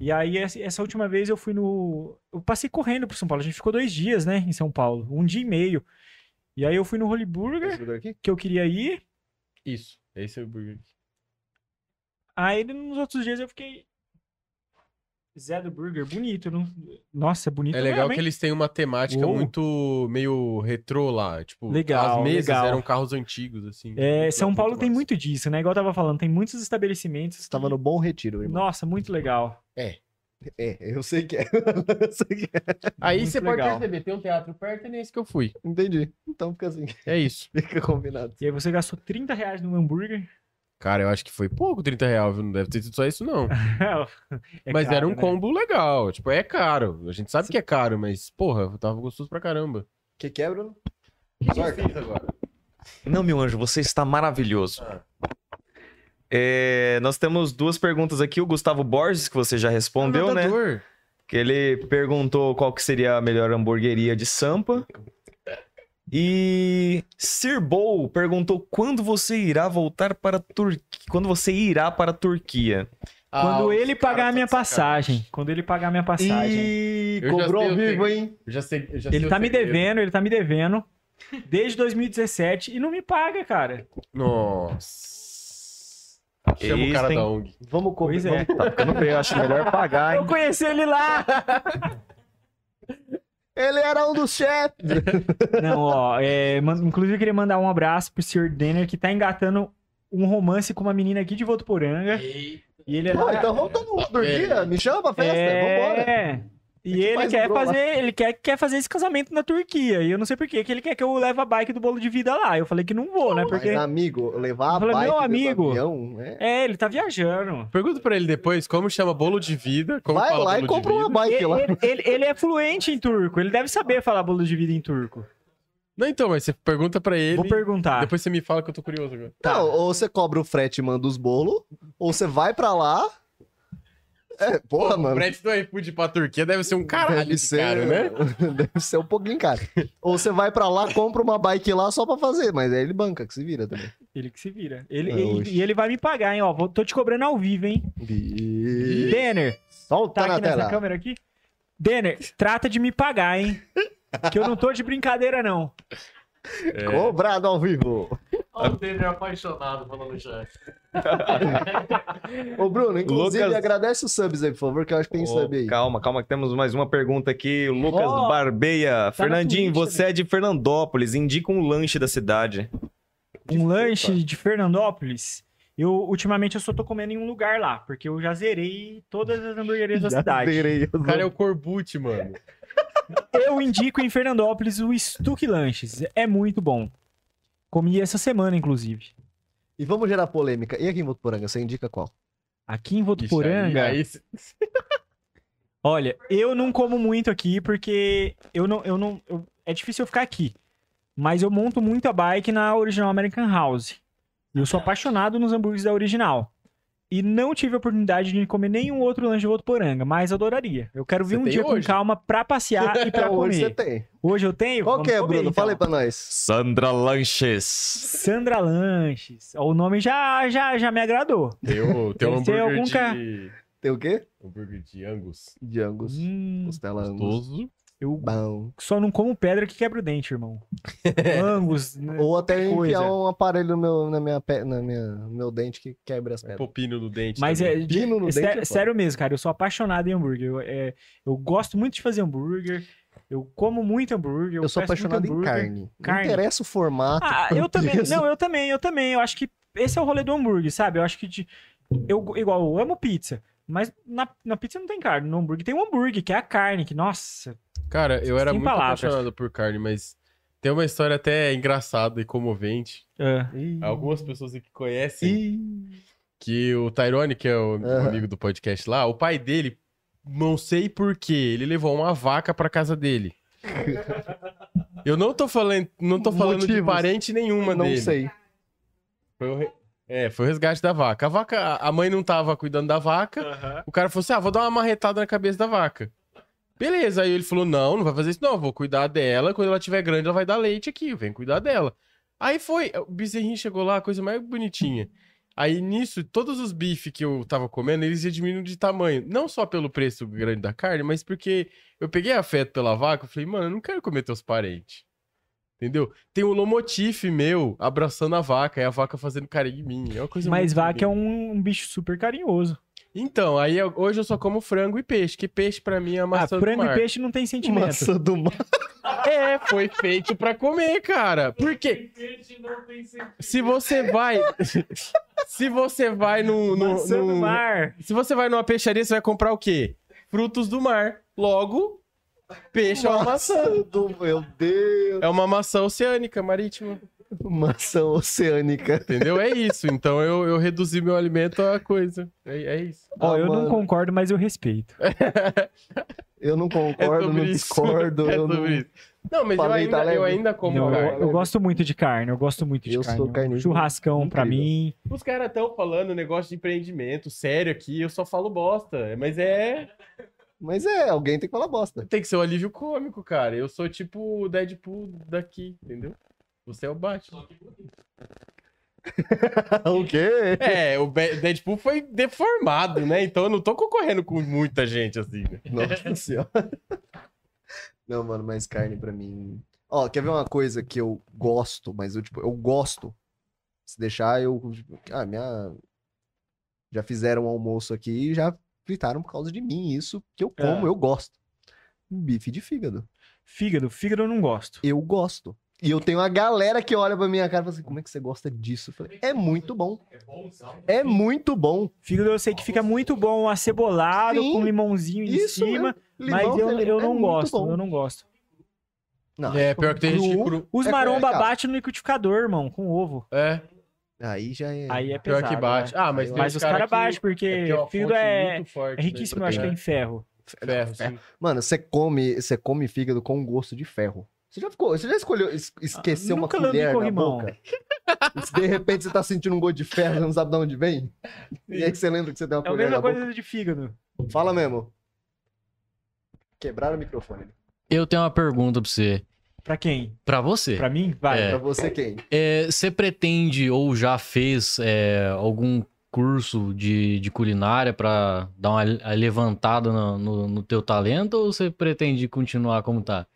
S2: E aí, essa essa última vez eu fui no. Eu passei correndo pro São Paulo. A gente ficou dois dias, né, em São Paulo. Um dia e meio. E aí eu fui no Holy Burger
S1: É.
S3: Esse lugar aqui?
S2: que eu queria ir.
S1: Isso. Esse é o Burger King.
S2: Aí nos outros dias eu fiquei. Zé do Burger, bonito, não? Nossa, bonito.
S1: É legal
S2: mesmo,
S1: que
S2: hein?
S1: eles têm uma temática
S3: Uh.
S2: Uou.
S1: muito meio retrô lá. Tipo,
S2: Legal,
S1: as mesas
S2: legal.
S1: eram carros antigos, assim.
S2: É,
S1: Muito-
S2: São Paulo tem
S1: massa.
S2: muito disso, né? Igual eu tava falando, tem muitos estabelecimentos. que-
S3: Estava no Bom Retiro, irmão.
S2: Nossa, muito legal.
S3: É, eu sei que é. eu sei que é.
S1: Aí
S2: muito
S1: você
S2: legal.
S1: pode perceber, tem um teatro perto e nesse que eu fui.
S3: Entendi. Então fica assim,
S1: É isso.
S3: fica combinado.
S2: E aí você gastou 30 reais no hambúrguer.
S1: Cara, eu acho que foi pouco 30 reais, viu? Não deve ter sido só isso, não.
S2: É
S1: mas era
S2: caro,
S1: um
S2: né?
S1: combo legal. Tipo, é caro. A gente sabe que é caro, mas, porra, tava gostoso pra caramba.
S3: Que quebra? Bruno?
S1: O que eu
S3: Sorca.
S1: fiz agora?
S6: Não, meu anjo, você está maravilhoso.
S1: Ah.
S6: É, nós temos duas perguntas aqui. O Gustavo Borges, que você já respondeu, né?
S1: Nadador.
S6: Que ele perguntou qual que seria a melhor hamburgueria de Sampa. E Sirbou perguntou quando você irá voltar para a Turquia. Quando você irá para a Turquia?
S1: Ah,
S2: Quando
S1: os
S2: ele
S1: caras
S2: pagar a
S1: tão
S2: minha
S1: de sacanagem.
S2: passagem. Quando ele pagar a minha passagem.
S3: Ih,
S1: Eu já
S3: cobrou
S1: sei,
S3: ao
S1: eu sei.
S3: vivo, hein?
S1: Eu já sei, eu já sei
S2: Ele
S1: é o
S2: tá me
S1: segredo.
S2: devendo, ele tá me devendo. Desde 2017 e não me paga, cara.
S1: Nossa. Chama o
S6: Isso,
S1: cara
S6: hein?
S1: da ONG.
S3: Vamos comer.
S2: Pois é.
S3: Vamos...
S6: Tá ficando feio, acho melhor pagar,
S2: Eu
S6: hein?
S2: conheci ele lá!
S3: Ele era um dos chefes.
S2: Não, ó, é, man- inclusive eu queria mandar um abraço pro Sr. Denner, que tá engatando um romance com uma menina aqui de Votuporanga. E ele é.
S3: Pô, então vamos todo mundo dormir.
S1: É.
S3: Me chama pra festa. Vambora.
S2: É. E
S3: gente
S2: ele
S3: faz um
S2: quer
S3: bro lá.
S2: fazer, ele quer, quer fazer esse casamento na Turquia. E eu não sei por quê, que ele quer que eu leve a bike do bolo de vida lá. Eu falei que não vou, né? Porque.
S3: Mas, amigo, levar a
S2: Eu falei,
S3: bike
S2: meu
S3: dentro do
S2: amigo.
S3: avião, é.
S2: É, ele tá viajando.
S1: Pergunta pra ele depois como chama bolo de vida. Como
S3: Vai
S1: fala
S3: lá
S1: bolo
S3: e
S1: de
S3: compra uma
S1: vida.
S3: bike
S2: Ele,
S3: lá.
S2: ele- ele- ele é fluente em turco, ele deve saber falar bolo de vida em turco.
S1: Não, então, mas você pergunta pra ele.
S2: Vou perguntar.
S1: Depois você me fala que eu tô curioso agora.
S3: Não, ou você cobra o frete e manda os bolos, ou você vai pra lá. É, porra,
S1: O
S3: mano.
S1: frete do iFood pra Turquia deve ser um caralho
S3: Deve
S1: de
S3: ser,
S1: caro, né?
S3: deve ser um pouquinho caro. Ou você vai pra lá, compra uma bike lá só pra fazer, mas aí ele banca, que se vira também.
S2: Ele que se vira. Ele,
S3: Ah,
S2: ele-
S3: oxe.
S2: e ele vai me pagar, hein? Ó, vou- tô te cobrando ao vivo, hein?
S3: E...
S2: Denner,
S3: Solta
S2: tá
S3: na
S2: aqui nessa
S3: tela.
S2: câmera aqui. Denner, trata de me pagar, hein? Que eu não tô de brincadeira, não.
S3: Cobrado ao vivo.
S4: Olha o Denner apaixonado falando já.
S3: Ô, Bruno, inclusive,
S6: Lucas-
S3: agradece os subs aí, por favor, que eu acho que tem
S6: Ô,
S3: sub aí.
S6: Calma, calma, que temos mais uma pergunta aqui. O Lucas
S2: Ó, tá
S6: Barbeia. Fernandinho,
S2: Twitch né?
S6: você é de Fernandópolis, indica um lanche da cidade.
S2: Um lanche de Fernandópolis. Eu, ultimamente, eu só tô comendo em um lugar lá, porque eu já zerei todas as hamburguerias da
S3: Já
S2: cidade.
S3: zerei os
S1: O cara é o Corbucci, mano.
S2: Eu indico em Fernandópolis o Stuck Lanches. É muito bom. Comi essa semana, inclusive.
S3: E vamos gerar polêmica. E aqui em Votuporanga, você indica qual?
S2: Aqui em
S1: Ixi,
S2: Votuporanga.
S1: Aí, aí cê-
S2: Olha, eu não como muito aqui porque eu não, eu não, eu- é difícil eu ficar aqui. Mas eu monto muito a bike na original American House. E eu sou apaixonado nos hambúrgueres da original. E não tive a oportunidade de comer nenhum outro lanche de Votuporanga, mas adoraria. Eu quero
S1: Você
S2: vir um
S1: tem
S2: dia com
S1: hoje?
S2: calma pra passear e pra
S3: Então, hoje você
S2: comer.
S3: tem.
S2: Hoje eu tenho?
S3: Qual
S2: Vamos
S3: que é,
S2: comer,
S3: Bruno?
S2: então.
S3: Fala aí pra nós.
S6: Sandra Lanches.
S2: Sandra Lanches. O nome já, já, já me agradou.
S1: Tem, o, tem um
S2: Deve ter
S1: hambúrguer
S2: algum ca-
S1: de...
S3: Tem o quê?
S1: Hambúrguer de Angus.
S3: Django.
S2: Hum,
S3: Costela Angus.
S1: Gostoso.
S2: eu
S3: Bom.
S2: só não como pedra que quebra o dente, irmão. Angus. né?
S3: Ou até
S2: coisa.
S3: enfiar um aparelho no meu, na minha, pe- na minha, no meu dente que quebra
S1: É,
S3: as pedras.
S1: Popino no dente.
S2: Mas é,
S1: também.
S2: de-
S3: Pino no
S2: sé-
S3: dente é foda.
S2: sério mesmo, cara. Eu sou apaixonado em hambúrguer. Eu, é, eu gosto muito de fazer hambúrguer. Eu como muito hambúrguer. Eu,
S3: Eu, sou
S2: peço muito
S3: apaixonado em
S2: hambúrguer.
S3: carne. Não
S2: Carne.
S3: interessa o formato.
S2: Ah,
S3: quanto
S2: eu também.
S3: peso.
S2: Não, eu também, eu também. Eu acho que esse é o rolê do hambúrguer, sabe? Eu acho que. de- eu, igual, eu amo pizza. Mas na, na pizza não tem carne. No hambúrguer tem um hambúrguer, que é a carne, que, nossa.
S1: Cara, eu era
S2: é Sem
S1: muito
S2: palavras.
S1: apaixonado por carne, mas tem uma história até engraçada e comovente.
S2: é.
S3: Ih,
S1: Algumas pessoas aqui conhecem
S3: ih.
S1: que o Tyrone, que é o
S3: Aham.
S1: amigo do podcast lá, o pai dele, não sei porquê, ele levou uma vaca pra casa dele. Eu não tô falando, não tô falando de
S3: Motivos.
S1: parente nenhuma
S3: Não
S1: dele.
S3: sei.
S1: Foi o re- É, foi o resgate da vaca. A vaca, a mãe não tava cuidando da vaca. O cara falou assim: "Ah, vou dar uma marretada na cabeça da vaca". Beleza, aí ele falou: "Não, não vai fazer isso não, eu vou cuidar dela, quando ela tiver grande ela vai dar leite aqui, vem cuidar dela". Aí foi, o bezerrinho chegou lá, a coisa mais bonitinha. Aí nisso, todos os bifes que eu tava comendo, eles iam diminuindo de tamanho, não só pelo preço grande da carne, mas porque eu peguei afeto pela vaca, eu falei: "Mano, eu não quero comer teus parentes". Entendeu? Tem um lomotif meu abraçando a vaca, e a vaca fazendo carinho em mim. É uma coisa
S2: Mas
S1: muito
S2: vaca
S1: bonita.
S2: é um, um bicho super carinhoso.
S1: Então, aí eu- hoje eu só como frango e peixe, que peixe pra mim é
S2: Ah,
S1: maçã do
S2: frango
S1: mar.
S2: e peixe não tem sentimento.
S3: Maçã do mar.
S1: É, foi feito pra comer, cara. Por quê? Se você vai... Se você vai no... no-
S2: Maçã do
S1: no-
S2: mar.
S1: Se você vai numa peixaria, você vai comprar o quê? Frutos do mar. Logo, peixe é uma maçã.
S3: Maçã do... Meu Deus.
S1: É uma maçã oceânica, marítima.
S3: Maçã oceânica.
S1: Entendeu? É isso. Então eu, eu reduzi meu alimento a coisa. É, é isso.
S2: Ó,
S3: Ah,
S2: eu
S3: mano,
S2: não concordo, mas eu respeito.
S3: Eu não
S1: É
S3: concordo,
S1: sobre
S3: não
S1: isso.
S3: discordo.
S1: É
S3: eu não...
S1: sobre isso. Não, mas eu
S3: Falei, tá
S1: ainda, eu
S3: leve?
S1: ainda como
S2: Não, eu-
S1: carne.
S2: eu, gosto muito de carne, eu gosto muito de
S3: Eu
S2: carne.
S3: sou carnívoro.
S2: Churrascão pra
S3: Incrível.
S2: mim.
S1: Os caras estão falando negócio de empreendimento sério aqui, eu só falo bosta. Mas é.
S3: Mas é, alguém tem que falar bosta.
S1: Tem que ser um alívio cômico, cara. Eu sou tipo o Deadpool daqui, entendeu? Você é o Batman.
S3: o quê?
S1: É, o Be- Deadpool foi deformado, né? Então eu não tô concorrendo com muita gente assim. né?
S3: Nossa senhora. Não, mano, mas carne pra mim. Ó, quer ver uma coisa que eu gosto, mas eu, tipo, eu gosto. Se deixar, eu. tipo, Ah, minha. Já fizeram um almoço aqui e já gritaram por causa de mim. Isso que
S1: É.
S3: eu como, eu gosto. Bife de fígado.
S2: Fígado, fígado eu não gosto.
S3: Eu gosto. E eu tenho uma galera que olha pra minha cara e fala assim: como é que você gosta disso? Eu falei, é muito bom. É muito bom.
S2: Fígado eu sei que fica muito bom acebolado,
S3: Sim,
S2: com limãozinho em
S3: Isso mesmo.
S2: cima, mas
S3: Limão,
S2: eu,
S3: né?
S2: eu
S3: É
S2: não
S3: muito
S2: gosto,
S3: bom.
S2: eu não gosto.
S3: Não,
S1: É, pior que tem gente que cru.
S2: Os
S3: É,
S2: maromba
S3: é, cara.
S2: bate no liquidificador, irmão, com ovo.
S1: É,
S3: Aí já é.
S2: Aí é
S1: pior
S2: pesado.
S1: que bate. Ah, mas,
S3: Aí
S1: tem
S2: Mas
S1: uns
S2: os
S1: cara
S2: caras
S1: que-
S2: batem, porque
S1: é porque é uma
S2: fígado
S1: fonte
S2: é,
S1: muito forte né?
S2: é riquíssimo, eu acho que tem
S1: proteína.
S2: ferro.
S1: Ferro, sim.
S3: Mano, você come, você come fígado com gosto de ferro. Você já ficou, você já escolheu es- esquecer
S2: Ah,
S3: uma
S2: nunca lambi
S3: colher na
S2: corrimão.
S3: boca? De repente você tá sentindo um gosto de ferro, você não sabe de onde vem? E aí você lembra que você deu uma
S2: É a
S3: colher na
S2: mesma
S3: boca?
S2: coisa de fígado.
S3: Fala mesmo. Quebraram o microfone.
S4: Eu tenho uma pergunta pra você.
S2: Pra quem?
S4: Pra você.
S2: Pra mim? Vai.
S4: É.
S3: Pra você quem?
S4: É, você pretende ou já fez é, algum curso de, de culinária pra dar uma le- levantada no, no, no teu talento ou você pretende continuar como tá?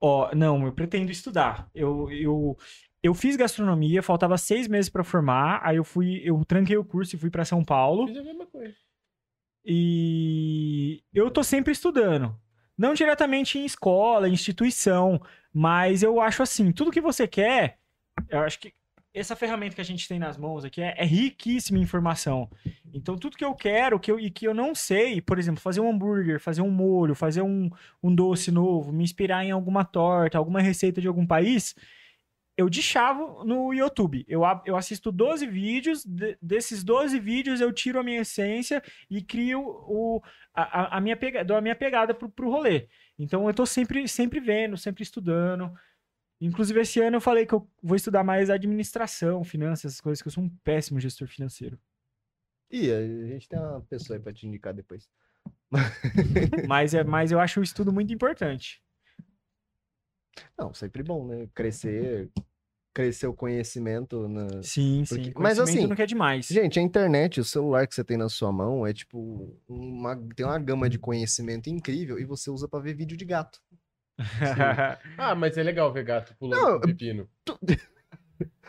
S2: Ó, não, eu pretendo estudar. Eu, eu, eu fiz gastronomia, faltava seis meses pra formar, aí eu fui, eu tranquei o curso e fui pra São Paulo.
S1: Fiz a mesma coisa.
S2: E eu tô sempre estudando. Não diretamente em escola, em instituição, mas eu acho assim, tudo que você quer, eu acho que essa ferramenta que a gente tem nas mãos aqui é, é riquíssima em informação. Então, tudo que eu quero que eu, e que eu não sei, por exemplo, fazer um hambúrguer, fazer um molho, fazer um, um doce novo, me inspirar em alguma torta, alguma receita de algum país, eu deschavo no YouTube. Eu, ab- eu assisto 12 vídeos, de- desses 12 vídeos eu tiro a minha essência e crio o, a, a- a minha pegada, dou a minha pegada pro, pro rolê. Então eu tô sempre, sempre vendo, sempre estudando. Inclusive, esse ano eu falei que eu vou estudar mais administração, finanças, essas coisas, que eu sou um péssimo gestor financeiro.
S3: Ih, a gente tem uma pessoa aí pra te indicar depois.
S2: Mas, é, mas eu acho o estudo muito importante.
S3: Não, sempre bom, né? Crescer, crescer o conhecimento na,
S2: Sim,
S3: sim.
S2: sim.
S3: Mas assim,
S2: Não quer demais.
S3: Gente, a internet, o celular que você tem na sua mão é tipo uma, tem uma gama de conhecimento incrível e você usa pra ver vídeo de gato.
S1: Ah, mas é legal ver gato pulando
S3: Não,
S1: com pepino.
S3: tu-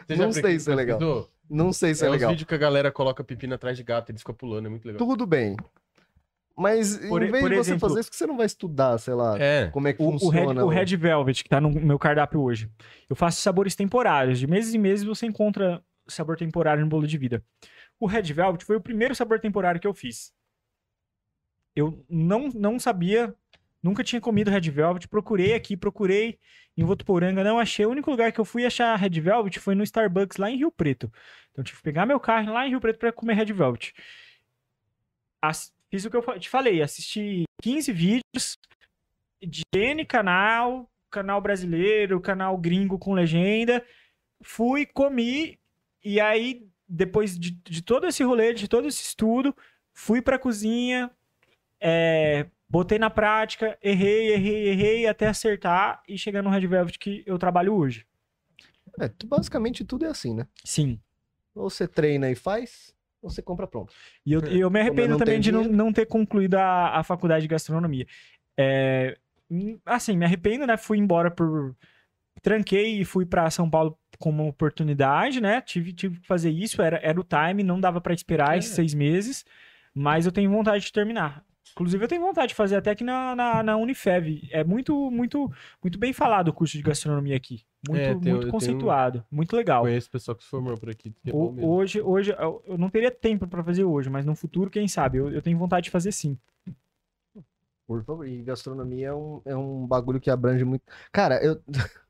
S1: Você
S3: Não sei
S1: pre-
S3: se é legal.
S1: pesquisou?
S3: Não sei se é,
S1: É, os
S3: legal.
S1: vídeos que a galera coloca pepino atrás de gato, eles ficam pulando, é muito legal.
S3: Tudo bem. Mas
S2: Por
S3: em
S2: e-
S3: vez
S2: por
S3: de você
S2: exemplo-
S3: fazer isso, que você não vai estudar, sei lá,
S1: É.
S3: como é que
S2: O, o
S3: funciona.
S2: Red, o Red Velvet, que tá no meu cardápio hoje. Eu faço sabores temporários. De meses em meses você encontra sabor temporário no bolo de vida. O Red Velvet foi o primeiro sabor temporário que eu fiz. Eu não, não sabia, nunca tinha comido Red Velvet. Procurei aqui, procurei em Votuporanga, não achei. O único lugar que eu fui achar Red Velvet foi no Starbucks lá em Rio Preto. Então eu tive que pegar meu carro lá em Rio Preto pra comer Red Velvet. Ass- fiz o que eu fa- te falei, assisti 15 vídeos, de N canal, canal brasileiro, canal gringo com legenda. Fui, comi, e aí, depois de, de todo esse rolê, de todo esse estudo, fui pra cozinha, é, botei na prática, errei, errei, errei, até acertar e chegar no Red Velvet que eu trabalho hoje.
S3: É, tu- basicamente tudo é assim, né?
S2: Sim.
S3: Ou você treina e faz, ou você compra pronto.
S2: E eu, e eu
S1: É,
S2: me arrependo
S3: não
S2: também
S3: tem
S2: de não,
S3: dinheiro.
S2: não ter concluído a, a faculdade de gastronomia. É, hum, assim, me arrependo, né? Fui embora por. Tranquei e fui para São Paulo como oportunidade, né? Tive, tive que fazer isso, era, era o time, não dava para esperar
S1: É.
S2: esses seis meses, mas eu tenho vontade de terminar. Inclusive, eu tenho vontade de fazer até aqui na, na, na Unifev. É muito, muito, muito bem falado o curso de gastronomia aqui. Muito,
S1: É, tem- eu
S2: muito
S1: tenho-
S2: conceituado, muito legal.
S1: Conheço o pessoal que se formou por aqui. que é
S2: Ho-
S1: bom mesmo.
S2: hoje, hoje, eu eu não teria tempo pra fazer hoje, mas no futuro, quem sabe? Eu, eu tenho vontade de fazer sim.
S3: Por favor. E gastronomia é um, é um bagulho que abrange muito. Cara, eu.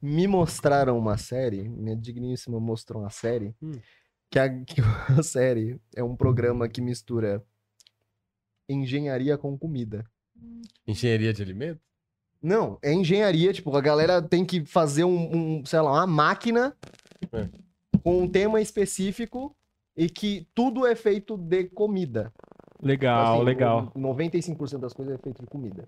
S3: Me mostraram uma série, minha digníssima mostrou uma série,
S1: Hum.
S3: que, a, que a série é um programa que mistura engenharia com comida.
S1: Engenharia de alimentos?
S3: Não, é engenharia, tipo, a galera tem que fazer um, um, sei lá, uma máquina
S1: É.
S3: com um tema específico e que tudo é feito de comida.
S2: Legal,
S1: Ah,
S3: Assim,
S2: legal.
S3: no- 95% das coisas é feito de comida.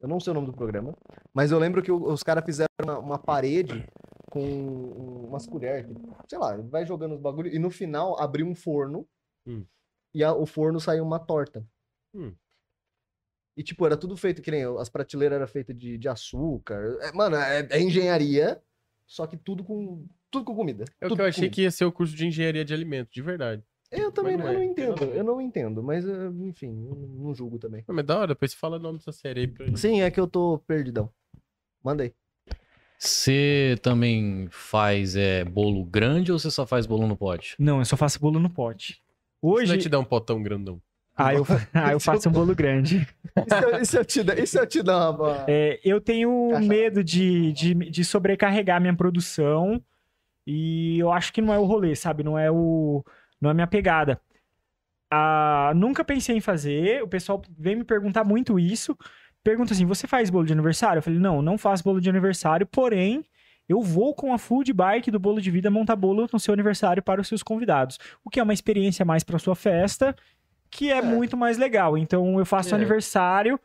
S3: Eu não sei o nome do programa, mas eu lembro que o- os caras fizeram uma, uma parede com um- umas colheres, que, sei lá, vai jogando os bagulhos, e no final abriu um forno,
S1: Hum.
S3: e a- o forno saiu uma torta.
S1: Hum.
S3: E, tipo, era tudo feito, que nem as prateleiras eram feitas de, de açúcar. É, mano, é, é engenharia, só que tudo com, tudo com comida.
S1: É o
S3: tudo
S1: que eu
S3: com
S1: achei que ia ser o curso de engenharia de alimentos, de verdade.
S3: Eu também
S1: não
S3: não, eu não
S1: é.
S3: entendo, eu não entendo, mas, eh, enfim, eu não julgo também.
S1: Ah, Mas da hora, depois você fala o nome dessa série aí pra gente.
S3: Sim, é que eu tô perdidão. Manda aí.
S4: Você também faz é, bolo grande ou você só faz bolo no pote?
S2: Não, eu só faço bolo no pote.
S1: Hoje...
S2: Hoje,
S1: te dar um potão grandão.
S2: ah, eu, ah, eu faço um bolo grande.
S3: E se eu, e se eu te, dar- e se eu te dar uma.
S2: É, eu tenho
S3: Caixa.
S2: medo de, de, de sobrecarregar minha produção e eu acho que não é o rolê, sabe? Não é o não é a minha pegada. Ah, nunca pensei em fazer. O pessoal vem me perguntar muito isso. Pergunta assim: você faz bolo de aniversário? Eu falei: não, não faço bolo de aniversário, porém. Eu vou com a food bike do Bolo de Vida montar bolo no seu aniversário para os seus convidados, o que é uma experiência a mais para sua festa, que é, muito mais legal. Então eu faço
S1: É.
S2: aniversário,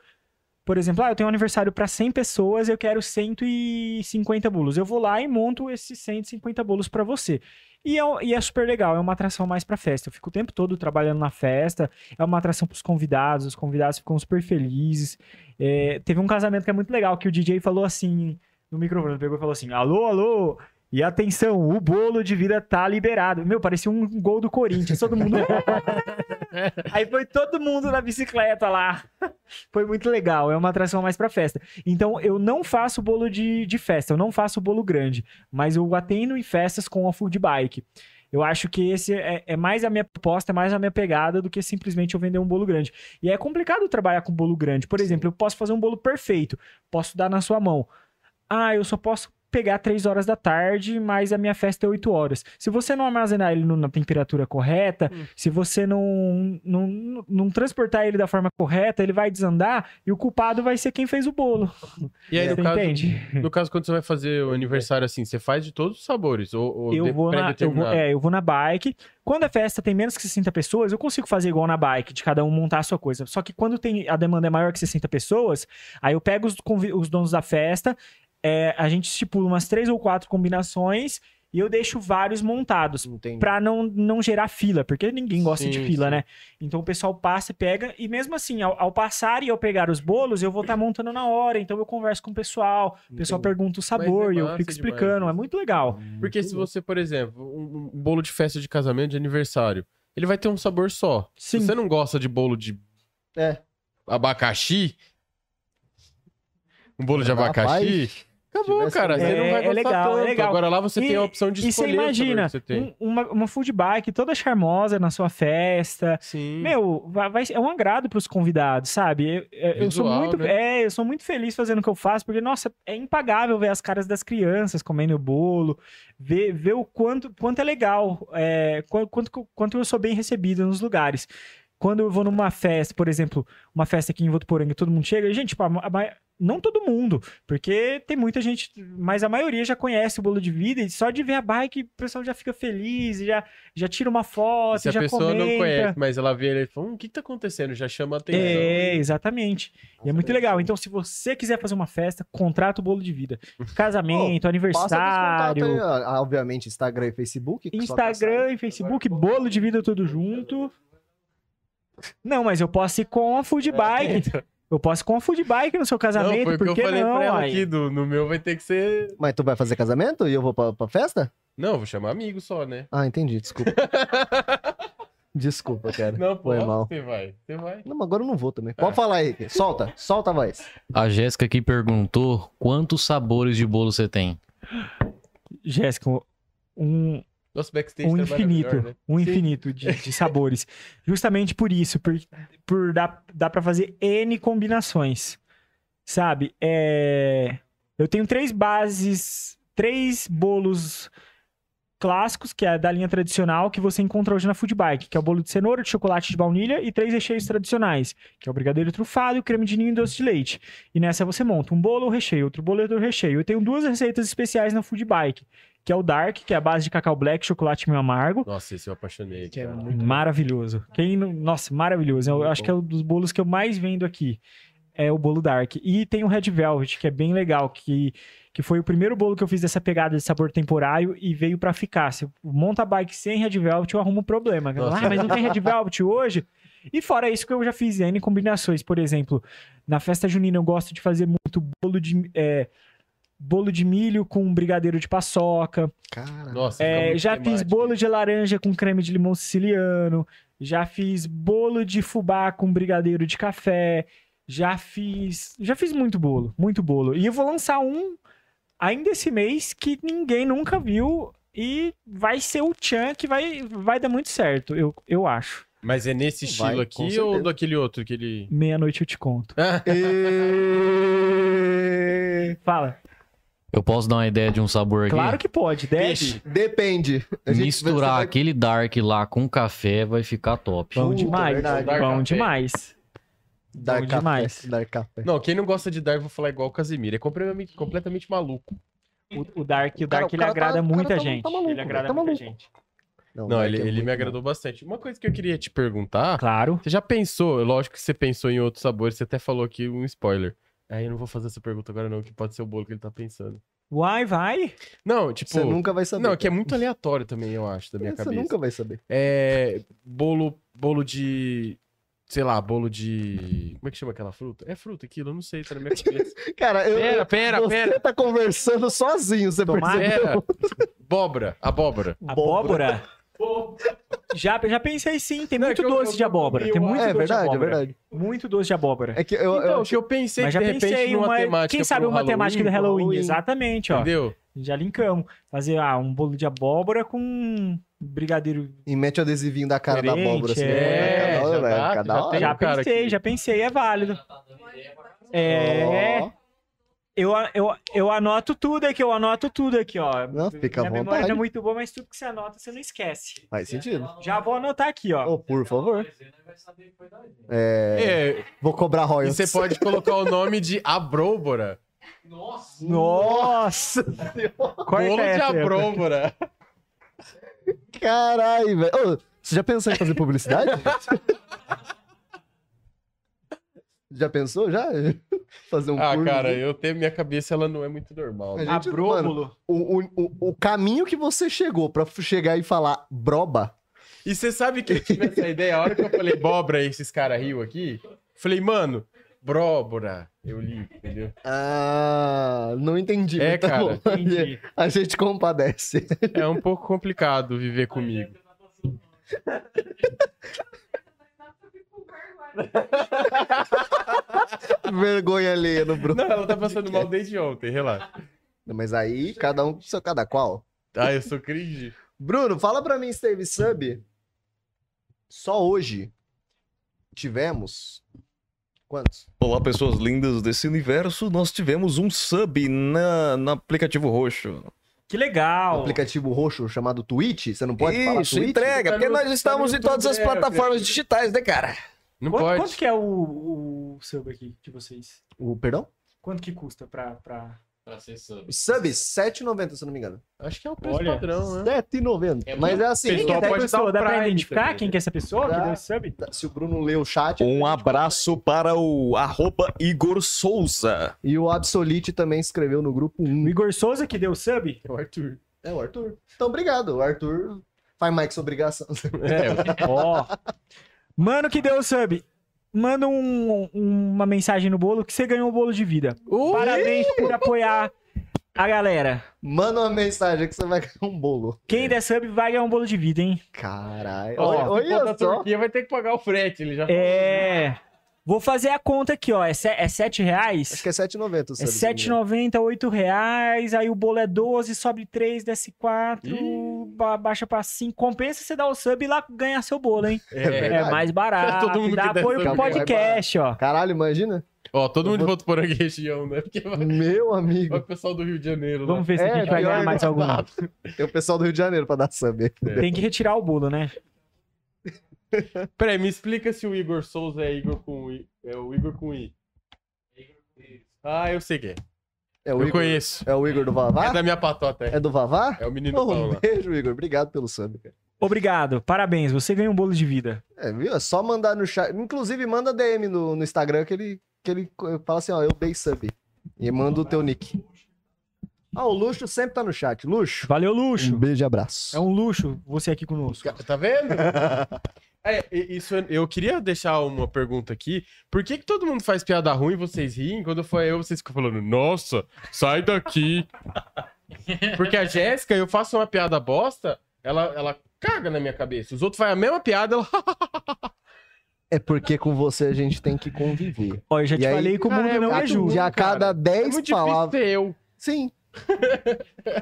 S2: por exemplo, ah, eu tenho um aniversário para 100 pessoas, eu quero 150 bolos. Eu vou lá e monto esses 150 bolos para você. E é, um- e é super legal, é uma atração mais pra festa. Eu fico o tempo todo trabalhando na festa, é uma atração pros convidados, os convidados ficam super felizes. É, teve um casamento que é muito legal, que o DJ falou assim no microfone, pegou e falou assim: alô, alô! E atenção, o bolo de vida tá liberado. Meu, parecia um gol do Corinthians. Todo mundo. Aí foi todo mundo na bicicleta lá. Foi muito legal. É uma atração mais pra festa. Então, eu não faço bolo de, de festa. Eu não faço bolo grande. Mas eu atendo em festas com a food bike. Eu acho que esse é, é mais a minha proposta, é mais a minha pegada do que simplesmente eu vender um bolo grande. E é complicado trabalhar com bolo grande. Por exemplo, eu posso fazer um bolo perfeito. Posso dar na sua mão. Ah, eu só posso pegar 3 horas da tarde, mas a minha festa é 8 horas. Se você não armazenar ele no- na temperatura correta,
S1: Hum.
S2: se você não, não, não transportar ele da forma correta, ele vai desandar e o culpado vai ser quem fez o bolo.
S1: E aí, É, no
S2: É. Você
S1: caso,
S2: entende?
S1: no caso, quando você vai fazer o aniversário assim, você faz de todos os sabores? Ou, ou de-
S2: Eu vou, na, eu, vou,
S1: pré-determinado?
S2: é, eu vou na bike. Quando a festa tem menos que 60 pessoas, eu consigo fazer igual na bike, de cada um montar a sua coisa. Só que quando tem a demanda é maior que 60 pessoas, aí eu pego os, convi- os donos da festa, é, a gente estipula umas três ou quatro combinações e eu deixo vários montados.
S3: Entendi.
S2: Pra não, não gerar fila, porque ninguém gosta de
S1: Sim,
S2: fila,
S1: sim.
S2: né? Então o pessoal passa e pega, e mesmo assim, ao, ao passar e ao pegar os bolos, eu vou estar montando na hora, então eu converso com o pessoal, o pessoal
S1: Entendi.
S2: pergunta
S1: é
S2: o sabor, e eu
S1: massa
S2: fico
S1: demais
S2: explicando,
S1: isso.
S2: é muito legal.
S1: Porque se você, por exemplo, um, um bolo de festa de casamento, de aniversário, ele vai ter um sabor só.
S2: Sim.
S1: Se você não gosta de bolo de
S3: É.
S1: abacaxi, um bolo de
S3: Rapaz,
S1: abacaxi, acabou,
S3: tivesse
S1: cara.
S3: um-
S1: Você não
S2: É,
S1: vai
S2: é
S1: gostar
S2: legal, é
S1: tanto.
S2: legal.
S1: Agora lá você tem a opção de
S2: e você
S1: escolher o sabor
S2: imagina,
S1: que você tem.
S2: um- uma, uma food bike toda charmosa na sua festa.
S1: Sim.
S2: Meu, vai, vai- é um agrado pros convidados, sabe? Eu, eu- eu sou
S1: Visual,
S2: muito,
S1: né?
S2: é, eu sou muito feliz fazendo o que eu faço, porque, nossa, é impagável ver as caras das crianças comendo o bolo, ver, ver o quanto, quanto é legal, é, qu- quanto, quanto, eu sou bem recebido nos lugares. Quando eu vou numa festa, por exemplo, uma festa aqui em Votuporanga, todo mundo chega, e, gente, tipo, a ma- a ma- não todo mundo, porque tem muita gente, mas a maioria já conhece o bolo de vida e só de ver a bike o pessoal já fica feliz, e já, já tira uma foto,
S1: se a
S2: já
S1: pessoa
S2: comenta.
S1: não conhece, mas ela vê ele e fala, hum, o que que tá acontecendo? Já chama a atenção.
S2: É, exatamente. E é muito legal. Então, se você quiser fazer uma festa, contrata o bolo de vida. Casamento,
S3: Passa dos contatos aí,
S2: aniversário,
S3: ó. Ah, obviamente, Instagram e Facebook. que só tá caçar.
S2: Instagram e Facebook, bolo de vida tudo junto. Não, mas eu posso ir com a
S3: É,
S2: food bike. Eu posso ir com a food bike no seu
S1: Não,
S2: casamento,
S1: foi o
S2: por
S1: que eu
S2: que
S1: falei
S2: não?
S1: pra ela
S2: aí?
S1: aqui, do, no meu vai ter que ser...
S3: Mas tu vai fazer casamento e eu vou pra, pra festa?
S1: Não, eu vou chamar amigo só, né?
S3: Ah, entendi. Desculpa. Desculpa, cara.
S1: Não, pô,
S3: É, Foi mal.
S1: você vai, você vai.
S3: Não, mas agora eu não vou também. Pode falar aí. Solta. Solta a voz.
S4: A Jéssica aqui perguntou quantos sabores de bolo você tem.
S2: Jéssica, um,
S1: Nosso backstage
S2: um
S1: trabalha
S2: infinito,
S1: melhor, né?
S2: um infinito de, de sabores. Justamente por isso, por, por dá, dá para fazer N combinações. Sabe? É, eu tenho três bases, três bolos clássicos, que é da linha tradicional, que você encontra hoje na Food Bike, que é o bolo de cenoura, de chocolate de baunilha e três recheios tradicionais, que é o brigadeiro trufado, creme de ninho e doce de leite. E nessa você monta um bolo ou recheio, outro bolo ou recheio. Eu tenho duas receitas especiais na Food Bike, que é o Dark, que é a base de cacau black, chocolate meio amargo,
S1: Nossa, esse eu apaixonei.
S3: Que é
S1: cara.
S2: Maravilhoso. Quem não- Nossa, maravilhoso. Eu
S1: Muito
S2: acho
S1: bom.
S2: que é um dos bolos que eu mais vendo aqui. É o bolo Dark. E tem o Red Velvet, que é bem legal, que, que foi o primeiro bolo que eu fiz dessa pegada de sabor temporário e veio pra ficar. Se eu monta a bike sem Red Velvet, eu arrumo um problema.
S1: Nossa.
S2: Ah, mas não tem Red Velvet hoje? E fora isso que eu já fiz N combinações, por exemplo, na festa junina eu gosto de fazer muito bolo de é, bolo de milho com brigadeiro de paçoca,
S3: Cara.
S1: Nossa,
S2: é,
S1: fica muito
S2: já fiz
S1: temático.
S2: bolo de laranja com creme de limão siciliano, já fiz bolo de fubá com brigadeiro de café, já fiz, já fiz muito bolo, muito bolo. E eu vou lançar um ainda esse mês que ninguém nunca viu e vai ser o Chan que vai, vai dar muito certo, eu, eu acho.
S1: Mas é nesse estilo
S3: Vai, com
S1: aqui
S3: certeza.
S1: ou daquele outro que ele. Ah,
S2: Meia-noite eu te conto.
S3: E-
S2: Fala.
S4: Eu posso dar uma ideia de um sabor aqui?
S2: Claro que pode, deve.
S1: Peixe.
S3: Depende. A gente- você
S4: Misturar
S3: vai-
S4: aquele dark lá com café vai ficar top.
S2: Bom
S3: Puta,
S1: é
S2: demais,
S3: verdade.
S2: bom
S1: Café.
S2: demais.
S3: Dar
S2: Bom
S3: café.
S2: demais.
S3: Dar café.
S1: Não, quem não gosta de Dark, vou falar igual o Casimiro. É completamente, completamente maluco.
S2: O, o Dark,
S3: Cara,
S2: o Dark
S3: o
S2: ele
S3: cara tá-
S2: agrada
S3: o cara
S2: muita
S3: tá-
S2: gente.
S3: tá maluco,
S2: ele agrada
S3: tá
S2: muita
S3: maluco.
S2: gente.
S1: Não,
S3: Dark
S1: ele,
S3: é
S1: ele
S3: muito
S1: me
S3: bom.
S1: agradou bastante. Uma coisa que eu queria te perguntar:
S2: Claro.
S1: você já pensou? é Lógico que você pensou em outro sabor, você até falou aqui um spoiler. Aí eu não vou fazer essa pergunta agora, não, que pode ser o bolo que ele tá pensando.
S2: Uai, vai.
S1: Não, tipo.
S3: Você nunca vai saber.
S1: Não, é que é muito aleatório também, eu acho, da minha
S3: Você
S1: cabeça.
S3: nunca vai saber.
S1: É. Bolo, bolo de. Sei lá, bolo de. Como é que chama aquela fruta? É fruta aquilo, eu não sei, tá na minha cabeça.
S3: Cara, eu.
S1: Pera, pera,
S3: você
S1: pera.
S3: tá conversando sozinho, você
S2: Tomate.
S3: percebeu?
S1: Pera. É, Abóbora, abóbora.
S2: Abóbora. já, já pensei sim, tem
S1: Não, é
S2: muito
S1: que eu-
S2: doce
S1: eu-
S2: de
S1: eu
S2: abóbora.
S1: comi
S2: Tem
S1: uma-
S2: muito
S3: É
S2: doce de
S3: verdade, é
S2: abóbora.
S3: verdade.
S2: Muito doce de abóbora.
S3: É que eu, eu-
S1: Então, o que eu pensei
S2: Mas
S1: que
S2: já
S1: de repente
S2: pensei em
S1: numa
S2: uma.
S1: temática.
S2: Quem sabe
S1: pro
S2: uma temática do
S1: Halloween,
S2: Halloween?
S3: Halloween.
S2: Exatamente, ó.
S1: Entendeu?
S2: Já linkamos. Fazer ah, um bolo de abóbora com brigadeiro.
S3: E mete o adesivinho da cara da
S2: Diferente,
S3: abóbora. Assim,
S1: é,
S3: cada hora,
S1: já
S3: velho,
S1: dá,
S3: cada
S1: já
S3: hora.
S1: tem.
S2: Já
S1: um cara
S2: pensei,
S1: que-
S2: já pensei, é válido. É.
S3: Ó,
S2: Eu, a- eu, eu anoto tudo aqui, eu anoto tudo aqui, ó.
S3: Não, fica à
S2: Minha memória
S3: vontade.
S2: não é muito boa, mas tudo que você anota, você não esquece.
S3: Faz sentido.
S2: Já vou anotar aqui, ó.
S3: Oh, por favor. É,
S1: É,
S3: vou cobrar
S1: e
S3: royalties.
S1: você pode colocar o nome de Abrôbora.
S4: Nossa!
S2: Nossa! Corta
S1: Bolo de
S2: essa, Eco.
S1: Abrôbora.
S3: Caralho, velho. Ô, você já pensou em fazer publicidade? já pensou? Já? Fazer um
S1: Ah,
S3: curso?
S1: cara, eu tenho minha cabeça, ela não é muito normal. né?
S3: A gente-
S2: Abróbulo.
S3: O, o- o- o caminho que você chegou pra chegar e falar broba,
S1: E você sabe que eu tive essa ideia? A hora que eu falei Bobra e esses caras riu aqui, falei, mano, Bróbora. Eu li, entendeu?
S3: ah, não entendi.
S1: É,
S3: mas tá
S1: cara.
S3: bom.
S2: Entendi.
S3: A gente compadece.
S1: É um pouco complicado viver comigo.
S3: Vergonha alheia no Bruno.
S1: Não, ela tá passando mal desde ontem, relaxa.
S3: Mas aí, cada um com seu cada qual.
S1: Ah, eu sou cringe.
S3: Bruno, fala pra mim se teve sub. Só hoje tivemos. Quantos?
S6: Olá, pessoas lindas desse universo. Nós tivemos um sub na, no aplicativo roxo.
S2: Que
S3: Um
S2: legal.
S3: aplicativo roxo chamado Twitch? Você não pode falar
S6: Isso,
S3: Twitch?
S6: entrega,
S1: Tá
S6: porque
S1: no-
S6: nós
S1: tá
S6: estamos
S1: no
S6: em todas as
S1: YouTube, é,
S6: plataformas
S1: Felipe.
S6: digitais, né, cara?
S1: Não
S2: Quanto,
S1: pode.
S2: quanto que é o, o sub aqui de vocês?
S3: O, perdão?
S2: Quanto que custa pra... pra...
S4: Pra ser sub.
S3: Sub, 7,90, se eu não me engano.
S1: Acho que é o preço
S2: Olha,
S1: padrão, né?
S3: 7,90.
S4: É
S3: Mas é assim,
S1: Pessoal,
S2: Quem que é essa
S1: pode dar
S2: pessoa?
S1: o
S2: Dá pra
S1: Prime
S2: identificar
S1: também,
S2: quem que é essa pessoa
S3: Dá.
S2: que deu esse sub?
S3: se o Bruno lê o chat.
S6: Um abraço para o arroba Igor Souza.
S3: E o Absolite também escreveu no grupo
S2: O
S3: 1.
S2: Igor Souza que deu o sub?
S1: É o Arthur.
S3: É o Arthur. Então, obrigado. O Arthur faz mais que sua obrigação.
S1: É,
S2: Ó. Mano que deu o sub. Manda um- uma mensagem no bolo que você ganhou o bolo de vida.
S1: o...
S2: Parabéns por apoiar a galera.
S3: Manda uma mensagem que você vai ganhar um bolo.
S2: Quem der sub vai ganhar um bolo de vida, hein?
S3: Caralho.
S1: Ó,
S3: Olha,
S1: se for da
S3: olha só.
S1: Turquia vai ter que pagar o frete, ele já
S2: É. Vou fazer a conta aqui, ó. É, se, é 7
S3: Acho
S2: reais?
S3: que é 7,90. o
S2: É
S3: sub, se não me engano.
S2: 7,90, 8 reais. Aí o bolo é 12, sobe 3, desce 4, ba- baixa pra 5. Compensa você dar o sub e lá ganhar seu bolo, hein?
S1: É,
S3: verdade.
S2: É mais barato.
S1: Todo mundo
S2: dá
S1: que der
S2: apoio pro
S1: sub ganha.
S2: podcast, ó.
S3: Caralho, imagina.
S1: Ó, todo
S3: Eu
S1: mundo
S3: vou-
S1: votou por aqui região, né? Porque vai...
S3: Meu
S1: vai
S3: amigo.
S1: o pessoal do Rio de Janeiro lá.
S2: Vamos ver se a
S3: É,
S2: gente vai
S3: pior
S2: ganhar mais
S3: que-
S2: alguma.
S3: Tem o pessoal do Rio de Janeiro pra dar sub.
S2: Tem que retirar o bolo, né?
S1: Peraí, me explica se o Igor Souza é Igor com I. É o Igor com I. É Ah, eu sei quem. é.
S3: É o
S1: Eu
S3: Igor,
S1: conheço.
S3: é o Igor do
S1: É
S3: Vavá?
S1: da minha patota, é.
S3: É do Vavá?
S1: É o menino
S3: Pô,
S1: Paulo
S3: um
S1: lá.
S3: beijo, Igor. Obrigado pelo sub, cara.
S2: Obrigado. Parabéns. Você ganhou um bolo de vida.
S3: É, viu? É só mandar no chat. Inclusive, manda DM no, no Instagram que ele, que ele co- fala assim, ó, eu dei sub. E manda o teu nick. Ah, o Luxo sempre tá no chat. Luxo.
S2: Valeu, luxo.
S3: Um beijo e
S2: É
S3: abraço.
S2: um luxo você aqui conosco.
S1: Ca- Tá vendo? É, e- isso eu- eu queria deixar uma pergunta aqui. Por que, que todo mundo faz piada ruim e vocês riem? Quando for eu, vocês ficam falando, nossa, sai daqui. Porque a Jéssica, eu faço uma piada bosta, ela, ela caga na minha cabeça. Os outros fazem a mesma piada, ela.
S3: É porque com você a gente tem que conviver.
S2: Ó, eu já
S3: E
S2: te
S3: aí-
S2: falei que o
S1: Cara,
S2: mundo
S1: é
S2: não
S3: a,
S2: é justo.
S3: de a cada
S1: É
S3: 10
S1: muito difícil
S3: palavras.
S1: ser eu.
S3: Sim.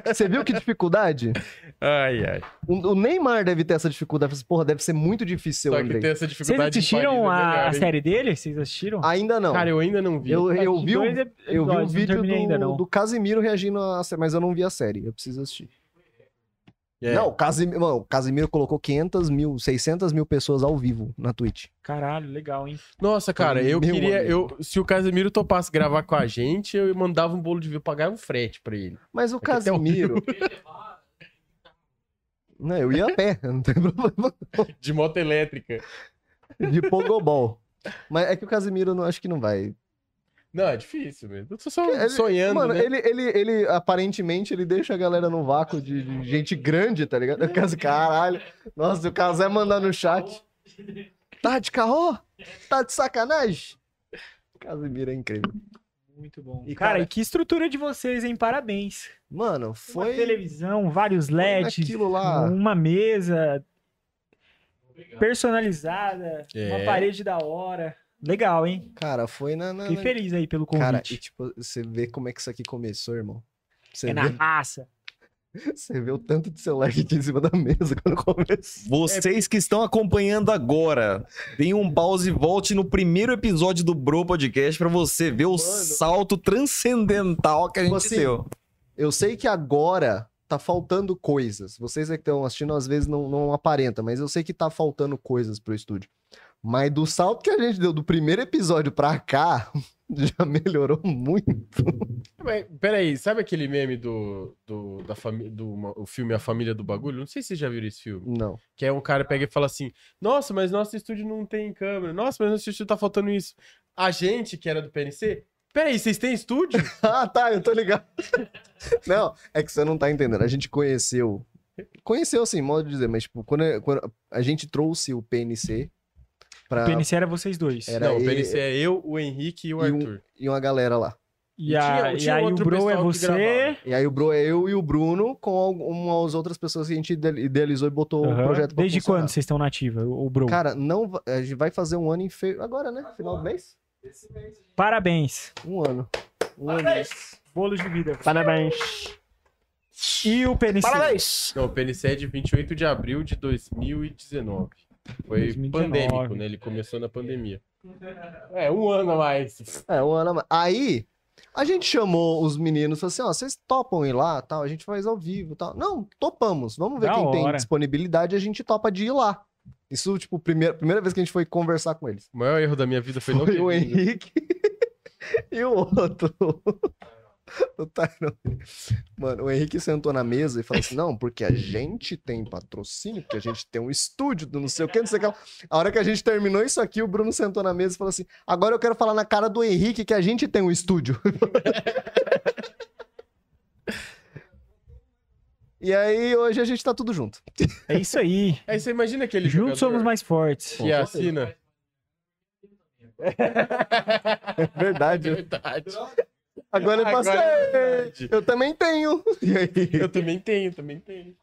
S3: Você viu que dificuldade?
S1: Ai, ai.
S3: O, o Neymar deve ter essa dificuldade. Fala assim, Porra, deve ser muito difícil,
S1: Só que
S3: André.
S1: tem essa
S2: Vocês
S1: dificuldade. de
S2: assistiram
S1: Paris, é
S2: a,
S1: melhor,
S2: a
S1: hein?
S2: série dele? Vocês assistiram?
S3: Ainda não.
S1: Cara, eu ainda não vi.
S3: Ah, eu, eu
S2: assisti
S3: vi o
S2: dois ep-
S3: Eu vi um
S2: episódios, não
S3: vídeo do,
S2: terminei ainda, não.
S3: do Casimiro reagindo a série, mas eu não vi a série. Eu preciso assistir.
S1: É.
S3: Não, o Casimiro, mano, o Casimiro colocou 500 mil, 600 mil pessoas ao vivo na Twitch.
S2: Caralho, legal, hein?
S1: Nossa, cara, eu
S3: Meu
S1: queria.
S3: amigo.
S1: Eu, se o Casemiro topasse gravar com a gente, eu mandava um bolo de vinho, pagar um frete pra ele.
S3: Mas o
S1: que até o
S3: Casimiro. um Não, eu ia a pé, não tem problema.
S1: De moto elétrica.
S3: De pogobol. Mas é que o Casimiro não, acho que não vai.
S1: Não, é difícil mesmo. Eu tô só
S3: Ele-
S1: sonhando,
S3: Mano,
S1: né?
S3: ele, ele, ele aparentemente ele deixa a galera num vácuo de, de gente grande, tá ligado? Eu caso, caralho. Nossa, o Casé mandar no chat. Tá de carro? Tá de sacanagem? Casimiro é incrível.
S2: Muito bom.
S3: E,
S2: cara,
S3: cara-
S2: e que estrutura de vocês, hein? Parabéns.
S3: Mano,
S2: Uma
S3: foi
S2: televisão, vários LEDs,
S3: aquilo lá.
S2: uma mesa personalizada,
S1: É.
S2: uma parede da hora. Legal, hein?
S3: Cara, foi na. na-
S2: Fiquei
S3: na-
S2: feliz aí pelo
S3: Ah, né? Cara,
S2: convite.
S3: e tipo, você vê como é que isso aqui começou, irmão. Você
S2: é na
S3: vê?
S2: raça.
S3: Você vê o tanto de celular que tinha em cima da mesa quando começou.
S6: Vocês que estão acompanhando agora, deem um pause e volte no primeiro episódio do Bro Podcast pra você ver o salto transcendental que a gente
S3: Assim,
S6: deu.
S3: Eu sei que agora tá faltando coisas. Vocês é que estão assistindo, às vezes não, não aparenta, mas eu sei que tá faltando coisas pro estúdio. Mas do salto que a gente deu do primeiro episódio pra cá, já melhorou muito.
S1: Mas, Peraí, sabe aquele meme do, do, da fami- do uma- o filme A Família do Bagulho? Não sei se vocês já viram esse filme.
S3: Não.
S1: Que é um cara pega e fala assim: Nossa, mas nosso estúdio não tem câmera. Nossa, mas nosso estúdio tá faltando isso. A gente, que era do PNC, peraí, vocês têm estúdio?
S3: Ah, tá, eu tô ligado. Não, é que você não tá entendendo. A gente conheceu. Conheceu, assim, modo de dizer, mas, tipo, quando, quando a gente trouxe o PNC pra.
S2: O PNC era vocês dois.
S3: Ah, Era
S1: não, o
S3: ele-
S1: PNC é eu, o Henrique e o
S3: e um-
S1: Arthur.
S3: E uma galera lá.
S2: E, a-
S1: tinha-
S2: e
S1: tinha
S2: aí o
S1: outro
S2: Bro é
S1: pessoal que
S2: você.
S1: gravava.
S3: E aí o Bro é eu e o Bruno com algumas outras pessoas que a gente ide- idealizou e botou o
S2: Aham.
S3: projeto pra
S2: Desde
S3: funcionar.
S2: quando vocês estão na ativa, o o Bro?
S3: Cara, não va- a gente vai fazer um ano em feio agora, né? Final do mês?
S5: Esse mês, gente.
S2: Parabéns.
S3: Um ano. Um ano.
S2: Bolos de vida. Parabéns. E o PNC?
S1: Não, o PNC é de 28 de abril de 2019. Foi
S2: 2019.
S1: pandêmico, né? Ele começou na pandemia. É, um ano a mais.
S3: É, um ano. a mais. Aí a gente chamou os meninos, falou assim, ó, vocês topam ir lá, tal, a gente faz ao vivo, tal. Não, topamos. Vamos ver
S2: Da
S3: quem tem
S2: hora.
S3: disponibilidade, a gente topa de ir lá. Isso, tipo, primeira primeira vez que a gente foi conversar com eles.
S1: O maior erro da minha vida foi não
S3: Foi
S1: ter
S3: o
S1: vindo.
S3: Henrique e o outro. O Tyrone. Mano, o Henrique sentou na mesa e falou assim: não, porque a gente tem patrocínio, porque a gente tem um estúdio do não sei o que, não sei o que. lá." A hora que a gente terminou isso aqui, o Bruno sentou na mesa e falou assim: agora eu quero falar na cara do Henrique que a gente tem um estúdio. E aí, hoje a gente tá tudo junto.
S2: É isso aí.
S1: Aí você imagina aquele jogador
S2: Juntos somos mais fortes.
S1: que assina.
S3: Verdade.
S1: É Verdade.
S3: Agora eu posso.
S1: Agora é verdade.
S3: Eu também tenho. E aí?
S1: Eu também tenho, também tenho.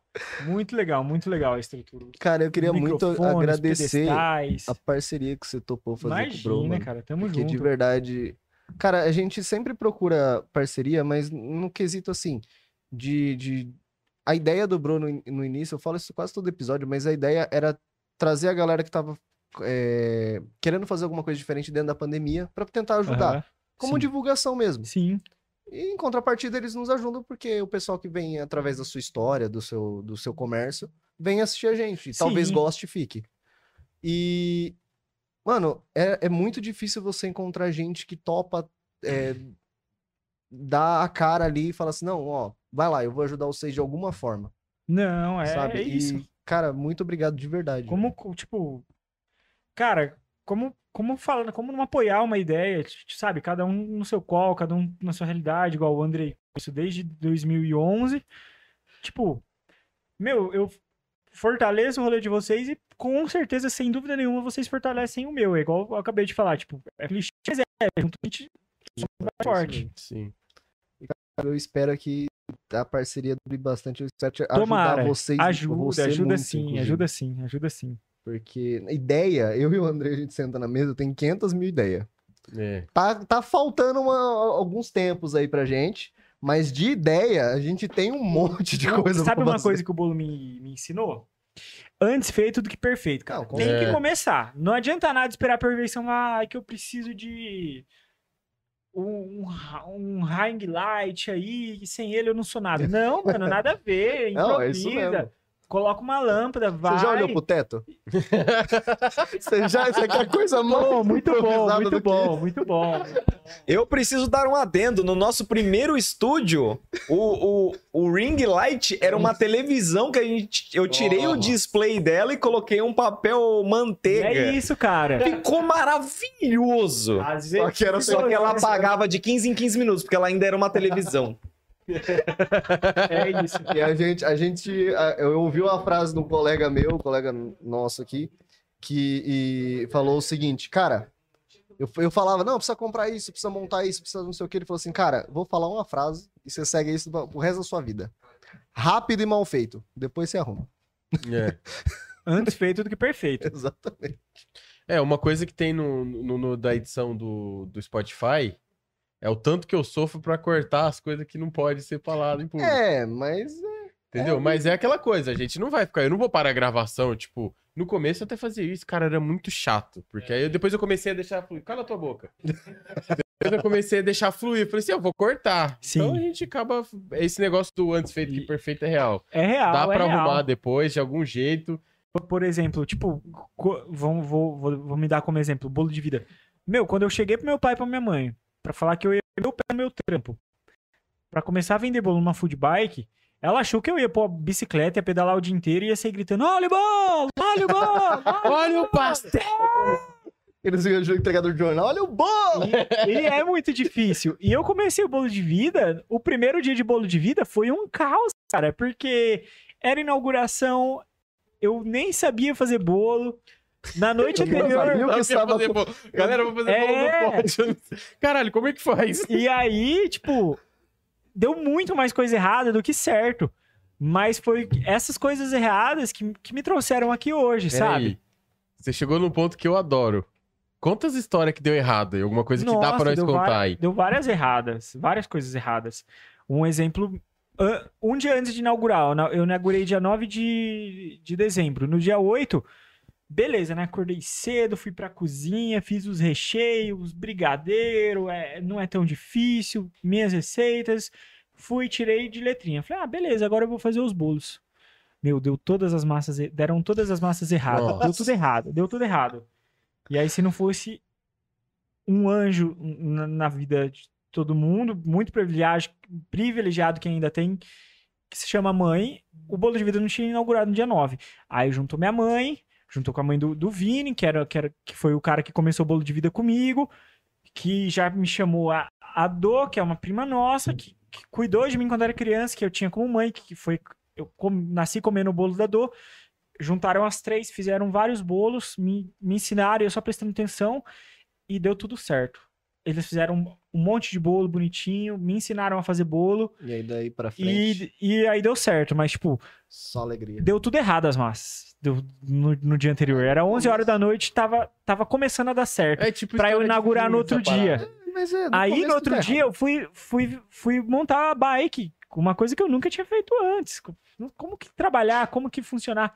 S2: Muito legal, muito legal a estrutura.
S3: Cara, eu queria muito
S2: Microfones,
S3: agradecer
S2: pedestais.
S3: a parceria que você topou fazer com o Bro,
S2: Imagina, né,
S3: mano.
S2: cara. Tamo
S3: Porque
S2: junto.
S3: de verdade... Cara, a gente sempre procura parceria, mas no quesito, assim, de... de... A ideia do Bruno in- no início, eu falo isso quase todo episódio, mas a ideia era trazer a galera que tava é, querendo fazer alguma coisa diferente dentro da pandemia pra tentar ajudar.
S2: Aham.
S3: Como
S2: Sim.
S3: divulgação mesmo.
S2: Sim.
S3: E em contrapartida, eles nos ajudam porque o pessoal que vem através da sua história, do seu, do seu comércio, vem assistir a gente. E
S2: Sim.
S3: Talvez goste e fique. E, mano, é, é muito difícil você encontrar gente que topa é, dar a cara ali e falar assim: não, ó, vai lá, eu vou ajudar vocês de alguma forma.
S2: Não, é,
S3: sabe?
S2: é isso.
S3: E, cara, muito obrigado de verdade.
S2: Como, co- tipo. Cara, como, como falando, como não apoiar uma ideia, t- t- sabe? Cada um no seu colo, cada um na sua realidade, igual o Andrei. Isso desde 2011. Tipo, meu, eu fortaleço o rolê de vocês e com certeza, sem dúvida nenhuma, vocês fortalecem o meu. É igual eu acabei de falar, tipo, é clichê, mas é, junto a gente somos mais forte.
S1: Sim.
S3: Eu espero que a parceria dure bastante. Eu espero te ajudar
S2: Tomara.
S3: vocês. você
S2: Ajuda, ajuda
S3: muito,
S2: sim,
S3: inclusive.
S2: ajuda sim, ajuda sim.
S3: Porque ideia, eu e o André, a gente senta na mesa, tem 500 mil ideias.
S1: É.
S3: Tá, tá faltando uma- alguns tempos aí pra gente, mas de ideia, a gente tem um monte de
S2: Não,
S3: coisa
S2: Sabe
S3: pra
S2: uma
S3: fazer.
S2: coisa que o bolo me, me ensinou? Antes feito do que perfeito, cara.
S3: Não, com
S2: Tem que
S1: certeza.
S2: começar. Não adianta nada esperar a perfeição. Ah, é que eu preciso de um, um ra- um hang light aí, e sem ele eu não sou nada. Não, mano, nada a ver.
S3: Não, é isso
S2: improvisa.
S3: mesmo.
S2: Coloca uma lâmpada, vai.
S3: Você já olhou pro teto? Você já... Isso aqui é a coisa
S2: Bom,
S3: mais
S2: muito bom,
S3: improvisada
S2: muito
S3: do que-
S2: bom, muito bom.
S6: Eu preciso dar um adendo. No nosso primeiro estúdio, o, o, o ring light era uma televisão que a gente, eu tirei o
S1: Toma.
S6: display dela e coloquei um papel
S2: E
S6: manteiga.
S2: é isso, cara.
S6: Ficou maravilhoso.
S2: Às
S3: Só que era
S6: Só que ela apagava de 15 em 15 minutos, porque ela ainda era uma televisão.
S2: É isso.
S3: E a gente, a gente, a- eu ouvi uma frase de um colega meu, um colega nosso aqui, que e falou o seguinte, cara, eu, eu falava, não, precisa comprar isso, precisa montar isso, precisa não sei o que. Ele falou assim, cara, vou falar uma frase e você segue isso pra- pro resto da sua vida. Rápido e mal feito. Depois você arruma.
S1: É.
S2: Antes feito do que perfeito.
S3: Exatamente.
S1: É, uma coisa que tem no, no- no- da edição do, do Spotify é o tanto que eu sofro pra cortar as coisas que não pode ser falado em público.
S3: É, mas
S1: Entendeu? Mas é
S2: uhum.
S1: aquela coisa, a gente não vai ficar. Eu não vou parar a gravação, tipo. No começo eu até fazia isso, cara, era muito chato. Porque
S2: É.
S1: aí eu- depois eu comecei a deixar fluir. Cala tua boca. depois eu comecei a deixar fluir. Falei assim, eu vou cortar.
S2: Sim.
S1: Então a gente acaba. Esse negócio do antes feito que perfeito é real.
S2: É real,
S1: Dá
S2: é
S1: pra
S2: real.
S1: arrumar depois, de algum jeito.
S2: Por- Por exemplo, tipo, co- vamos, vou, vou, vou me dar como exemplo, bolo de vida. Meu, quando eu cheguei pro meu pai e pra minha mãe, pra falar que eu ia meu pé no meu trampo, pra começar a vender bolo numa food bike, ela achou que eu ia pôr a bicicleta, ia pedalar o dia inteiro e ia sair gritando: olha o bolo, olha o bolo, olha o
S1: Olha o pastel!
S3: Ele se ganhou entregador de jornal. Olha o bolo!
S2: E é muito difícil. E eu comecei o bolo de vida. O primeiro dia de bolo de vida foi um caos, cara, porque era inauguração, eu nem sabia fazer bolo. Na noite
S3: Eu não
S2: anterior.
S3: sabia o que
S1: Não,
S3: estava
S1: fazer bolo. Galera, eu vou fazer
S2: É.
S1: bolo no pote. Caralho, como é que faz?
S2: E aí, tipo, deu muito mais coisa errada do que certo. Mas foi essas coisas erradas que, que me trouxeram aqui hoje, sabe?
S1: Peraí, Você chegou num ponto que eu adoro. Conta as histórias que deu errado e alguma coisa que dá
S2: Nossa,
S1: pra nós
S2: deu
S1: contar
S2: várias-
S1: aí.
S2: Deu várias erradas, várias coisas erradas. Um exemplo, ah, um dia antes de inaugurar, eu na- eu inaugurei dia 9 de, de dezembro. No dia 8, beleza, né? Acordei cedo, fui pra cozinha, fiz os recheios, brigadeiro, é, não é tão difícil, minhas receitas. Fui, tirei de letrinha. Falei, ah, beleza, agora eu vou fazer os bolos. Meu, deu todas as massas, e- deram todas as massas erradas. Deu
S1: Nossa.
S2: tudo errado, deu tudo errado. E aí, se não fosse um anjo na, na vida de todo mundo, muito privilegi- privilegiado que ainda tem, que se chama mãe, o bolo de vida não tinha inaugurado no dia 9. Aí juntou minha mãe, juntou com a mãe do, do Vini, que, era, que, era, que foi o cara que começou o bolo de vida comigo, que já me chamou a, a Dô, que é uma prima nossa, que, que cuidou de mim quando era criança, que eu tinha como mãe, que, que foi. Eu com- nasci comendo o bolo da Dô. Juntaram as três, fizeram vários bolos, me, me ensinaram, eu só prestando atenção, e deu tudo certo. Eles fizeram um monte de bolo bonitinho, me ensinaram a fazer bolo,
S3: E aí daí pra frente,
S2: e, e aí deu certo, mas tipo,
S3: só alegria.
S2: deu tudo errado as massas deu no, no dia anterior. Era 11 horas da noite, tava, tava começando a dar certo.
S1: É tipo
S2: Pra eu
S1: história de
S2: inaugurar
S1: filme,
S2: no outro
S1: essa parada.
S2: dia.
S3: Mas é,
S2: Aí
S3: começo
S2: no outro
S3: tudo
S2: dia
S3: errado.
S2: eu fui, fui, fui montar a bike, uma coisa que eu nunca tinha feito antes. Como que trabalhar, como que funcionar.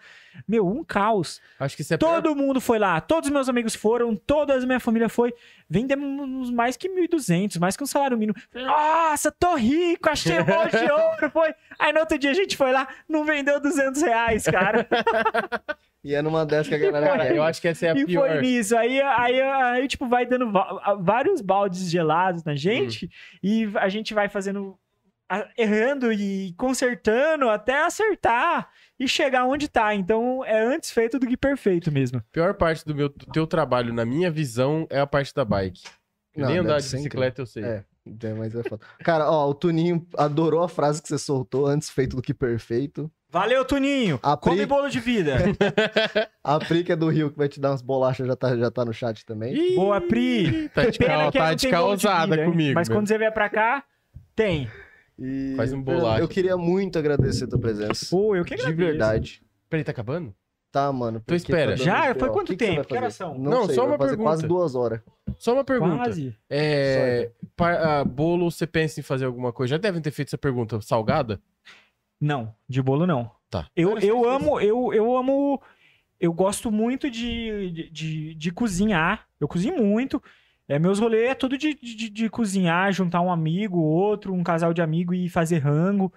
S2: Meu, um caos.
S1: Acho que isso é pior-
S2: Todo mundo foi lá, todos os meus amigos foram, toda a minha família foi. Vendemos mais que 1.200, mais que um salário mínimo. Nossa, tô rico, achei um monte de ouro, foi. Aí no outro dia a gente foi lá, não vendeu 200 reais, cara.
S3: E é numa dessas que a galera
S1: Cara,
S3: quer.
S1: eu acho que essa é a
S2: e
S1: pior.
S2: foi nisso. Aí, aí, aí, tipo, vai dando va- vários baldes gelados na gente e a gente vai fazendo, a- errando e consertando até acertar e chegar onde tá. Então é antes feito do que perfeito mesmo.
S1: pior parte do meu do teu trabalho, na minha visão, é a parte da bike. Eu
S3: Não,
S1: nem
S3: deve
S1: andar de
S3: ser
S1: bicicleta, eu sei.
S3: É. É, mas é foda. Cara, ó, o Tuninho adorou a frase que você soltou, antes feito do que perfeito.
S2: Valeu, Tuninho!
S3: A
S2: Come
S3: Pri-
S2: bolo de vida!
S3: A Pri, que é do Rio, que vai te dar umas bolachas, já tá, já tá no chat também.
S1: Ih,
S2: Boa, Pri.
S1: Tá de, cal, tá
S2: não
S1: de
S2: tem bolo de
S1: causada
S2: vida, hein?
S1: comigo.
S2: né? Mas
S1: meu.
S2: quando você vier pra cá, tem.
S3: E,
S1: Faz um
S3: Fernando,
S1: bolacha.
S3: Eu queria muito agradecer a tua presença.
S2: Pô, eu que
S3: de
S2: agradeço.
S3: verdade.
S1: Peraí, tá acabando?
S3: Tá, mano. porque
S1: espera.
S3: dando
S2: Já?
S3: muito
S2: Foi
S3: B.O.
S2: quanto
S3: O você
S2: tempo?
S3: vai
S2: Que
S3: fazer?
S2: horas são?
S3: Não,
S1: Não,
S3: sei,
S1: só
S3: eu vou
S1: uma
S3: fazer quase
S1: pergunta.
S3: duas horas.
S1: Só uma pergunta.
S2: Quase.
S1: É, pa- ah, bolo, você pensa em fazer alguma coisa? Já devem ter feito essa pergunta salgada?
S2: Não, de bolo não.
S1: Tá.
S2: Eu, eu amo, eu, eu amo. Eu gosto muito de, de- de, de cozinhar. Eu cozinho muito. É, meus rolês é tudo de, de, de cozinhar, juntar um amigo, outro, um casal de amigo e fazer rango.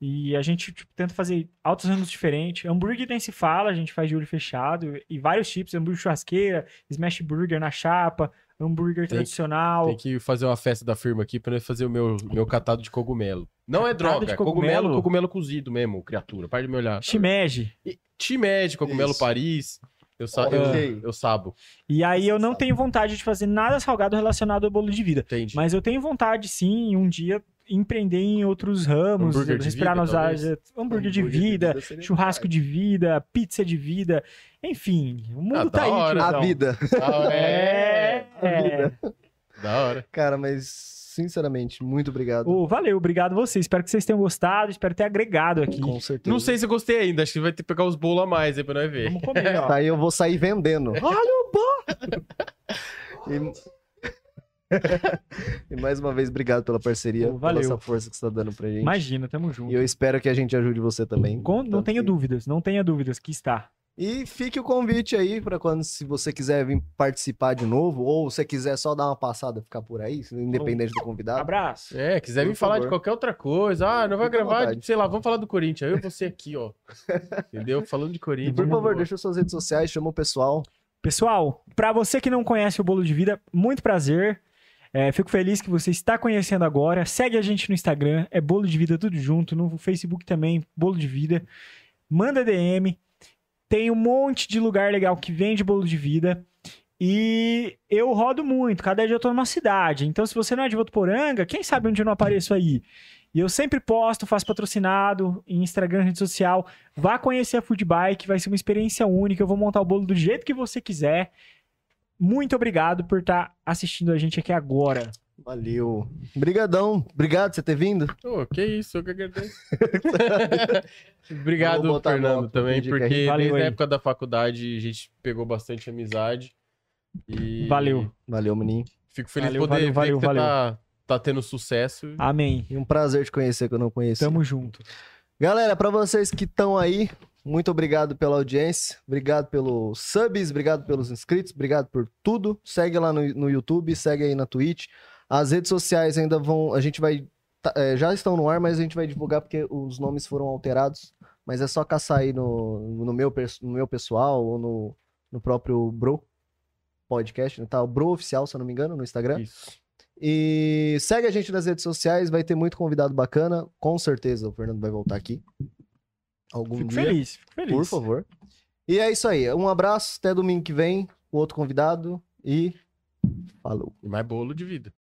S2: E a gente tipo, tenta fazer altos rangos diferentes. Hambúrguer nem se fala, a gente faz de olho fechado. E vários tipos, hambúrguer churrasqueira, smash burger na chapa, hambúrguer
S1: Tem-
S2: tradicional.
S1: Tem que fazer uma festa da firma aqui pra eu fazer o meu, meu catado de cogumelo. Não é
S2: Catado
S1: droga,
S2: de
S1: é cogumelo,
S2: cogumelo?
S1: cogumelo cozido mesmo, criatura. Para de me olhar.
S2: Shimeji.
S1: Chimé de cogumelo
S3: Isso.
S1: Paris. Eu, sa eu,
S3: Ok.
S1: eu sabo.
S2: E aí eu não tenho vontade de fazer nada salgado relacionado ao bolo de vida.
S1: Entendi.
S2: Mas eu tenho vontade, sim, um dia empreender em outros ramos,
S1: Hambúrguer de
S2: respirar
S1: vida,
S2: nas
S1: talvez?
S2: áreas, hambúrguer de vida,
S3: seria
S2: churrasco de vida, pizza de vida, enfim, o mundo
S1: Ah,
S2: tá
S1: da
S2: aí,
S1: hora.
S2: tiozão.
S3: A vida.
S1: Da hora.
S2: É,
S1: É,
S2: é.
S1: da hora.
S3: Cara, mas sinceramente, muito obrigado.
S2: Ô, valeu, obrigado vocês. Espero que vocês tenham gostado, espero ter agregado aqui.
S3: Com certeza.
S1: Não sei se eu gostei ainda, acho que vai ter que pegar os bolos a mais aí pra nós ver.
S2: Vamos comer, ó.
S3: Tá aí eu vou sair vendendo. Olha o bom! E mais uma vez, obrigado pela parceria,
S2: Pô, valeu.
S3: pela essa força que você tá dando pra gente.
S2: Imagina, tamo
S3: E
S2: junto.
S3: eu espero que a gente ajude você também.
S2: Com- não
S3: Tanto
S2: tenha
S3: que-
S2: dúvidas, não tenha dúvidas que está.
S3: E fique o convite aí pra quando, se você quiser vir participar de novo, ou se quiser só dar uma passada e ficar por aí, independente do convidado.
S2: Abraço.
S1: É, quiser
S3: Por
S1: me falar de
S3: favor.
S1: qualquer outra coisa. Ah, não vai
S3: Fica à
S1: gravar,
S3: vontade.
S1: sei lá, vamos falar do Corinthians. Aí eu vou ser aqui, ó. Entendeu? Falando de
S3: E
S1: Corinthians.
S3: por favor,
S1: Boa.
S3: deixa suas redes sociais, chama o pessoal.
S2: Pessoal, pra você que não conhece o Bolo de Vida, muito prazer. É, fico feliz que você está conhecendo agora. Segue a gente no Instagram, é Bolo de Vida tudo junto. No Facebook também, Bolo de Vida. Manda DM. Tem um monte de lugar legal que vende bolo de vida. E eu rodo muito, cada dia eu tô numa cidade. Então, se você não é de Votuporanga, quem sabe onde eu não apareço aí? E eu sempre posto, faço patrocinado em Instagram, rede social. Vá conhecer a Food Bike, vai ser uma experiência única. Eu vou montar o bolo do jeito que você quiser. Muito obrigado por estar assistindo a gente aqui agora.
S3: Valeu. Brigadão. Obrigado por você ter vindo.
S1: Ô, que isso, eu que agradeço.
S3: Eu vou
S1: Obrigado,
S3: botar a
S1: Fernando,
S3: nota,
S1: também,
S3: entendi que é a
S1: porque
S3: gente-
S1: desde
S2: Valeu
S1: a
S2: aí.
S1: época da faculdade a gente pegou bastante amizade. E
S2: Valeu.
S3: Valeu, menino.
S1: Fico feliz de
S2: Valeu,
S1: poder
S2: valeu,
S1: ver
S2: valeu,
S1: que você
S2: valeu.
S1: tá, tá tendo sucesso.
S2: Amém.
S3: E um prazer te conhecer que eu não conhecia.
S2: Tamo junto.
S3: Galera, pra vocês que estão aí, muito obrigado pela audiência, obrigado pelos subs, obrigado pelos inscritos, obrigado por tudo. Segue lá no, no YouTube, segue aí na Twitch. As redes sociais ainda vão, a gente vai, tá- é, já estão no ar, mas a gente vai divulgar porque os nomes foram alterados. Mas é só caçar aí no, no, meu, pers- no meu pessoal ou no, no próprio Bro Podcast, né? tá? O Bro Oficial, se eu não me engano, no Instagram.
S1: Isso.
S3: E segue a gente nas redes sociais, vai ter muito convidado bacana. Com certeza o Fernando vai voltar aqui. Algum
S2: Fico
S3: dia,
S2: feliz, fico feliz.
S3: por favor. E é isso aí. Um abraço, até domingo que vem, o outro convidado e falou.
S1: E mais bolo de vida.